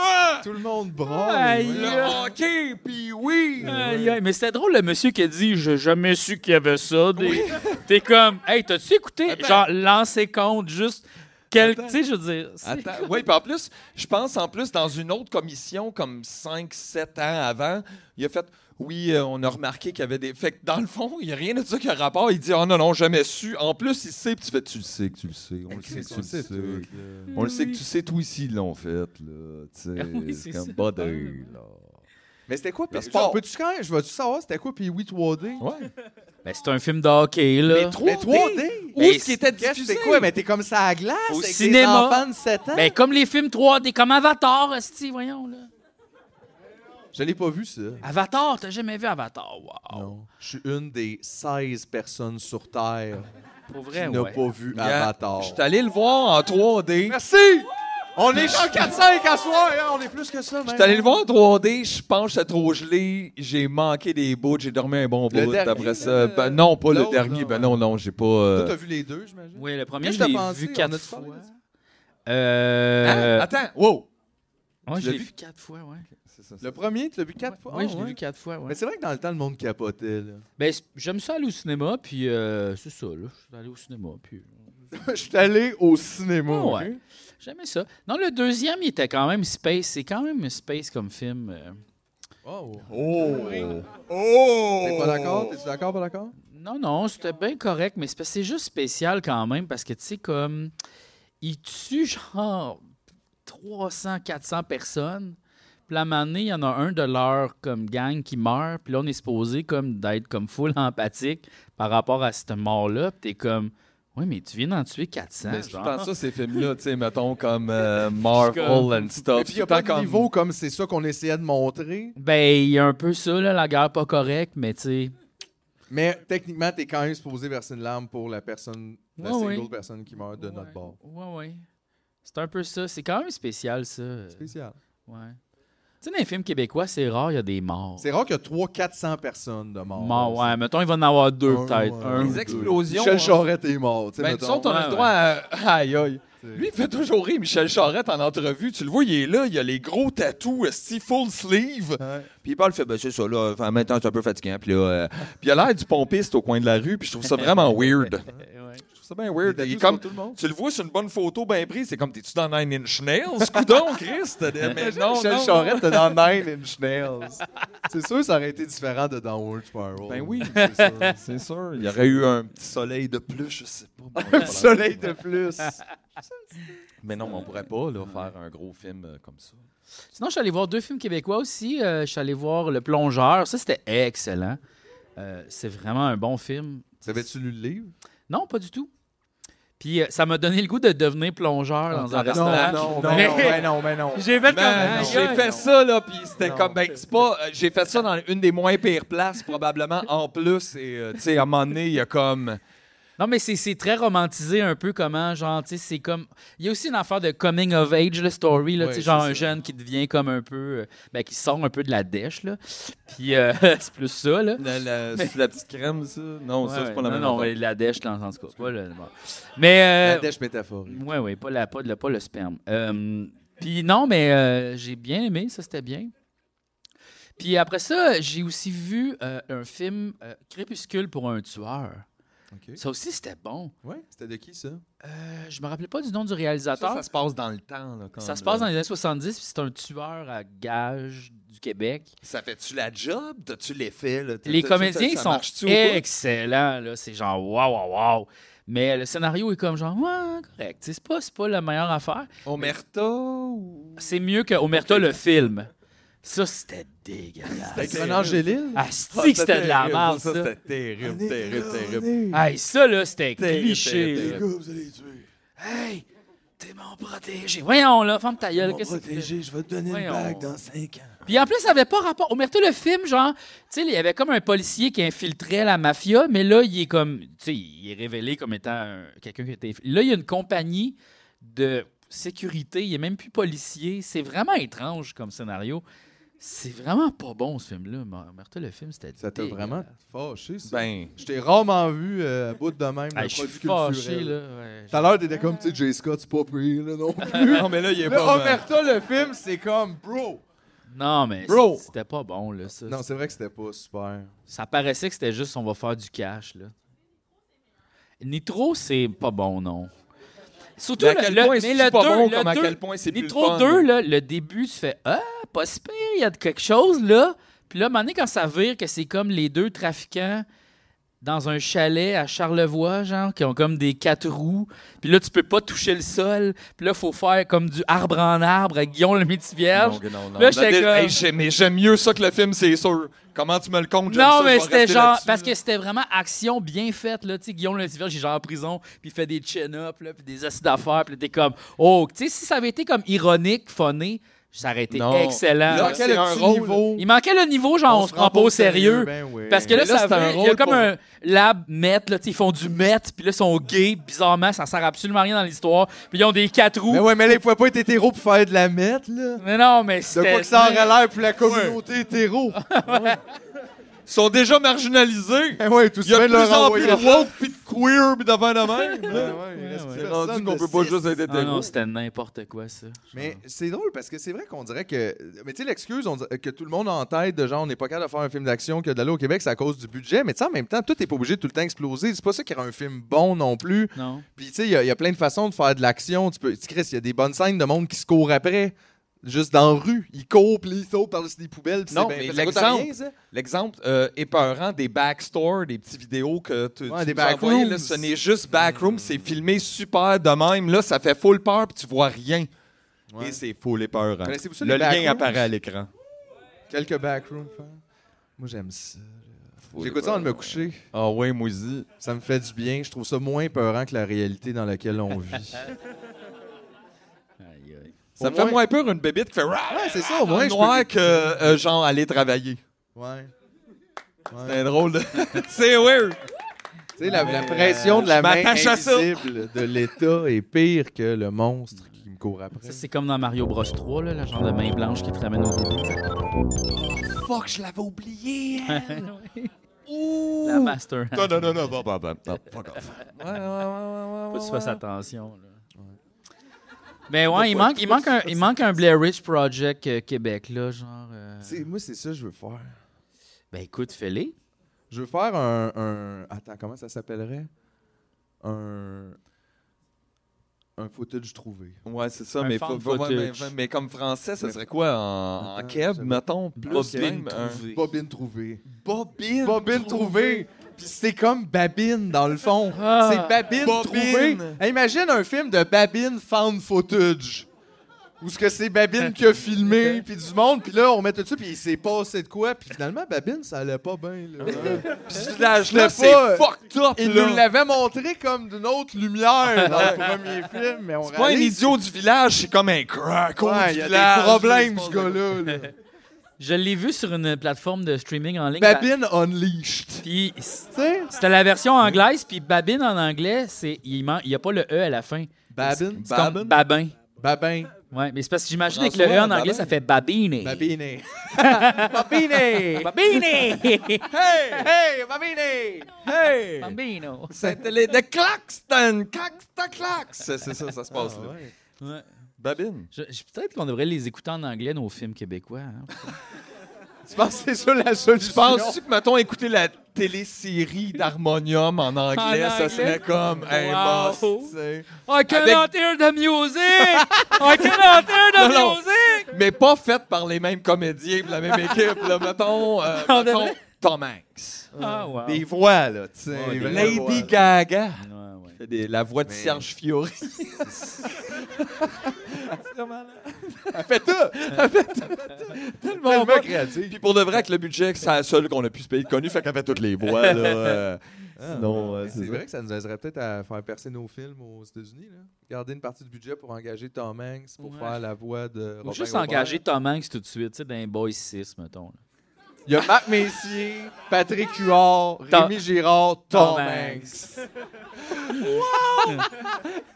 Speaker 3: Tout le monde braille.
Speaker 1: Aïe.
Speaker 3: ouais.
Speaker 2: Le hockey, puis oui!
Speaker 1: Aïe, aïe, mais c'était drôle, le monsieur qui a dit J'ai jamais su qu'il y avait ça. des- [laughs] T'es comme, hey, t'as-tu écouté Genre, lancer compte, juste. Quel... Tu sais, je veux dire. c'est-
Speaker 2: Attends, oui, puis en plus, je pense en plus dans une autre commission comme 5-7 ans avant, il a fait oui, [laughs] euh, on a remarqué qu'il y avait des. Fait que dans le fond, il n'y a rien de ça qui a rapport. Il dit oh non, non, jamais su. En plus, il sait, puis tu fais tu le sais que tu le sais. euh, On le sait que tu le sais. On le sait que tu sais, tout ici, ils l'ont fait. Là. Tu sais,
Speaker 1: oui,
Speaker 2: c'est
Speaker 1: c'est
Speaker 2: comme
Speaker 1: ça.
Speaker 2: body, là.
Speaker 3: Mais c'était quoi?
Speaker 2: Le
Speaker 3: Puis-
Speaker 2: sport.
Speaker 3: Peux-tu quand même, je veux-tu savoir c'était quoi? Puis oui, 3D.
Speaker 2: Ouais. Euh,
Speaker 1: Ben, c'est un film de hockey, là.
Speaker 3: Mais 3D?
Speaker 2: Où
Speaker 1: Mais
Speaker 2: ce qui était
Speaker 3: Qu'est-ce que
Speaker 2: diffusé?
Speaker 3: c'est quoi? Mais t'es comme ça à glace?
Speaker 1: Au
Speaker 3: avec des
Speaker 1: cinéma.
Speaker 3: enfants de 7 ans?
Speaker 1: Ben, comme les films 3D, comme Avatar, hostie, voyons, là.
Speaker 3: Je l'ai pas vu, ça. Oh.
Speaker 1: Avatar, t'as jamais vu Avatar, wow.
Speaker 3: Non. Je suis une des 16 personnes sur Terre
Speaker 1: Pour
Speaker 3: qui
Speaker 1: vrai,
Speaker 3: n'a
Speaker 1: Eh ouais.
Speaker 3: pas vu Avatar.
Speaker 2: Je suis allé le voir en 3D.
Speaker 3: Merci! On est en 4-5 à soir, hein, on est plus que ça,
Speaker 2: Je
Speaker 3: même.
Speaker 2: suis allé le voir en 3D, je pense que j'étais trop gelé, j'ai manqué des bouts, j'ai dormi un bon
Speaker 3: Le
Speaker 2: bout
Speaker 3: dernier,
Speaker 2: après ça.
Speaker 3: euh,
Speaker 2: Ben non, pas le
Speaker 3: l'autre,
Speaker 2: dernier,
Speaker 3: là,
Speaker 2: ben
Speaker 3: ouais.
Speaker 2: non, non, j'ai pas...
Speaker 3: Toi,
Speaker 2: euh,
Speaker 3: t'as vu les deux, j'imagine?
Speaker 1: Oui, le premier,
Speaker 3: Qu'est-ce
Speaker 1: je
Speaker 3: que
Speaker 1: l'ai
Speaker 3: t'as pensé?
Speaker 1: vu
Speaker 3: On
Speaker 1: quatre
Speaker 3: a-tu
Speaker 1: fois.
Speaker 3: parlé de ça?
Speaker 1: Euh...
Speaker 2: Hein? Attends, wow!
Speaker 1: ouais,
Speaker 2: tu
Speaker 1: je
Speaker 2: l'as
Speaker 1: l'ai
Speaker 2: vu?
Speaker 1: vu quatre fois, ouais.
Speaker 3: Le premier, tu l'as vu quatre fois?
Speaker 1: Oui,
Speaker 3: Ah,
Speaker 1: je l'ai
Speaker 3: ouais.
Speaker 1: vu quatre fois, ouais.
Speaker 3: Mais c'est vrai que dans le temps, le monde capotait. Là.
Speaker 1: Ben, c'est- j'aime ça aller au cinéma, puis euh, c'est ça, là. Je suis allé au cinéma, puis...
Speaker 3: [laughs]
Speaker 1: euh,
Speaker 3: Je suis allé au cinéma.
Speaker 1: Ah
Speaker 3: ok?
Speaker 1: ouais. J'aimais ça. Non, le deuxième, il était quand même space. C'est quand même space comme film. euh.
Speaker 3: Oh!
Speaker 2: Oh!
Speaker 3: T'es pas d'accord? T'es-tu d'accord, pas d'accord?
Speaker 1: Non, non, c'était bien correct, mais c'est parce que c'est juste spécial quand même, parce que, tu sais, comme... Il tue, genre, 300, 400 personnes. Puis, à un moment donné, il y en a un de leur, comme, gang qui meurt. Puis là, on est supposé, comme, d'être, comme, full [laughs] empathique par rapport à cette mort-là. Puis t'es comme... Oui, mais tu viens d'en tuer 400,
Speaker 2: Mais Ben, je
Speaker 1: genre.
Speaker 2: pense ça, ces films-là, tu sais, mettons, comme euh, Marvel and stuff.
Speaker 3: Et puis, il n'y a
Speaker 2: tout
Speaker 3: pas
Speaker 2: le temps
Speaker 3: de niveau comme c'est ça qu'on essayait de montrer.
Speaker 1: Ben, il y a un peu ça, là, la guerre pas correcte, mais tu sais.
Speaker 3: Mais techniquement, t'es quand même supposé verser une larme pour la personne, la
Speaker 1: Ouais,
Speaker 3: single
Speaker 1: ouais.
Speaker 3: personne qui meurt de notre bord.
Speaker 1: Ouais, ouais. C'est un peu ça. C'est quand même spécial, ça. Euh,
Speaker 3: Spécial.
Speaker 1: Ouais. Tu sais, dans les films québécois, c'est rare, il y a des morts.
Speaker 3: C'est rare qu'il y a 300-400 personnes de morts.
Speaker 1: Morts,
Speaker 3: là.
Speaker 1: ouais. Mettons, il va en avoir deux,
Speaker 3: Un,
Speaker 1: peut-être.
Speaker 3: ouais.
Speaker 1: Un.
Speaker 2: Les explosions.
Speaker 3: Michel
Speaker 2: hein.
Speaker 3: Charette est mort. tu sais,
Speaker 2: Ben, tu
Speaker 3: mettons.
Speaker 2: sais, on a
Speaker 1: Ouais,
Speaker 2: le droit à. Aïe, aïe. Lui, il fait toujours rire, Michel Charette, en entrevue. Tu le vois, il est là, il a les gros tatous, esti, full sleeve.
Speaker 3: Ouais.
Speaker 2: Puis il parle, il fait, ben, c'est ça, là, enfin, maintenant, c'est un peu fatigant. Puis là, euh, puis il a l'air du pompiste au coin de la rue, puis je [laughs] trouve ça vraiment weird.
Speaker 1: Euh, ouais.
Speaker 2: Je trouve ça bien weird.
Speaker 3: Des
Speaker 2: Il est
Speaker 3: tatous
Speaker 2: comme,
Speaker 3: sur tout le monde.
Speaker 2: tu le vois sur une bonne photo bien prise, c'est comme, t'es-tu dans Nine Inch Nails? [laughs] Coudon, Christ! Mais non,
Speaker 3: Michel
Speaker 2: non,
Speaker 3: Charette est [laughs] dans Nine Inch Nails. C'est sûr, ça aurait été différent de Downward Spiral.
Speaker 2: Ben oui,
Speaker 3: c'est sûr. [laughs]
Speaker 2: C'est sûr, il y aurait eu un petit soleil de plus, je sais pas.
Speaker 3: Un soleil de plus.
Speaker 2: Mais non, mais on pourrait pas là, faire un gros film euh, comme ça.
Speaker 1: Sinon, je suis allé voir deux films québécois aussi. Euh, je suis allé voir Le Plongeur. Ça, c'était excellent. Euh, c'est vraiment un bon film.
Speaker 3: T'avais-tu lu le livre?
Speaker 1: Non, pas du tout. Puis euh, ça m'a donné le goût de devenir plongeur dans un restaurant.
Speaker 3: Ah, non,
Speaker 1: [laughs] Mais-
Speaker 3: ben non, ben non.
Speaker 1: J'ai [laughs] fait
Speaker 2: Ben,
Speaker 1: comme...
Speaker 2: j'ai
Speaker 1: Aïe,
Speaker 2: fait
Speaker 1: aïe.
Speaker 2: ça là, puis c'était
Speaker 3: Non.
Speaker 2: comme ben c'est pas, euh, j'ai fait ça dans une des moins pires places probablement en plus et euh, tu sais à un moment donné il y a comme
Speaker 1: Non, mais c'est- c'est très romantisé un peu comment, genre, tu sais, c'est comme... Il y a aussi une affaire de coming of age, le story, là,
Speaker 3: Oui,
Speaker 1: tu sais, genre
Speaker 3: c'est
Speaker 1: un
Speaker 3: ça.
Speaker 1: jeune qui devient comme un peu... euh, ben, qui sort un peu de la dèche, là. Puis euh, [laughs] c'est plus ça, là.
Speaker 2: la, la- c'est la petite crème ça. Non, ça
Speaker 1: Ouais,
Speaker 2: c'est pas la
Speaker 1: non,
Speaker 2: même.
Speaker 1: non,
Speaker 2: affaire.
Speaker 1: ouais, la dèche, dans le sens, en tout cas, pas le- bon. Mais...
Speaker 3: La dèche métaphorique.
Speaker 1: Oui, oui, pas, la, pas, le, pas le sperme. Euh, Puis non, mais euh, j'ai bien aimé, ça c'était bien. Puis après ça, j'ai aussi vu euh, un film euh, Crépuscule pour un tueur.
Speaker 3: Ok.
Speaker 1: Ça aussi c'était bon.
Speaker 3: Ouais, c'était de qui ça?
Speaker 1: Euh, je me rappelais pas du nom du
Speaker 2: Ça,
Speaker 1: réalisateur.
Speaker 2: ça se passe dans le temps là, quand
Speaker 1: Ça se passe dans les années 70, puis c'est un tueur à gages du Québec.
Speaker 2: Ça fait-tu la job T'as-tu l'effet là T'as-
Speaker 1: Les
Speaker 2: t'as-
Speaker 1: comédiens
Speaker 2: ça-
Speaker 1: ils
Speaker 2: ça
Speaker 1: sont
Speaker 2: marche-tu ou pas?
Speaker 1: excellents. là. C'est genre waouh, waouh, waouh. Mais le scénario est comme genre, ouais, correct. C'est pas, c'est pas la meilleure affaire.
Speaker 2: Omerta ou
Speaker 1: C'est mieux que Omerta le film. Ça, c'était dégueulasse.
Speaker 3: Avec Renan Gélil?
Speaker 2: Ah,
Speaker 1: Asti que c'était de la merde, ça.
Speaker 2: C'était terrible, terrible, terrible.
Speaker 1: Hey, ça, là, c'était
Speaker 2: Terrible,
Speaker 1: cliché.
Speaker 2: terrible.
Speaker 1: là. Hey, t'es mon protégé. Voyons, là, ferme ta gueule. Mon protégé, je vais te donner une bague dans 5 ans. Puis en plus, ça avait pas rapport. Omerta, le film, genre, tu sais, il y avait comme un policier qui infiltrait la mafia, mais là, il est comme, tu sais, il est révélé comme étant un- quelqu'un qui était. Là, il y a une compagnie de sécurité, il est même plus policier. C'est vraiment étrange comme scénario. C'est vraiment pas bon, ce film-là. Omerta, le film, c'était.
Speaker 3: Ça t'a
Speaker 1: dégueulasse.
Speaker 3: vraiment fâché, ça?
Speaker 2: Ben,
Speaker 3: Je t'ai rarement vu euh, à bout de même
Speaker 1: Hey,
Speaker 3: le
Speaker 1: je suis
Speaker 3: produit culturel.
Speaker 1: fâché, là. ouais.
Speaker 3: Tout à l'heure, t'étais comme, tu sais, Jay Scott, c'est pas pris, là, non plus.
Speaker 2: non mais là il est
Speaker 3: Le
Speaker 2: pas
Speaker 3: Omerta, le film, c'est comme, bro.
Speaker 1: Non, mais
Speaker 3: Bro!
Speaker 1: c- c'était pas bon, là, ça.
Speaker 3: Non, c'est vrai que c'était pas super.
Speaker 1: Ça paraissait que c'était juste on va faire du cash, là. Nitro, c'est pas bon, non. Surtout
Speaker 2: Mais à quel
Speaker 1: le,
Speaker 2: point
Speaker 1: mais
Speaker 2: c'est
Speaker 1: le
Speaker 2: pas
Speaker 1: deux-
Speaker 2: bon
Speaker 1: le
Speaker 2: comme à
Speaker 1: deux-
Speaker 2: quel point c'est plus le
Speaker 1: Nitro
Speaker 2: fun.
Speaker 1: 2, là, le début, tu fais Ah, pas si pire, il y a de quelque chose, là. Puis là, à un moment donné, quand ça vire que c'est comme les deux trafiquants dans un chalet à Charlevoix, genre, qui ont comme des quatre roues. Puis là, tu peux pas toucher le sol. Puis là, faut faire comme du arbre en arbre avec Guillaume le Métis-Vierge.
Speaker 2: Non, non, non.
Speaker 1: Là, j'étais
Speaker 2: Nadège-
Speaker 1: comme-
Speaker 2: Hey, j'ai- mais j'aime mieux ça que le film, c'est sûr. Comment tu me le comptes? J'aime ça,
Speaker 1: Non,
Speaker 2: je vais
Speaker 1: mais c'était
Speaker 2: rester
Speaker 1: genre.
Speaker 2: là-dessus,
Speaker 1: Parce
Speaker 2: là.
Speaker 1: que c'était vraiment action bien faite, là. Tu sais, Guillaume Le Divers, il est genre en prison, puis il fait des chin-up, là, puis des assises d'affaires, puis là, t'es comme. Oh, tu sais, si ça avait été comme ironique, funné, Ça aurait été
Speaker 3: Non.
Speaker 1: excellent.
Speaker 2: Là,
Speaker 3: Dans
Speaker 1: Ouais.
Speaker 3: quel
Speaker 2: c'est un
Speaker 3: petit
Speaker 2: rôle.
Speaker 3: niveau?
Speaker 1: Il manquait le niveau, genre, on, se prend pas au sérieux.
Speaker 3: ben oui.
Speaker 1: Parce que là,
Speaker 2: Mais là,
Speaker 1: ça
Speaker 2: c'est un
Speaker 1: fait- il y a
Speaker 2: rôle
Speaker 1: comme
Speaker 2: pour-
Speaker 1: un lab meth, là, tu sais, ils font du meth, puis là, ils sont gays, bizarrement, ça sert absolument à rien dans l'histoire. Puis ils ont des quatre roues.
Speaker 3: Mais Ben ouais, mais là, il pouvait pas être hétéro pour faire de la mette, là.
Speaker 1: Mais non, mais
Speaker 3: De
Speaker 1: c'était...
Speaker 3: quoi que ça aurait l'air pour la communauté hétéro.
Speaker 2: Ils sont déjà marginalisés.
Speaker 3: Ben ouais, tout
Speaker 2: Il y a
Speaker 3: ça,
Speaker 2: de
Speaker 3: ben, leur
Speaker 2: plus en plus
Speaker 3: envoyer-
Speaker 2: de woke puis de queer puis d'affaires de même. là.
Speaker 3: Ben ouais, il reste plus
Speaker 2: C'est
Speaker 3: personne
Speaker 2: rendu qu'on
Speaker 3: de
Speaker 2: peut pas
Speaker 3: six.
Speaker 2: juste être
Speaker 1: Ah non,
Speaker 2: hétéro.
Speaker 1: c'était n'importe quoi, ça.
Speaker 3: Mais
Speaker 2: Ah.
Speaker 3: c'est drôle parce que c'est vrai qu'on dirait que. Mais tu sais, l'excuse on dirait que tout le monde a en tête de genre, on n'est pas capable de faire un film d'action que d'aller au Québec, c'est à cause du budget. Mais tu sais, en même temps, tout est pas obligé de tout le temps exploser. C'est pas ça qui rend un film bon non plus.
Speaker 1: Non.
Speaker 3: Puis tu sais, il y, a- il y a plein de façons de faire de l'action. Tu peux. tu- Chris, il y a des bonnes scènes de monde qui se courent après. Juste dans la rue. Ils courent, puis ils sautent par-dessus des poubelles. puis
Speaker 2: Non,
Speaker 3: c'est bien
Speaker 2: mais
Speaker 3: fait. Ça coûte
Speaker 2: l'exemple-
Speaker 3: rien, ça.
Speaker 2: L'exemple euh, épeurant des backstores, des petites vidéos que tu,
Speaker 3: Ouais,
Speaker 2: tu
Speaker 3: des
Speaker 2: nous as envoyées,
Speaker 3: backrooms. Hmm.
Speaker 2: là, ce n'est juste backroom, c'est filmé super de même. Là, ça fait full peur puis tu vois rien.
Speaker 3: Ouais.
Speaker 2: Et c'est full épeurant.
Speaker 3: Connaissez-vous ça,
Speaker 2: Le
Speaker 3: les backrooms?
Speaker 2: lien apparaît à l'écran.
Speaker 3: Quelques backrooms. hein. Moi, j'aime ça. J'écoute ça avant de me coucher.
Speaker 2: Ah ouais, Moisy.
Speaker 3: Ça me fait du bien. Je trouve ça moins peurant que la réalité dans laquelle on
Speaker 2: [laughs]
Speaker 3: vit.
Speaker 1: Aïe, aïe.
Speaker 2: Ça
Speaker 3: Au
Speaker 2: me fait
Speaker 3: moins-
Speaker 2: moins peur une bébite qui fait
Speaker 3: Ouais, c'est ça, au moins.
Speaker 2: moins
Speaker 3: je peux-
Speaker 2: noir que euh, genre aller travailler.
Speaker 3: Ouais.
Speaker 2: C'est drôle. de- [laughs] c'est weird.
Speaker 3: Tu sais, la, la pression de la
Speaker 2: euh, je
Speaker 3: main
Speaker 2: m'attache à ça.
Speaker 3: invisible de l'État est pire que le monstre qui me court après.
Speaker 1: Ça, c'est comme dans Mario Bros 3, là, le genre de main blanche qui te ramène au début.
Speaker 2: Fuck, je
Speaker 1: [laughs]
Speaker 2: l'avais oublié.
Speaker 1: La Master Hand.
Speaker 2: Non, non, non, non, non, non, non, non, fuck off.
Speaker 1: Faut que tu fasses attention. Là. Ben ouais, il manque, il, manque un, il manque un Blair Witch Project euh, Québec, là, genre... euh,
Speaker 3: C'est- Moi, c'est ça que je veux faire.
Speaker 1: Ben écoute, fais-les.
Speaker 3: Je veux faire un. un- Attends, comment ça s'appellerait Un. Un footage trouvé.
Speaker 2: Ouais, c'est ça,
Speaker 1: Un
Speaker 2: mais,
Speaker 1: fan
Speaker 2: faut- faut- mais,
Speaker 1: footage.
Speaker 2: mais comme français, ça
Speaker 3: Mais-
Speaker 2: serait quoi en, en
Speaker 3: Attends,
Speaker 2: keb,
Speaker 3: je-
Speaker 2: mettons plus même un-
Speaker 3: Bobine trouvée.
Speaker 2: Bobine.
Speaker 3: Bobine trouvée. Puis c'est comme Babine dans le fond.
Speaker 1: Ah.
Speaker 3: c'est Babine,
Speaker 2: Bobine.
Speaker 3: trouvée. Hey, imagine un film de Babine found footage. Où ce que c'est Babine qui a filmé, puis du monde, puis là on met tout ça, puis il s'est passé de quoi, puis finalement Babine ça allait pas bien. là.
Speaker 2: Puis ce village-là,
Speaker 3: l'ai
Speaker 2: c'est
Speaker 3: pas.
Speaker 2: fucked up.
Speaker 3: Il
Speaker 2: là.
Speaker 3: nous l'avait montré comme d'une autre lumière dans le premier film, mais on
Speaker 2: C'est pas un
Speaker 3: réalise-
Speaker 2: idiot du village, c'est comme un crack au
Speaker 3: Ouais,
Speaker 2: du
Speaker 3: il y a
Speaker 2: village.
Speaker 3: des problèmes
Speaker 2: Il se
Speaker 3: ce
Speaker 2: passe de-
Speaker 3: gars-là. là.
Speaker 1: Je l'ai vu sur une plateforme de streaming en ligne.
Speaker 3: Babine unleashed.
Speaker 1: Puis
Speaker 3: Tu sais?
Speaker 1: c'était la version anglaise, puis Babine en anglais, c'est il n'y a pas le E à la fin.
Speaker 3: Babine.
Speaker 1: C'est comme
Speaker 2: Babin?
Speaker 1: Babin.
Speaker 3: Babin.
Speaker 1: Ouais, mais c'est parce que j'imagine avec le E
Speaker 2: François,
Speaker 1: en anglais,
Speaker 2: Babin.
Speaker 1: ça fait Babine.
Speaker 3: Babine.
Speaker 1: Babine! Babine!
Speaker 3: Hey, Babine!
Speaker 2: Hey!
Speaker 1: Bambino!
Speaker 2: C'était les de Claxton! Claxton, Clax! C'est c'est ça, ça se passe là.
Speaker 1: Ouais.
Speaker 2: Babine.
Speaker 1: Je- je- Peut-être qu'on devrait les écouter en anglais, nos films québécois. hein.
Speaker 3: Tu penses que c'est ça la solution?
Speaker 2: Tu penses-tu que, mettons, écouter la télésérie d'Harmonium en anglais,
Speaker 1: En
Speaker 2: ça
Speaker 1: anglais?
Speaker 2: serait comme un
Speaker 1: Wow.
Speaker 2: must, tu sais.
Speaker 1: I cannot hear the music! I cannot hear the
Speaker 2: Non, non.
Speaker 1: music!
Speaker 2: Mais pas faite par les mêmes comédiens pis la même équipe, là. Mettons, [laughs] euh,
Speaker 1: On
Speaker 2: mettons
Speaker 1: devrait-
Speaker 2: Tom Hanks.
Speaker 1: Ah, wow.
Speaker 3: Des voix, là, tu sais.
Speaker 2: Des
Speaker 3: les vraies
Speaker 2: Lady
Speaker 3: voix, là.
Speaker 2: Gaga.
Speaker 1: Ouais, ouais.
Speaker 2: Fait des- la voix de Serge Fiori.
Speaker 3: Elle fait tout! Elle fait tout! Tellement,
Speaker 2: bon.
Speaker 3: créatif.
Speaker 2: Puis pour de vrai, avec le budget, que c'est la seule qu'on a pu se payer de connu, fait qu'elle fait toutes les voix, là. euh, sinon, euh,
Speaker 3: C'est
Speaker 2: ça.
Speaker 3: vrai que ça nous aiderait peut-être à faire percer nos films aux États-Unis. Là. Garder une partie du budget pour engager Tom Hanks pour
Speaker 1: Ouais.
Speaker 3: faire la voix de Robin
Speaker 1: Ou juste
Speaker 3: Robert.
Speaker 1: engager Tom Hanks tout de suite, tu sais, dans les Boys 6, mettons. là.
Speaker 3: Il y a Marc Messier, Patrick Huard,
Speaker 1: Tom-
Speaker 3: Rémi Girard,
Speaker 1: Tom
Speaker 3: Tom, Hanks.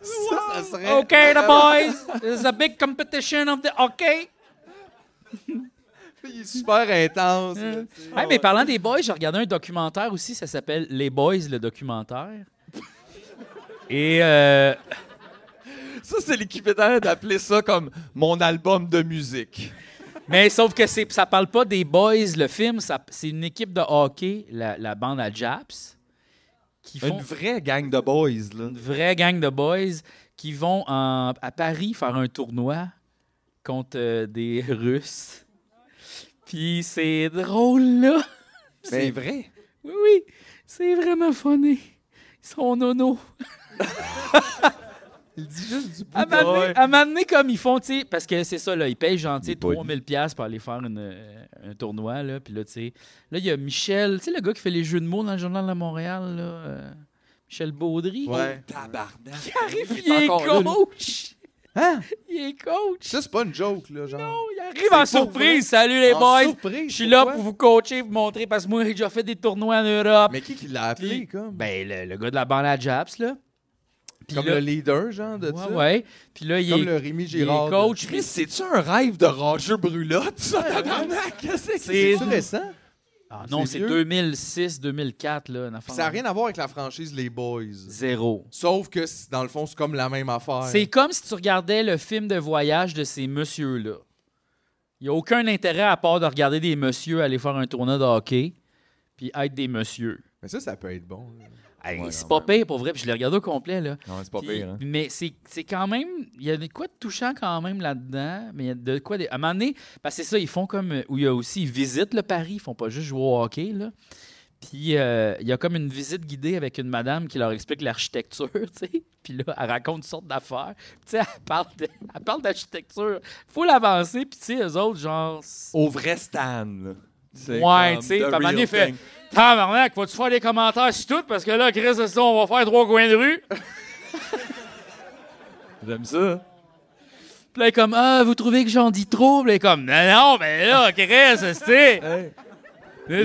Speaker 3: Ça serait...
Speaker 1: Okay, the boys! There's a big competition of the hockey!
Speaker 3: Il est super intense. là, tu sais.
Speaker 1: Hey, mais parlant des boys, j'ai regardé un documentaire aussi, ça s'appelle Les Boys, le documentaire. Et euh,
Speaker 2: Ça, c'est l'équivalent d'appeler ça comme mon album de musique.
Speaker 1: mais sauf que c'est ça parle pas des boys le film, ça- c'est une équipe de hockey, la, la bande à Japs qui font
Speaker 2: Une vraie gang de boys, là.
Speaker 1: une vraie gang de boys qui vont en- à Paris faire un tournoi contre euh, des Russes. Puis c'est drôle là.
Speaker 2: C'est vrai.
Speaker 1: Oui oui, c'est vraiment funny. Ils sont nono.
Speaker 3: Il dit juste du
Speaker 1: À
Speaker 3: bout.
Speaker 1: m'amener,
Speaker 2: Ouais.
Speaker 1: à m'amener comme ils font, tu sais, parce que c'est ça, là, ils payent
Speaker 2: Il
Speaker 1: gentil
Speaker 2: est poli.
Speaker 1: 3000 pièces pour aller faire une, euh, un tournoi, là, puis là, tu sais, là, il y a Michel, tu sais, le gars qui fait les jeux de mots dans le Journal de Montréal, là, euh, Michel Baudry,
Speaker 3: Ouais.
Speaker 2: Tabarnak.
Speaker 1: qui arrive, [laughs] il est
Speaker 2: encore là,
Speaker 1: gauche.
Speaker 3: Hein?
Speaker 1: [laughs] Il est coach.
Speaker 3: Ça, c'est pas une joke, là, genre.
Speaker 1: Il arrive en
Speaker 3: C'est pour vrai.
Speaker 1: surprise. Salut les
Speaker 3: En
Speaker 1: boys.
Speaker 3: surprise,
Speaker 1: Je suis là
Speaker 3: pourquoi?
Speaker 1: pour vous coacher, vous montrer, parce que moi, j'ai déjà fait des tournois en Europe.
Speaker 3: Mais qui qui l'a appelé, comme?
Speaker 1: Ben, le, le gars de la bande à Japs, là. Puis
Speaker 3: comme
Speaker 1: là-
Speaker 3: le leader, genre, de
Speaker 1: Ouais,
Speaker 3: ça?
Speaker 1: ouais. Puis là, il
Speaker 3: Comme
Speaker 1: est,
Speaker 3: le Rémi
Speaker 1: il est
Speaker 3: Girard. de-
Speaker 1: coach.
Speaker 2: Chris, c'est-tu un rêve de Roger Brulotte, ça, tabarnak? Qu'est-ce que c'est?
Speaker 3: C'est-tu récent?
Speaker 1: Ah non,
Speaker 3: C'est
Speaker 1: c'est
Speaker 3: vieux.
Speaker 1: 2006-2004, là. une affaire
Speaker 3: Puis Ça n'a
Speaker 1: de-
Speaker 3: rien à voir avec la franchise Les Boys.
Speaker 1: Zéro.
Speaker 3: Sauf que, c'est- dans le fond, c'est comme la même affaire.
Speaker 1: C'est comme si tu regardais le film de voyage de ces messieurs-là. Il n'y a aucun intérêt à part de regarder des messieurs aller faire un tournoi de hockey puis être des messieurs.
Speaker 3: Mais ça, ça peut être bon. là.
Speaker 1: Hey,
Speaker 2: Ouais,
Speaker 1: c'est
Speaker 2: quand
Speaker 1: pas pire pour vrai, puis je l'ai regardé au complet. Là.
Speaker 2: Non, c'est pas
Speaker 1: Puis-
Speaker 2: pire, hein?
Speaker 1: Mais c'est c'est quand même. Il y a de quoi de touchant quand même là-dedans. Mais il y a de quoi. de- à un moment donné, parce que c'est ça, ils font comme. euh, Où il y a aussi. Ils visitent le Paris. Ils font pas juste jouer au hockey, là. Puis euh, il y a comme une visite guidée avec une madame qui leur explique l'architecture, [laughs] tu sais. Puis là, elle raconte toutes sortes d'affaires. Puis tu sais, elle parle de- elle parle d'architecture. Faut l'avancer. Puis tu sais, eux autres, genre.
Speaker 2: Au vrai Stan, là. C'est
Speaker 1: Ouais,
Speaker 2: comme
Speaker 1: tu sais, puis
Speaker 2: the
Speaker 1: à un moment donné,
Speaker 2: real
Speaker 1: il fait
Speaker 2: thing.
Speaker 1: Tabarnak, vas-tu faire des commentaires sur tout? Parce que là, Chris, c'est ça, on va faire trois coins de rue.
Speaker 2: J'aime ça.
Speaker 1: Puis là, elle est comme, ah, vous trouvez que j'en dis trop? Puis elle est comme, non, non, mais là, Chris, c'est.
Speaker 2: Hey.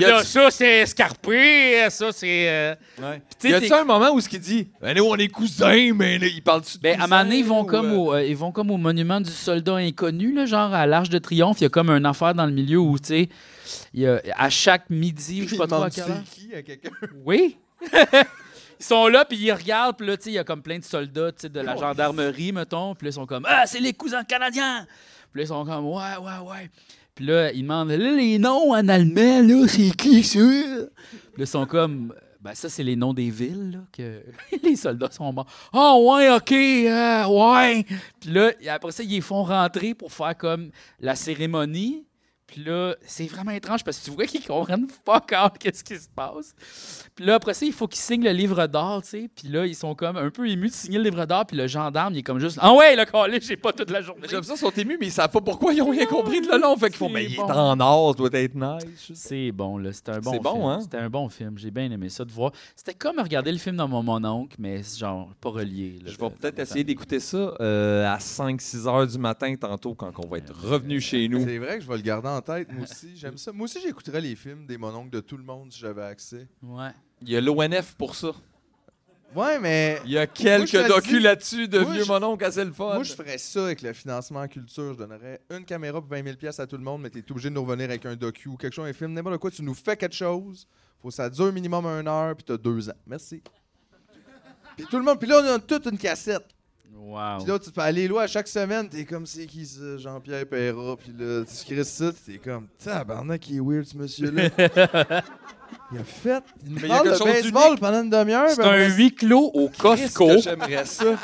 Speaker 1: Là, ça, c'est escarpé, ça, c'est. euh.
Speaker 2: Ouais.
Speaker 1: tu sais,
Speaker 2: Y a-tu
Speaker 1: t'es-
Speaker 2: un moment où ce qu'il dit Ben nous, on est cousins, mais là, il parle-tu de
Speaker 1: Ben, à un moment donné, ils
Speaker 2: cousins
Speaker 1: vont,
Speaker 2: ou,
Speaker 1: comme
Speaker 2: euh,
Speaker 1: au, euh, ils vont comme au monument du soldat inconnu, là, genre à l'Arche de Triomphe. Il y a comme un affaire dans le milieu où, tu sais, il y a- à chaque midi, ou je sais pas
Speaker 3: Il
Speaker 1: trop à
Speaker 3: demande
Speaker 1: quelle heure.
Speaker 2: [laughs]
Speaker 3: c'est qui à quelqu'un.
Speaker 1: Oui. [laughs] ils sont là, puis ils regardent, puis là, tu sais, il y a comme plein de soldats, tu sais, de la gendarmerie, mettons, puis là, ils sont comme Ah, c'est les cousins canadiens! Puis là, ils sont comme Ouais, ouais, ouais. Puis là, ils demandent Là, les noms en allemand, là, c'est qui ça? Puis là, ils sont comme Ben, ça, c'est les noms des villes, là, que [laughs] les soldats sont morts. Ah, ouais, OK, euh, ouais. Puis là, et après ça, ils les font rentrer pour faire comme la cérémonie. Puis là, c'est vraiment étrange parce que tu vois qu'ils comprennent pas encore qu'est-ce qui se passe. Puis là, après ça, il faut qu'ils signent le livre d'or, tu sais. Puis là, ils sont comme un peu émus de signer le livre d'or. Puis le gendarme, il est comme juste Ah ouais, le collé, j'ai pas toute la journée.
Speaker 2: Mais J'aime ça, ils sont émus, mais ils savent pas pourquoi ils ont rien compris de le long. Fait qu'ils font,
Speaker 1: C'est
Speaker 2: mais il est
Speaker 1: bon.
Speaker 2: en or, ça doit être nice.
Speaker 1: C'est bon, là. C'était un bon
Speaker 2: C'est
Speaker 1: film.
Speaker 2: bon, hein?
Speaker 1: C'était un bon film. J'ai bien aimé ça de voir. C'était comme regarder le film dans mon, mon oncle, mais genre pas relié. là,
Speaker 2: Je
Speaker 1: de-
Speaker 2: vais peut-être
Speaker 1: de-
Speaker 2: essayer d'écouter ça euh, à 5-6 heures du matin tantôt quand on va être revenu chez nous.
Speaker 3: C'est vrai que je vais le garder en tête,
Speaker 1: [laughs]
Speaker 3: moi aussi. J'aime ça. Moi aussi, j'écouterais les films des mononcles de tout le monde si j'avais accès.
Speaker 1: Ouais.
Speaker 2: Il y a l'ONF pour ça.
Speaker 3: Ouais, mais
Speaker 2: Il y a
Speaker 3: Moi,
Speaker 2: quelques
Speaker 3: je te
Speaker 2: docus
Speaker 3: dis-
Speaker 2: là-dessus de
Speaker 3: Moi,
Speaker 2: vieux
Speaker 3: je-
Speaker 2: mononcle à c'est le fun.
Speaker 3: moi, je ferais ça avec le financement en culture. Je donnerais une caméra pour 20 000 pièces à tout le monde, mais t'es obligé de nous revenir avec un docu ou quelque chose, un film, n'importe quoi. Tu nous fais quelque chose, faut que ça dure minimum une heure, puis t'as deux ans. Merci. Puis tout le monde, puis là, on a toute une cassette.
Speaker 1: Wow.
Speaker 3: Puis là, tu peux aller loin à chaque semaine, t'es comme c'est qui ça, Jean-Pierre Perra, puis là, tu crées ça, t'es comme tabarnak, il est weird
Speaker 1: [laughs]
Speaker 3: ce monsieur-là. il a fait, il me
Speaker 2: Mais il y a
Speaker 3: parle
Speaker 2: quelque
Speaker 3: de
Speaker 2: chose
Speaker 3: baseball pendant une demi-heure. ben
Speaker 1: C'est
Speaker 3: puis après
Speaker 1: un huis clos au Costco.
Speaker 2: Qu'est-ce que j'aimerais ça.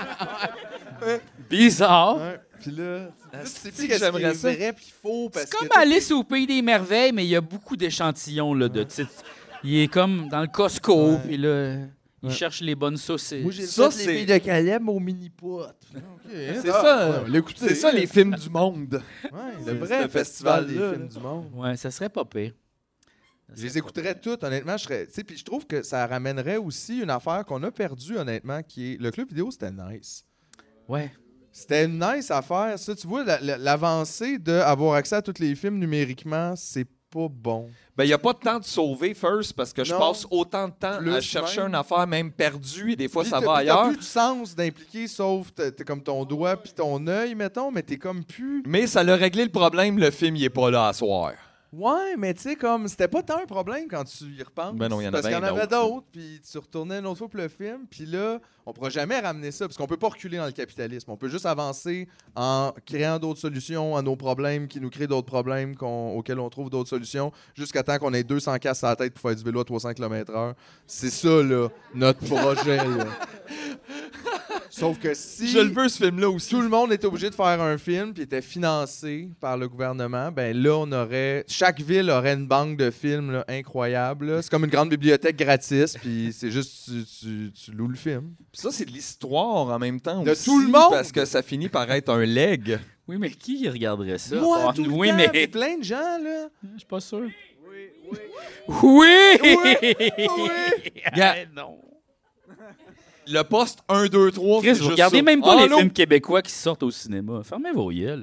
Speaker 1: Bizarre.
Speaker 3: Ouais. Puis là, là, tu sais
Speaker 2: Ah, que
Speaker 3: plus qu'est-ce qui
Speaker 2: j'aimerais
Speaker 3: est
Speaker 2: ça.
Speaker 3: vrai puis faux parce
Speaker 1: C'est
Speaker 3: que
Speaker 1: comme
Speaker 3: t'as-
Speaker 1: Alice au Pays des Merveilles, mais il y a beaucoup d'échantillons là, de titres. Il est comme dans le Costco,
Speaker 3: Ouais.
Speaker 1: puis là, il
Speaker 3: Ouais.
Speaker 1: cherche les bonnes saucisses.
Speaker 3: Moi, j'ai
Speaker 2: Ça,
Speaker 3: fait
Speaker 2: c'est-
Speaker 3: les filles de Caleb au mini-pot. Ah, C'est
Speaker 2: ça.
Speaker 3: l'écouter.
Speaker 2: C'est ça les films du monde.
Speaker 3: Ouais,
Speaker 2: C'est
Speaker 3: le vrai
Speaker 2: ce
Speaker 3: festival des
Speaker 2: festival-là,
Speaker 3: films
Speaker 2: là.
Speaker 3: du monde.
Speaker 1: Ouais, ça serait pas pire.
Speaker 3: Je les écouterais toutes, honnêtement. Je serais, tu sais, puis je trouve que ça ramènerait aussi une affaire qu'on a perdue, honnêtement, qui est le club vidéo, c'était nice.
Speaker 1: Ouais.
Speaker 3: C'était une nice affaire. Ça, tu vois, la- la- l'avancée d'avoir accès à tous les films numériquement, c'est pas bon.
Speaker 2: Ben, il n'y a pas de temps de sauver, first, parce que je
Speaker 3: Non.
Speaker 2: passe autant de temps à
Speaker 3: Plus
Speaker 2: chercher
Speaker 3: même.
Speaker 2: une affaire, même perdue, et des fois,
Speaker 3: Puis
Speaker 2: ça
Speaker 3: t'as-
Speaker 2: va
Speaker 3: puis t'as
Speaker 2: ailleurs.
Speaker 3: plus de sens d'impliquer, sauf t'es t'es comme ton doigt puis ton œil, mettons, mais t'es comme plus.
Speaker 2: Mais ça l'a réglé le problème, le film, il est pas là à soir.
Speaker 3: Ouais, mais tu sais, comme, c'était pas tant un problème quand tu y repenses.
Speaker 2: Ben non, il y en a
Speaker 3: Parce
Speaker 2: bien
Speaker 3: qu'il y en avait
Speaker 2: d'autres.
Speaker 3: d'autres, puis tu retournais une autre fois pour le film, puis là, on pourra jamais ramener ça, parce qu'on peut pas reculer dans le capitalisme. On peut juste avancer en créant d'autres solutions à nos problèmes qui nous créent d'autres problèmes qu'on- auxquels on trouve d'autres solutions, jusqu'à temps qu'on ait 200 casses à la tête pour faire du vélo à 300 km/h. C'est ça, là, notre projet,
Speaker 2: [laughs]
Speaker 3: là. Sauf que si.
Speaker 2: Je le veux, ce film-là aussi.
Speaker 3: Tout le monde était obligé de faire un film puis était financé par le gouvernement. Ben là, on aurait chaque ville aurait une banque de films là, incroyable. là. C'est comme une grande bibliothèque gratis puis c'est juste tu, tu- tu loues le film.
Speaker 2: Puis ça, c'est de l'histoire en même temps.
Speaker 3: De
Speaker 2: aussi,
Speaker 3: tout le monde.
Speaker 2: Parce que ça finit par être un leg.
Speaker 1: Oui, mais qui regarderait ça?
Speaker 3: Moi
Speaker 1: Bon,
Speaker 3: tout le
Speaker 1: oui,
Speaker 3: temps,
Speaker 1: mais
Speaker 3: puis plein de gens là.
Speaker 1: je suis pas sûr. [laughs] Oui! Oui!
Speaker 3: Oui.
Speaker 1: Eh Ah, non.
Speaker 2: le poste 1, 2, 3.
Speaker 1: Chris,
Speaker 2: c'est
Speaker 1: vous
Speaker 2: juste
Speaker 1: regardez
Speaker 2: ça.
Speaker 1: même pas
Speaker 2: Ah,
Speaker 1: les
Speaker 2: l'eau.
Speaker 1: films québécois qui sortent au cinéma. Fermez vos yeux,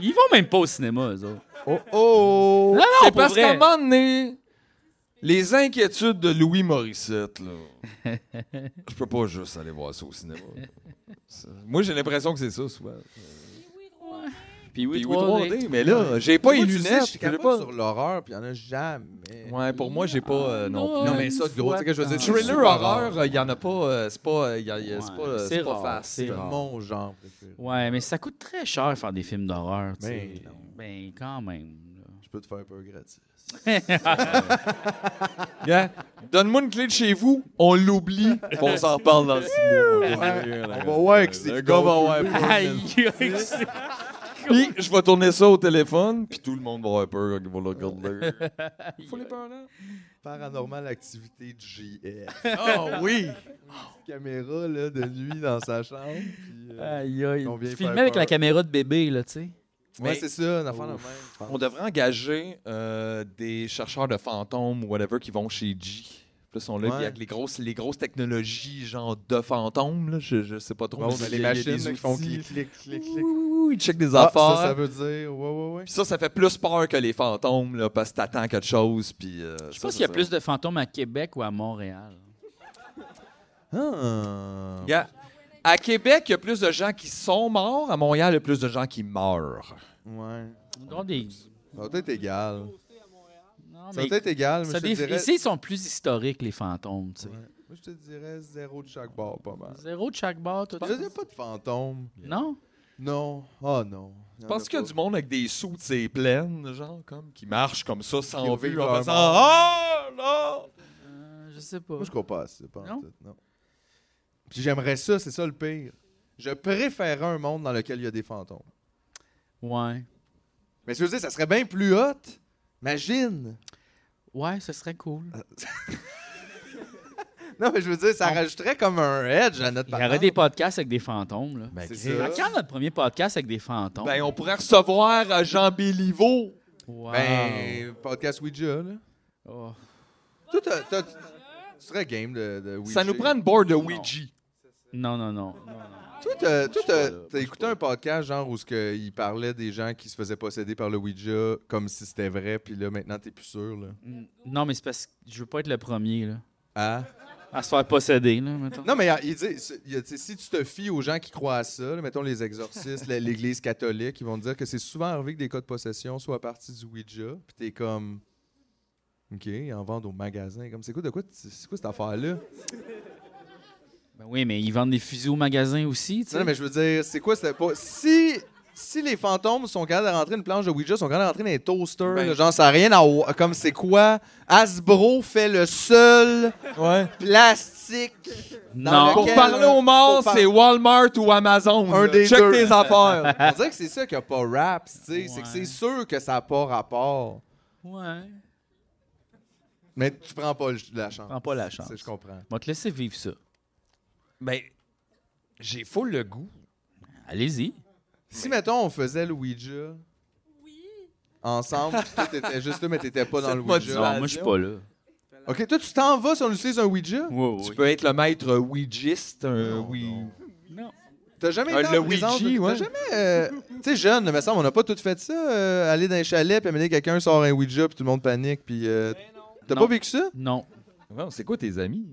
Speaker 1: Ils vont même pas au cinéma, eux autres.
Speaker 3: Oh oh!
Speaker 1: Non, non,
Speaker 2: C'est
Speaker 1: pour
Speaker 2: parce
Speaker 1: vrai.
Speaker 2: qu'à un moment donné, les inquiétudes de Louis Morissette, là.
Speaker 3: [laughs]
Speaker 2: je peux pas juste aller voir ça au cinéma. Ça- Moi, j'ai l'impression que c'est ça, souvent.
Speaker 1: Puis oui,
Speaker 2: Puis oui,
Speaker 1: 3D.
Speaker 2: 3D, mais là, j'ai pas les
Speaker 3: Moi, tu sais,
Speaker 2: lunettes.
Speaker 3: je suis
Speaker 2: j'ai
Speaker 3: capable
Speaker 2: pas-
Speaker 3: sur l'horreur, puis il y en a jamais.
Speaker 2: Ouais, pour moi, j'ai pas. euh, [laughs] non,
Speaker 1: non,
Speaker 2: plus.
Speaker 3: Non, mais ça, de gros, tu sais que je veux dire,
Speaker 2: Thriller
Speaker 3: super
Speaker 2: horreur, il y en a pas. euh, c'est pas. euh, y a- y a- c'est
Speaker 1: Ouais,
Speaker 2: pas, euh,
Speaker 1: c'est
Speaker 2: c'est pas
Speaker 1: rare,
Speaker 2: fast.
Speaker 1: c'est
Speaker 3: C'est
Speaker 1: rare.
Speaker 3: mon genre préféré.
Speaker 1: Ouais, mais ça coûte très cher faire des films d'horreur, tu sais.
Speaker 3: Ben,
Speaker 1: Ben, quand même. là.
Speaker 3: Je peux te faire un peu gratis.
Speaker 2: Gars, Hein? Donne-moi une clé de chez vous, on
Speaker 3: [laughs]
Speaker 2: l'oublie, puis on s'en parle
Speaker 1: [laughs]
Speaker 2: dans six mois.
Speaker 3: On va voir que c'est du
Speaker 2: Le gars va
Speaker 3: gros
Speaker 2: avoir peur.
Speaker 1: Aïe, c'est-
Speaker 2: Puis je vais tourner ça au téléphone, puis tout le monde va avoir peur quand ils vont le [laughs] regarder. Faut les peur là.
Speaker 3: Paranormal activité de JF. Oh
Speaker 2: Ah,
Speaker 3: oui! Caméra là, de nuit dans sa chambre. Puis, euh,
Speaker 1: aïe, aïe.
Speaker 3: On vient
Speaker 1: Filmé
Speaker 3: faire
Speaker 1: avec la
Speaker 3: peur.
Speaker 1: caméra de bébé, là, tu sais.
Speaker 3: ouais,
Speaker 2: Mais-
Speaker 3: c'est ça, une affaire de même.
Speaker 2: On devrait engager euh, des chercheurs de fantômes ou whatever qui vont chez G. Puis là, ils sont là,
Speaker 3: Ouais.
Speaker 2: puis avec les grosses, les grosses technologies, genre de fantômes, là, je, je sais pas trop.
Speaker 3: Bon,
Speaker 2: mais
Speaker 3: ben,
Speaker 2: il
Speaker 3: les
Speaker 2: y a- il y a
Speaker 3: machines
Speaker 2: des
Speaker 3: là, qui font
Speaker 2: outils.
Speaker 3: clic, clic, clic, clic.
Speaker 2: Ouh, Ils checkent des
Speaker 3: Ah,
Speaker 2: affaires.
Speaker 3: ça, ça veut dire, ouais, ouais, ouais.
Speaker 2: Puis ça, ça fait plus peur que les fantômes, là, parce que t'attends quelque chose, puis... euh,
Speaker 1: Je pense
Speaker 2: ça, ça,
Speaker 1: qu'il y a
Speaker 2: ça.
Speaker 1: plus de fantômes à Québec ou à Montréal.
Speaker 3: Ah.
Speaker 2: Gars, à Québec, il y a plus de gens qui sont morts. À Montréal, il y a plus de gens qui meurent.
Speaker 3: Ouais.
Speaker 1: Ils ont des-
Speaker 3: Ça va être égal.
Speaker 1: Non,
Speaker 3: Ça
Speaker 1: mais-
Speaker 3: va être égal, mais
Speaker 1: ça
Speaker 3: je te
Speaker 1: dé-
Speaker 3: dirais...
Speaker 1: Ici, ils sont plus historiques, les fantômes, tu sais.
Speaker 3: Ouais. Moi, je te dirais zéro de chaque bord, pas mal.
Speaker 1: Zéro de chaque bord, tout
Speaker 3: Il n'y a pas de fantôme.
Speaker 1: Non?
Speaker 3: Non. Ah non.
Speaker 2: Je pense qu'il y a du monde avec des sous de ses plaines, genre, comme, qui marchent comme ça,
Speaker 3: Qui
Speaker 2: sans
Speaker 3: ont
Speaker 2: vue,
Speaker 3: vécu
Speaker 2: en
Speaker 3: leur
Speaker 2: faisant «
Speaker 3: mort.
Speaker 2: Ah! Non!
Speaker 1: Euh, je sais pas.
Speaker 3: Moi, je crois pas à ça, pas en
Speaker 1: Non?
Speaker 3: tout, non. Puis j'aimerais ça, c'est ça le pire. Je préférerais un monde dans lequel il y a des fantômes.
Speaker 1: Ouais.
Speaker 3: Mais je veux dire, ça serait bien plus hot. Imagine.
Speaker 1: Ouais, ce serait cool.
Speaker 3: Non, mais je veux dire, ça rajouterait comme un edge à notre
Speaker 1: Ah. Il y aurait
Speaker 3: patente.
Speaker 1: des podcasts avec des fantômes, là.
Speaker 3: C'est
Speaker 1: C'est
Speaker 3: ça.
Speaker 1: quand notre premier podcast avec des fantômes?
Speaker 2: Ben, on pourrait recevoir euh, Jean Béliveau.
Speaker 1: Wow.
Speaker 3: Ben, podcast Ouija, là.
Speaker 1: Oh.
Speaker 3: Toi, t'as- t'as- tu serais game de, de Ouija.
Speaker 2: Ça nous prend une board de Ouija.
Speaker 1: Non, non, non. non, non.
Speaker 3: Toi, t'as- toi,
Speaker 1: pas
Speaker 3: t'as
Speaker 1: là, moi,
Speaker 3: t'as
Speaker 1: Euh, je
Speaker 3: écouté un podcast genre où ce que il parlait des gens qui se faisaient posséder par le Ouija comme si c'était vrai, puis là, maintenant, t'es plus sûr, là.
Speaker 1: Mm, Non, mais c'est parce que je veux pas être le premier, là.
Speaker 3: Ah.
Speaker 1: À se faire posséder, là, mettons.
Speaker 3: Non, mais euh, il dit, c'est- il y a- tu sais, si tu te fies aux gens qui croient à ça, là, mettons les exorcistes, la- l'Église catholique, ils vont te dire que c'est souvent arrivé que des cas de possession soient partis du Ouija, puis t'es comme... OK, ils en vendent au magasin. Comme, c'est quoi, de quoi, tu- c'est quoi cette affaire-là?
Speaker 1: Ben oui, mais ils vendent des fusils au magasin aussi, tu
Speaker 3: Non,
Speaker 1: sais.
Speaker 3: non,
Speaker 2: Mm.
Speaker 3: mais je veux dire, c'est quoi, c'était pas... Si... Si les fantômes sont capables de rentrer une planche de Ouija, sont capables de rentrer dans les toasters,
Speaker 2: Ben-
Speaker 3: là, genre ça n'a rien à voir. Comme c'est quoi? Hasbro fait le seul
Speaker 2: Ouais.
Speaker 3: plastique
Speaker 1: Non.
Speaker 3: Dans
Speaker 2: Pour
Speaker 3: lequel-
Speaker 2: parler aux morts,
Speaker 3: pour par-
Speaker 2: Ah, c'est Walmart ou Amazon.
Speaker 3: Un
Speaker 2: là.
Speaker 3: des
Speaker 2: Check
Speaker 3: deux.
Speaker 2: tes affaires.
Speaker 3: [laughs] On dirait que c'est ça qui a pas rap, tu sais. C'est que
Speaker 1: Ouais.
Speaker 3: c'est sûr que ça n'a pas rapport.
Speaker 1: Ouais.
Speaker 3: Mais tu prends pas le- la chance.
Speaker 1: Prends pas la chance.
Speaker 3: Ça, Je comprends.
Speaker 1: On va te laisser vivre ça.
Speaker 2: Mais j'ai faux le goût.
Speaker 1: Allez-y.
Speaker 3: Si, mettons, on faisait le Ouija. Ensemble, puis toi, t'étais juste là, mais t'étais pas dans
Speaker 2: Cette
Speaker 3: le
Speaker 2: modulation.
Speaker 3: Ouija.
Speaker 1: Non, moi, je suis pas là.
Speaker 3: Ok, toi, tu t'en vas si on utilise un Ouija?
Speaker 2: Tu peux être le maître Ouijiste. Un,
Speaker 3: Non,
Speaker 2: oui.
Speaker 3: non.
Speaker 1: Non.
Speaker 3: T'as jamais
Speaker 2: Euh,
Speaker 3: été en
Speaker 2: le
Speaker 3: présence
Speaker 2: Ouija,
Speaker 3: de-
Speaker 2: ouais.
Speaker 3: T'as jamais... euh, tu sais, jeune, là, me semble, on n'a pas tout fait ça. euh, aller dans un chalet, puis amener quelqu'un, sort un Ouija, puis tout le monde panique, puis... euh,
Speaker 1: Ben
Speaker 3: T'as
Speaker 1: Non.
Speaker 3: pas vécu ça?
Speaker 1: Non.
Speaker 2: Non, c'est quoi tes amis?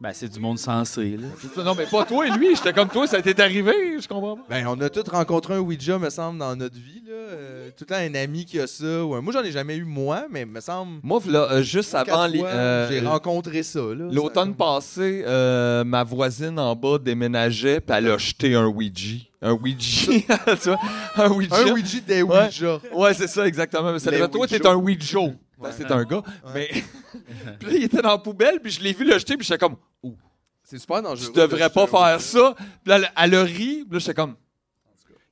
Speaker 1: Ben, c'est du monde sensé, là.
Speaker 2: Non, mais pas toi et lui. J'étais comme toi, ça t'est arrivé. Je comprends pas.
Speaker 3: Ben, on a tous rencontré un Ouija, me semble, dans notre vie. Là. Euh, tout le temps, un ami qui a ça. ou un- Moi, j'en ai jamais eu, moi, mais me semble.
Speaker 2: Moi, v'là, euh, juste avant
Speaker 3: quatre
Speaker 2: les-
Speaker 3: fois,
Speaker 2: euh,
Speaker 3: j'ai rencontré ça. là.
Speaker 2: l'automne
Speaker 3: Ça-
Speaker 2: passé, euh, ma voisine en bas déménageait, puis elle a jeté un Ouija.
Speaker 3: [laughs]
Speaker 2: Un Ouija, tu vois? Un Ouija.
Speaker 3: Un Ouija des
Speaker 2: Ouais.
Speaker 3: Ouija.
Speaker 2: Ouais, c'est ça, exactement. Mais ça
Speaker 3: Les
Speaker 2: devait- toi,
Speaker 3: Ouija.
Speaker 2: t'es un Ouija. Parce que t'es un gars. Mais.
Speaker 3: [laughs]
Speaker 2: puis là, il était dans la poubelle, puis je l'ai vu le jeter, puis j'étais comme,
Speaker 3: C'est super dangereux.
Speaker 2: tu devrais
Speaker 3: de
Speaker 2: pas
Speaker 3: jeter un
Speaker 2: faire
Speaker 3: Ouija.
Speaker 2: ça. Puis là, elle, elle a ri, puis là, j'étais comme,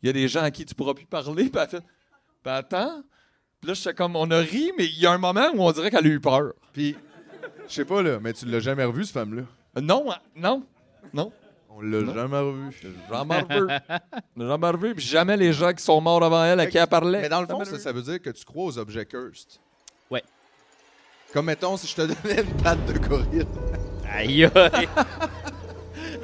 Speaker 2: il y a des gens à qui tu pourras plus parler, puis elle fait, ben attends. Puis là, j'étais comme, on a ri, mais il y a un moment où on dirait qu'elle a eu peur.
Speaker 3: Puis, je sais pas, là, mais tu l'as jamais revu, cette femme-là.
Speaker 2: Euh, Non, hein, non, non.
Speaker 3: On l'a jamais revu.
Speaker 2: Jamais revu. Jamais revu, puis jamais les gens qui sont morts avant elle à qui elle parlait.
Speaker 3: Mais dans le fond, ça,
Speaker 2: Jamais
Speaker 3: ça veut dire que tu crois aux objets cursed.
Speaker 1: Ouais.
Speaker 3: Comme mettons, si je te donnais une patte de gorille.
Speaker 2: revu.
Speaker 1: Aïe, aïe.
Speaker 3: [laughs]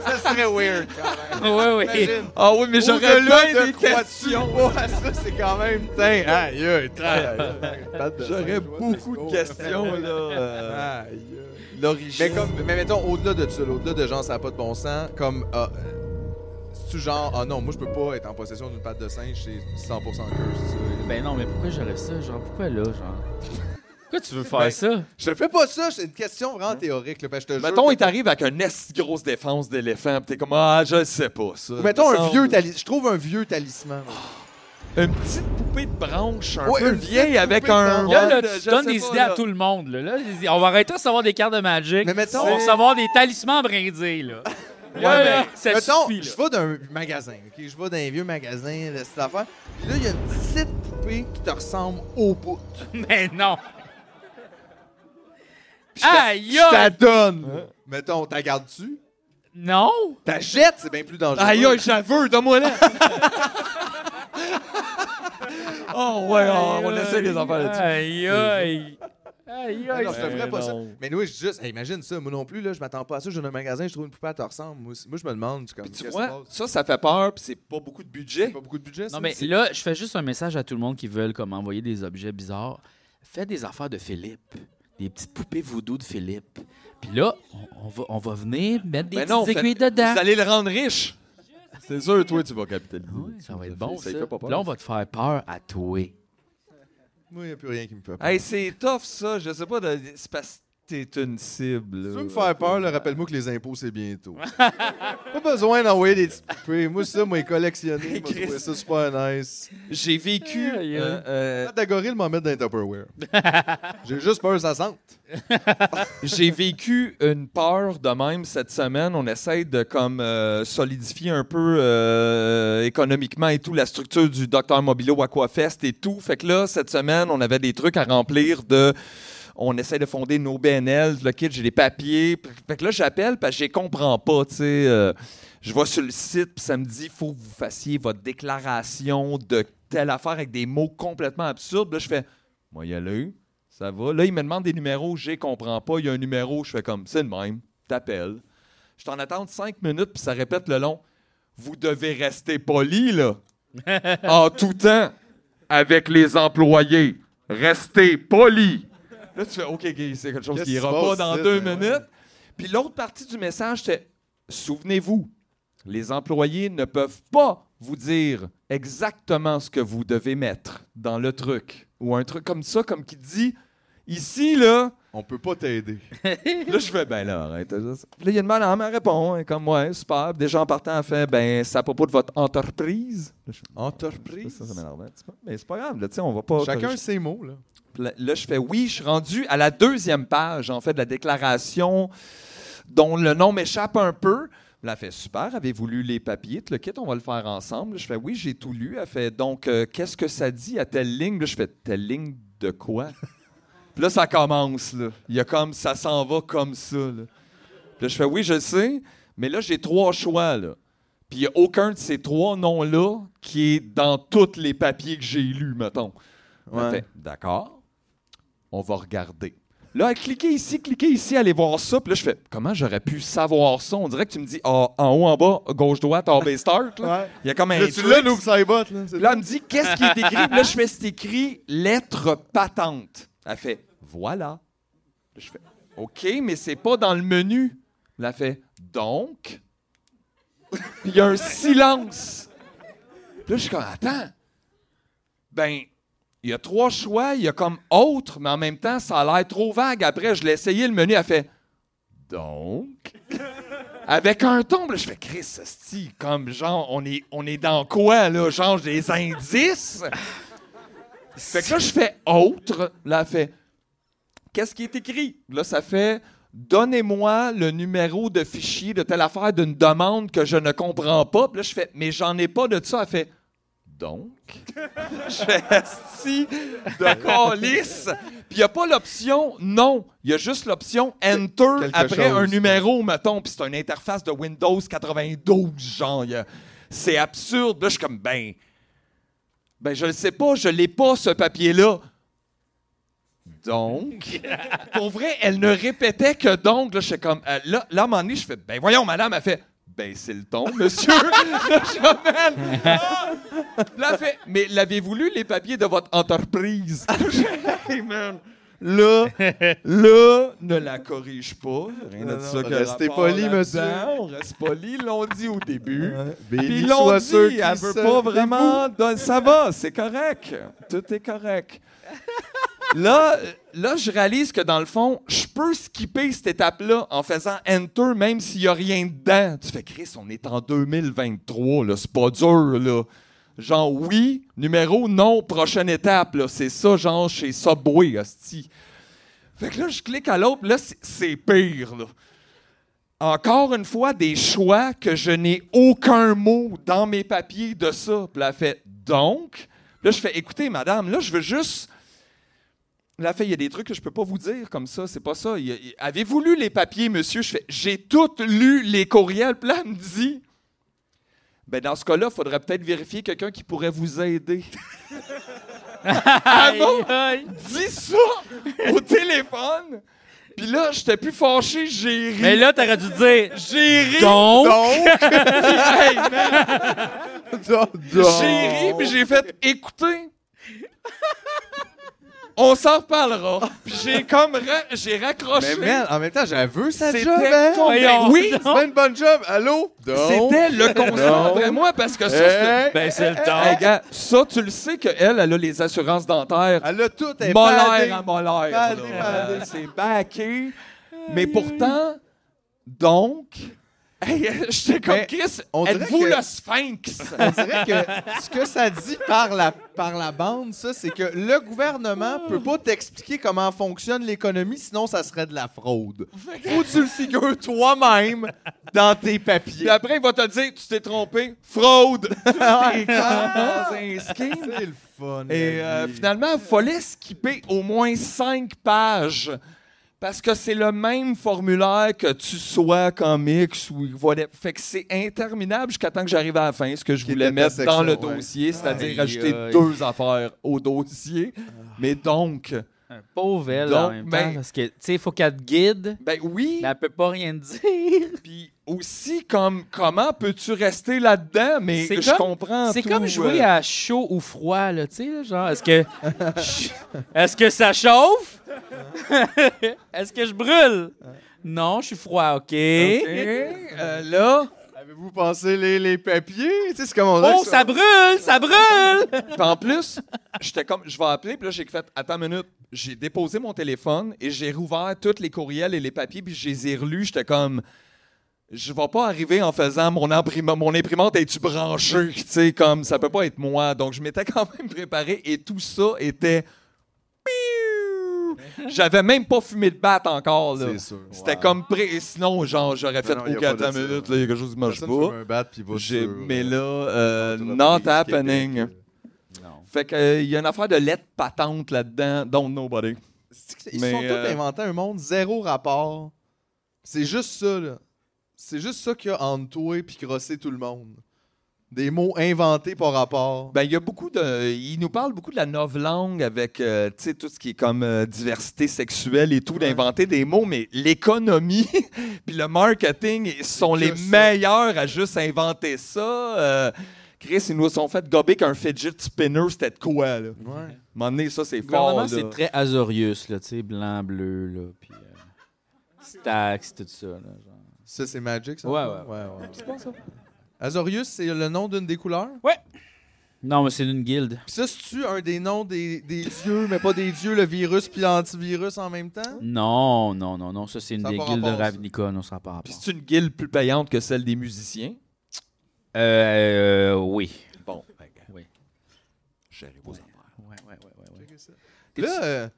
Speaker 1: [laughs]
Speaker 3: Ça serait weird, quand
Speaker 2: [laughs]
Speaker 3: même.
Speaker 1: Oui, oui.
Speaker 3: Imagine.
Speaker 2: Ah oui, mais j'aurais
Speaker 3: Au-delà
Speaker 2: plein
Speaker 3: de
Speaker 2: des
Speaker 3: croix
Speaker 2: questions.
Speaker 3: dessus. Ouais, ça, c'est quand même. Tiens, aïe, aïe,
Speaker 2: J'aurais beaucoup de questions, là. euh, L'origine.
Speaker 3: Mais, comme, mais mettons, au-delà de ça, au-delà de genre, ça n'a pas de bon sens, comme. Ah, tu genre, ah non, moi je peux pas être en possession d'une patte de singe, c'est 100% curse, ça.
Speaker 1: Ben non, mais pourquoi j'aurais ça? Genre, pourquoi là, genre? Pourquoi tu veux faire ça?
Speaker 3: Je fais pas ça, c'est une question vraiment théorique, là, parce que ben, je te jure
Speaker 2: Mettons,
Speaker 3: que-
Speaker 2: il t'arrive avec une esti grosse défense d'éléphant, pis t'es comme, ah, je sais pas, ça.
Speaker 3: Ou mettons
Speaker 2: Me
Speaker 3: un
Speaker 2: semble-
Speaker 3: vieux talisman. Je trouve un vieux talisman. moi.
Speaker 2: Une petite poupée de branche, un
Speaker 3: Ouais,
Speaker 2: peu
Speaker 3: une
Speaker 2: vieille,
Speaker 3: petite
Speaker 2: avec
Speaker 3: poupée de
Speaker 2: un.
Speaker 3: branche.
Speaker 1: Là,
Speaker 2: rond
Speaker 1: là,
Speaker 2: de-
Speaker 1: tu
Speaker 2: je
Speaker 1: donnes
Speaker 2: sais
Speaker 1: des
Speaker 2: pas,
Speaker 1: idées à
Speaker 2: là.
Speaker 1: tout le monde. Là. Là, les- on va arrêter de savoir des cartes de Magic.
Speaker 3: Mais mettons-
Speaker 1: on va savoir des talismans brindés. Là. Là,
Speaker 3: Ouais,
Speaker 1: là,
Speaker 3: ben,
Speaker 1: ça
Speaker 3: Mettons,
Speaker 2: [laughs]
Speaker 1: suffit. là.
Speaker 3: je vais d'un magasin, ok? Je vais d'un vieux magasin, de cette affaire. Puis là, il y a une petite poupée qui te ressemble au bout.
Speaker 1: Mais non.
Speaker 3: Je
Speaker 1: Aïe! aïe.
Speaker 3: t'adonne!
Speaker 2: Hein?
Speaker 3: Mettons, t'as gardes-tu?
Speaker 1: Non!
Speaker 3: T'as jettes, c'est bien plus dangereux.
Speaker 2: Aïe, aïe, j'avoue, donne-moi là. oh, ouais, oh, on essaie les enfants là-dessus.
Speaker 1: Aïe, aïe. Aïe,
Speaker 3: Ah
Speaker 1: aïe.
Speaker 3: non, je te ferais pas ça.
Speaker 2: non.
Speaker 3: Mais nous, je dis juste, hey, imagine ça, moi non plus, là, je m'attends pas à ça, je donne un magasin, je trouve une poupée, elle te ressemble. Moi, aussi. Moi, je me demande, tu comme,
Speaker 2: Tu
Speaker 3: qu'est-ce qui
Speaker 2: vois,
Speaker 3: se passe?
Speaker 2: ça, ça fait peur, pis c'est pas beaucoup de budget.
Speaker 3: Pas beaucoup de budget, ça?
Speaker 1: Non, mais là, je fais juste un message à tout le monde qui veulent comme envoyer des objets bizarres. Faites des affaires de Philippe. Des petites poupées voodoo de Philippe. Puis là, on, on va, on va venir mettre des
Speaker 2: Mais
Speaker 1: petits
Speaker 2: non,
Speaker 1: aiguilles
Speaker 2: faites-
Speaker 1: dedans.
Speaker 2: Vous allez le rendre riche. C'est sûr, toi, tu vas capitaliser.
Speaker 1: Ah Ouais, ça va être
Speaker 2: Ça
Speaker 1: bon,
Speaker 2: fait-
Speaker 1: ça.
Speaker 2: ça fait pas peur.
Speaker 1: Là, on va te faire peur à toi.
Speaker 3: Moi, il n'y a plus rien qui me fait peur.
Speaker 2: Hey, c'est tough, ça. Je sais pas, de- c'est parce que t'es une cible.
Speaker 3: Si tu
Speaker 2: là.
Speaker 3: veux me faire peur, là, rappelle-moi que les impôts, c'est bientôt. [laughs] pas besoin d'envoyer des petites poupées. Moi, ça, moi, les collectionner, moi, je trouvais ça super nice.
Speaker 2: J'ai vécu.
Speaker 1: Aïe, aïe.
Speaker 2: euh, euh,
Speaker 3: Patte de gorille m'en mettre dans un
Speaker 2: [laughs]
Speaker 3: Tupperware. J'ai juste peur que ça sente.
Speaker 2: J'ai vécu une peur de même cette semaine. On essaie de comme euh, solidifier un peu euh, économiquement et tout la structure du Docteur Mobilo Aquafest et tout. Fait que là, cette semaine, on avait des trucs à remplir de. On essaie de fonder nos BNL, le kit, j'ai des papiers. Fait que là, j'appelle parce que je comprends pas, tu sais. euh, je vais sur le site, puis ça me dit faut que vous fassiez votre déclaration de telle affaire avec des mots complètement absurdes. Là, je fais Moi, y aller, ça va. Là, il me demande des numéros, je comprends pas. Il y a un numéro, je fais comme c'est le même, t'appelles. Je t'en attends cinq minutes, puis ça répète le long. Vous devez rester poli, là. en tout temps, avec les employés. Restez poli. Là, tu fais OK, OK, c'est quelque chose
Speaker 3: Qu'est-ce
Speaker 2: qui
Speaker 3: qui
Speaker 2: ira
Speaker 3: se
Speaker 2: pas
Speaker 3: passe
Speaker 2: dans
Speaker 3: ici,
Speaker 2: deux
Speaker 3: ben ouais.
Speaker 2: minutes. Puis l'autre partie du message, c'était Souvenez-vous, les employés ne peuvent pas vous dire exactement ce que vous devez mettre dans le truc. Ou un truc comme ça, comme qui dit Ici, là,
Speaker 3: On peut pas t'aider.
Speaker 2: là, je fais, ben là, arrête. ça. Puis Là, il y a une madame, elle répond, elle est comme, ouais, super. Puis Déjà, en partant, elle fait, ben, c'est à propos de votre entreprise. Là, je fais,
Speaker 3: Entreprise.
Speaker 2: Ça, ça m'énerve un petit peu. Mais c'est pas grave, là, tu sais, on va pas.
Speaker 3: Chacun ses mots, là.
Speaker 2: Là, là, je fais oui, je suis rendu à la deuxième page, en fait, de la déclaration dont le nom m'échappe un peu. Elle a fait super, avez-vous lu les papiers, tout le kit, on va le faire ensemble. Je fais oui, j'ai tout lu. Elle fait donc, euh, qu'est-ce que ça dit à telle ligne? Là, je fais telle ligne de quoi? Puis là, ça commence, là. Il y a comme, ça s'en va comme ça, là. Puis là, je fais oui, je sais, mais là, j'ai trois choix, là. Puis il n'y a aucun de ces trois noms-là qui est dans tous les papiers que j'ai lus, mettons. Elle
Speaker 3: Ouais.
Speaker 2: fait, D'accord. On va regarder. Là, cliquez ici, cliquez ici, allez voir ça. Puis là, je fais, comment j'aurais pu savoir ça? On dirait que tu me dis, Ah, en haut, en bas, gauche-droite, en bas, start. là.
Speaker 3: Ouais.
Speaker 2: Il y a comme un.
Speaker 3: Là, tu
Speaker 2: trick.
Speaker 3: l'as, nous, Cybot, là. C'est-
Speaker 2: [laughs] Là, elle me dit, qu'est-ce qui est écrit? Puis là, je fais, c'est écrit lettre patente. Elle fait, voilà. Là, je fais, OK, mais c'est pas dans le menu. Là, elle fait, donc. Puis il y a un silence. Puis là, je suis comme, attends. Ben, il y a trois choix, il y a comme autre, mais en même temps, ça a l'air trop vague. Après, je l'ai essayé, le menu, elle fait, donc. Avec un ton, là, je fais Chris, esti, comme genre, on est, on est dans quoi, là? Genre, des indices? fait que là, je fais autre. Là, elle fait Qu'est-ce qui est écrit? Là, ça fait Donnez-moi le numéro de fichier de telle affaire d'une demande que je ne comprends pas. Puis là, je fais Mais j'en ai pas de ça. Elle fait donc, [laughs] je fais esti de calice. Puis il n'y a pas l'option non. Il y a juste l'option enter
Speaker 3: Quelque
Speaker 2: après un
Speaker 3: chose.
Speaker 2: numéro, mettons. Puis c'est une interface de Windows 92, genre. il y a- C'est absurde. Là, je suis comme, ben, ben, je le sais pas, je l'ai pas, ce papier-là. donc. Pour vrai, elle ne répétait que donc. Là, j'étais comme, euh, là, là, à un moment donné, je fais, ben voyons, madame, elle fait, ben c'est le ton, monsieur. [laughs] là, je suis comme, Man, ah! Là, elle fait, mais l'avez-vous lu les papiers de votre entreprise? [laughs] Hey, man. Là, là, ne la corrige pas. Rien
Speaker 3: Non,
Speaker 2: de ça
Speaker 3: non,
Speaker 2: que
Speaker 3: restez
Speaker 2: rapport
Speaker 3: poli,
Speaker 2: là-dedans.
Speaker 3: monsieur.
Speaker 2: On reste poli, l'on dit au début. Puis
Speaker 3: Billy,
Speaker 2: l'on
Speaker 3: sois sûr
Speaker 2: dit,
Speaker 3: qu'il
Speaker 2: elle veut
Speaker 3: se-
Speaker 2: pas vraiment. don- Ça va, c'est correct. Tout est correct. Là, là, je réalise que dans le fond, je peux skipper cette étape-là en faisant Enter, même s'il n'y a rien dedans. Tu fais, Chris, on est en 2023, là, c'est pas dur, là. Genre, oui, numéro, non, prochaine étape, là. C'est ça, genre, chez Subway, hostie. Fait que là, je clique à l'autre, là, c'est- c'est pire, là encore une fois, des choix que je n'ai aucun mot dans mes papiers de ça. Puis elle fait donc. Là, je fais écoutez, madame, là, je veux juste. Là, elle fait il y a des trucs que je peux pas vous dire comme ça, c'est pas ça. Il y a- il- Avez-vous lu les papiers, monsieur Je fais j'ai tout lu les courriels. Puis là, elle me dit ben, dans ce cas-là, il faudrait peut-être vérifier quelqu'un qui pourrait vous aider. ah bon?
Speaker 1: Aïe.
Speaker 2: Dis ça au téléphone. Puis là, j'étais plus fâché, j'ai ri.
Speaker 1: Mais là, t'aurais dû dire
Speaker 2: J'ai ri.
Speaker 1: donc.
Speaker 2: Hey,
Speaker 3: [laughs]
Speaker 2: man, j'ai ri,
Speaker 3: Chérie,
Speaker 2: puis j'ai fait écoutez. On s'en reparlera. Puis j'ai comme ra- j'ai raccroché.
Speaker 3: Mais man, en même temps, j'avoue sa
Speaker 2: C'était
Speaker 3: job, hein?
Speaker 2: ton-
Speaker 3: C'est
Speaker 1: Voyons
Speaker 2: ben oui,
Speaker 1: donc.
Speaker 3: pas une bonne job. Allô?
Speaker 2: c'était le constat après moi parce que ça c'est-
Speaker 3: Hey,
Speaker 1: Ben, c'est le
Speaker 2: Hey,
Speaker 1: temps.
Speaker 2: gars, ça tu le sais que elle elle a les assurances dentaires.
Speaker 3: Elle a tout elle est badée.
Speaker 2: Molaire hein. à molaire.
Speaker 3: Badée,
Speaker 2: là.
Speaker 3: badée.
Speaker 2: C'est backé. Mais pourtant donc hey, [laughs] j'étais comme
Speaker 3: Mais
Speaker 2: Chris,
Speaker 3: on dirait
Speaker 2: êtes-vous
Speaker 3: que-
Speaker 2: le sphinx
Speaker 3: On dirait que ce que ça dit par la, par la bande, ça, c'est que le gouvernement peut pas t'expliquer comment fonctionne l'économie, sinon ça serait de la fraude. Faut que tu le figures [laughs] toi-même dans tes
Speaker 2: Puis
Speaker 3: papiers.
Speaker 2: après, il va te dire, tu t'es trompé,
Speaker 3: [laughs]
Speaker 2: fraude.
Speaker 3: C'est
Speaker 2: C'est un scheme.
Speaker 3: le fun.
Speaker 2: Et
Speaker 3: la
Speaker 2: euh,
Speaker 3: vie.
Speaker 2: finalement, il fallait skipper au moins cinq pages. Parce que c'est le même formulaire que tu sois comics ou whatever. Fait que c'est interminable jusqu'à temps que j'arrive à la fin, ce que je
Speaker 3: Qui
Speaker 2: voulais
Speaker 3: était ta
Speaker 2: mettre
Speaker 3: section,
Speaker 2: dans le
Speaker 3: ouais.
Speaker 2: dossier, c'est-à-dire
Speaker 3: Aïe,
Speaker 2: rajouter
Speaker 3: aïe. Ah.
Speaker 2: deux affaires au dossier. Mais donc,
Speaker 1: [laughs] Pauvre elle,
Speaker 2: Donc,
Speaker 1: en même temps,
Speaker 2: ben-
Speaker 1: parce que, tu sais, il faut qu'elle te guide,
Speaker 2: ben oui.
Speaker 1: mais elle peut pas rien te dire.
Speaker 2: Puis aussi, comme comment peux-tu rester là-dedans? Mais
Speaker 1: C'est
Speaker 2: je
Speaker 1: comme-
Speaker 2: comprends.
Speaker 1: C'est
Speaker 2: tout,
Speaker 1: comme jouer
Speaker 2: euh,
Speaker 1: à chaud ou froid, là, tu sais, là, genre, est-ce que... est-ce que ça chauffe? [laughs] est-ce que je brûle? Non, je suis froid, OK.
Speaker 2: Ok, euh, là,
Speaker 3: Avez-vous passé les, les papiers? Tu sais, c'est comme on dirait
Speaker 1: Oh,
Speaker 3: que
Speaker 1: ça brûle, ça brûle!
Speaker 2: Puis en plus, j'étais comme, je vais appeler, puis là, j'ai fait, attends une minute. J'ai déposé mon téléphone et j'ai rouvert tous les courriels et les papiers, puis je les ai relus. J'étais comme, je vais pas arriver en faisant mon, imprima- mon imprimante, es-tu branché? Tu sais, comme, ça peut pas être moi. Donc, je m'étais quand même préparé et tout ça était. J'avais même pas fumé de batte encore, là.
Speaker 3: C'est sûr.
Speaker 2: C'était
Speaker 3: Wow.
Speaker 2: comme pré... Sinon, genre, j'aurais fait,
Speaker 3: non,
Speaker 2: OK,
Speaker 3: y a pas de
Speaker 2: attends
Speaker 3: ça.
Speaker 2: une minute, là, il y a quelque chose qui marche
Speaker 3: Personne fume
Speaker 2: pas.
Speaker 3: un bat, puis va
Speaker 2: J'ai-
Speaker 3: sur,
Speaker 2: Mais
Speaker 3: euh,
Speaker 2: là, euh,
Speaker 3: l'entreprise
Speaker 2: not
Speaker 3: Québec,
Speaker 2: happening.
Speaker 3: euh,
Speaker 2: Fait que euh, il y a une affaire de lettres patentes là-dedans, don't nobody.
Speaker 3: C'est- Ils se
Speaker 2: Mais,
Speaker 3: sont
Speaker 2: euh,
Speaker 3: tous inventés un monde zéro rapport. C'est juste ça, là. C'est juste ça qu'il y a entre toi et crosser tout le monde. Des mots inventés par rapport.
Speaker 2: Ben il y a beaucoup de il nous parle beaucoup de la novlangue avec euh, tu sais tout ce qui est comme euh, diversité sexuelle et tout d'inventer des mots mais l'économie [laughs] puis le marketing ils sont
Speaker 3: C'est
Speaker 2: les
Speaker 3: que ça.
Speaker 2: meilleurs à juste inventer ça. Euh, Chris, ils nous sont fait gober qu'un fidget spinner, c'était de quoi, là?
Speaker 3: Ouais.
Speaker 2: M'en ça, c'est
Speaker 1: Le
Speaker 2: fort,
Speaker 1: gouvernement,
Speaker 2: là.
Speaker 1: c'est très Azorius, là, tu sais, blanc, bleu, là, puis... euh, Stax, tout ça, là, genre.
Speaker 3: Ça, c'est Magic, ça?
Speaker 1: Ouais,
Speaker 3: ouais, ouais. Azorius, c'est le nom d'une des couleurs?
Speaker 1: Non, mais c'est une guilde.
Speaker 3: Puis ça, c'est-tu un des noms des, des dieux, mais pas des dieux, le virus puis l'antivirus en même temps?
Speaker 1: Non, non, non, non, ça, c'est une
Speaker 3: Ça a
Speaker 1: des
Speaker 3: pas
Speaker 1: guildes de
Speaker 3: rapport, ça.
Speaker 1: Ravnica, non, ça n'a pas
Speaker 2: Puis
Speaker 1: rapport.
Speaker 2: c'est une guilde plus payante que celle des musiciens.
Speaker 1: Euh, euh, oui.
Speaker 2: Bon, ben,
Speaker 1: Oui.
Speaker 2: j'allais vos affaires.
Speaker 1: Ouais, ouais, ouais, ouais, ouais.
Speaker 3: Là, euh...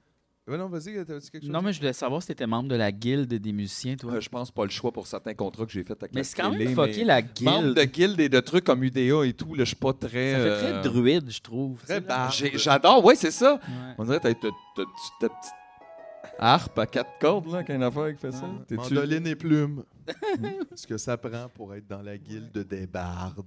Speaker 3: ouais, non, vas-y, t'avais-tu quelque chose?
Speaker 1: Non, mais je voulais savoir si t'étais membre de la guilde des musiciens, toi.
Speaker 2: Euh, je pense pas le choix pour certains contrats que j'ai fait avec
Speaker 1: mais
Speaker 2: la
Speaker 1: c'est quand
Speaker 2: télé,
Speaker 1: même fucké,
Speaker 2: mais-
Speaker 1: la
Speaker 2: Membre
Speaker 1: guilde.
Speaker 2: de guilde et de trucs comme UDA et tout, là, je suis pas
Speaker 1: Ça
Speaker 2: très.
Speaker 1: fait
Speaker 2: euh,
Speaker 1: très druide, je trouve.
Speaker 3: Très
Speaker 1: tu sais, là.
Speaker 3: barbe.
Speaker 2: j'ai- J'adore, ouais, c'est ça.
Speaker 1: Ouais.
Speaker 2: On dirait que t'as t'as- t'as- t'as- ta petite harpe à quatre cordes, là, qu'un affaire qui fait ça.
Speaker 3: Ouais.
Speaker 2: T'es-tu-
Speaker 3: Mandoline
Speaker 1: [laughs]
Speaker 3: et plume. Ce que ça prend pour être dans la guilde des bardes.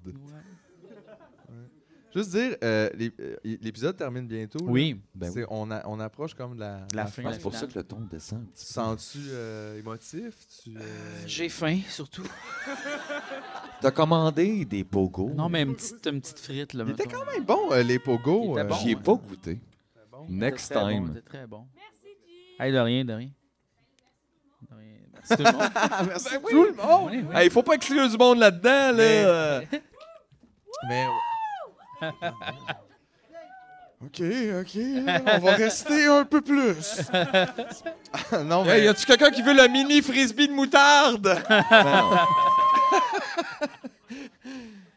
Speaker 3: Juste dire, euh, l'ép- euh, l'épisode termine bientôt. là.
Speaker 1: Oui. Ben
Speaker 3: C'est- on, a- on approche comme de la,
Speaker 1: La
Speaker 2: Je
Speaker 1: fin.
Speaker 2: pense Ah, pour ça que le ton descend un
Speaker 3: Tu
Speaker 2: petit
Speaker 3: te sens-tu euh, émotif? Tu, euh,
Speaker 1: J'ai faim, surtout.
Speaker 2: peu. T'as commandé des pogos.
Speaker 1: Non, mais une petite, une petite frite, là.
Speaker 3: Il était
Speaker 1: mettons.
Speaker 3: quand même bon, euh, les pogos.
Speaker 1: Il était
Speaker 3: euh,
Speaker 1: Ah, bon. hein.
Speaker 2: J'y ai pas goûté. Next
Speaker 1: C'était très
Speaker 2: time.
Speaker 1: bon, C'était très bon. Merci, Guy. de rien, de rien. De rien. Merci tout le monde.
Speaker 3: Ah, merci tout le monde!
Speaker 1: Ben Oui, oui.
Speaker 2: Hey, faut pas exclure du monde là-dedans, là.
Speaker 1: [laughs]
Speaker 3: Mais... OK, OK, là, on va rester un peu plus. [laughs] Ah, non, mais...
Speaker 2: Hey, y a-tu quelqu'un qui veut le mini frisbee de moutarde?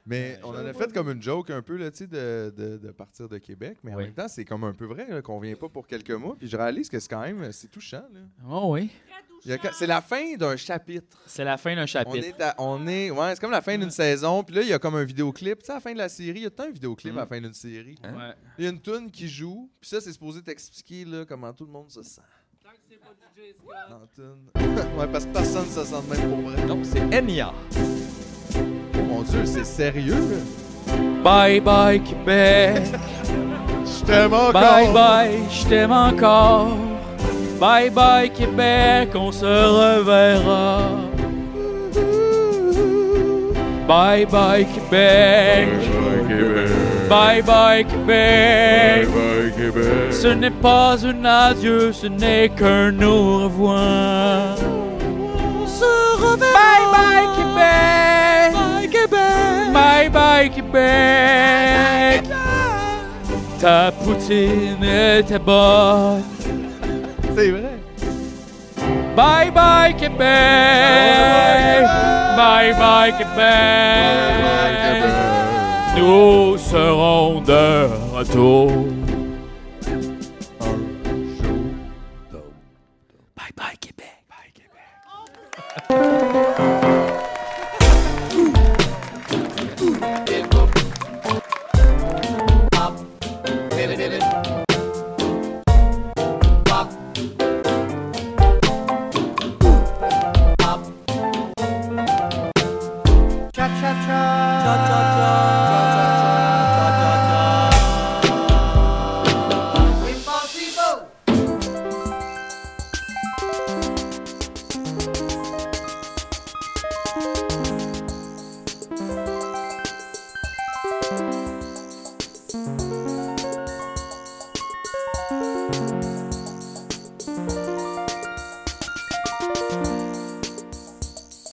Speaker 3: Mais on en a fait comme une joke un peu, là, tu sais, de, de- de partir de Québec. Mais en
Speaker 1: Oui.
Speaker 3: même temps, c'est comme un peu vrai là, qu'on vient pas pour quelques mois. Puis je réalise que c'est quand même, c'est touchant. là.
Speaker 1: [laughs] Oh oui.
Speaker 3: Il y a quand- C'est la fin d'un chapitre.
Speaker 1: C'est la fin d'un
Speaker 3: On
Speaker 1: chapitre.
Speaker 3: est, à- on est, ouais, c'est comme la fin d'une saison. Puis là, il y a comme un vidéoclip. Tu sais, à la fin de la série, il y a tout un vidéoclip à la fin d'une série.
Speaker 1: Ouais.
Speaker 3: Il y a une tune qui joue. Puis ça, c'est supposé t'expliquer là, comment tout le monde se sent. Dans la toune. [laughs] ouais, parce que personne se sent de même pour vrai.
Speaker 2: non, c'est Enya.
Speaker 3: Oh mon Dieu, c'est sérieux. là.
Speaker 1: Bye bye, Québec.
Speaker 3: Je t'aime encore.
Speaker 1: Bye bye, je t'aime encore. Bye bye, Québec, on se reverra. Bye bye, Québec. Bye bye, Québec. Ce n'est pas un adieu, ce n'est qu'un au revoir. On se reverra. Bye bye Québec. Bye Québec. Bye bye Québec. Ta poutine était bonne.
Speaker 3: C'est vrai.
Speaker 1: Bye bye Québec. Bye bye Québec. Nous serons de retour. Bye bye Québec. Bye Québec.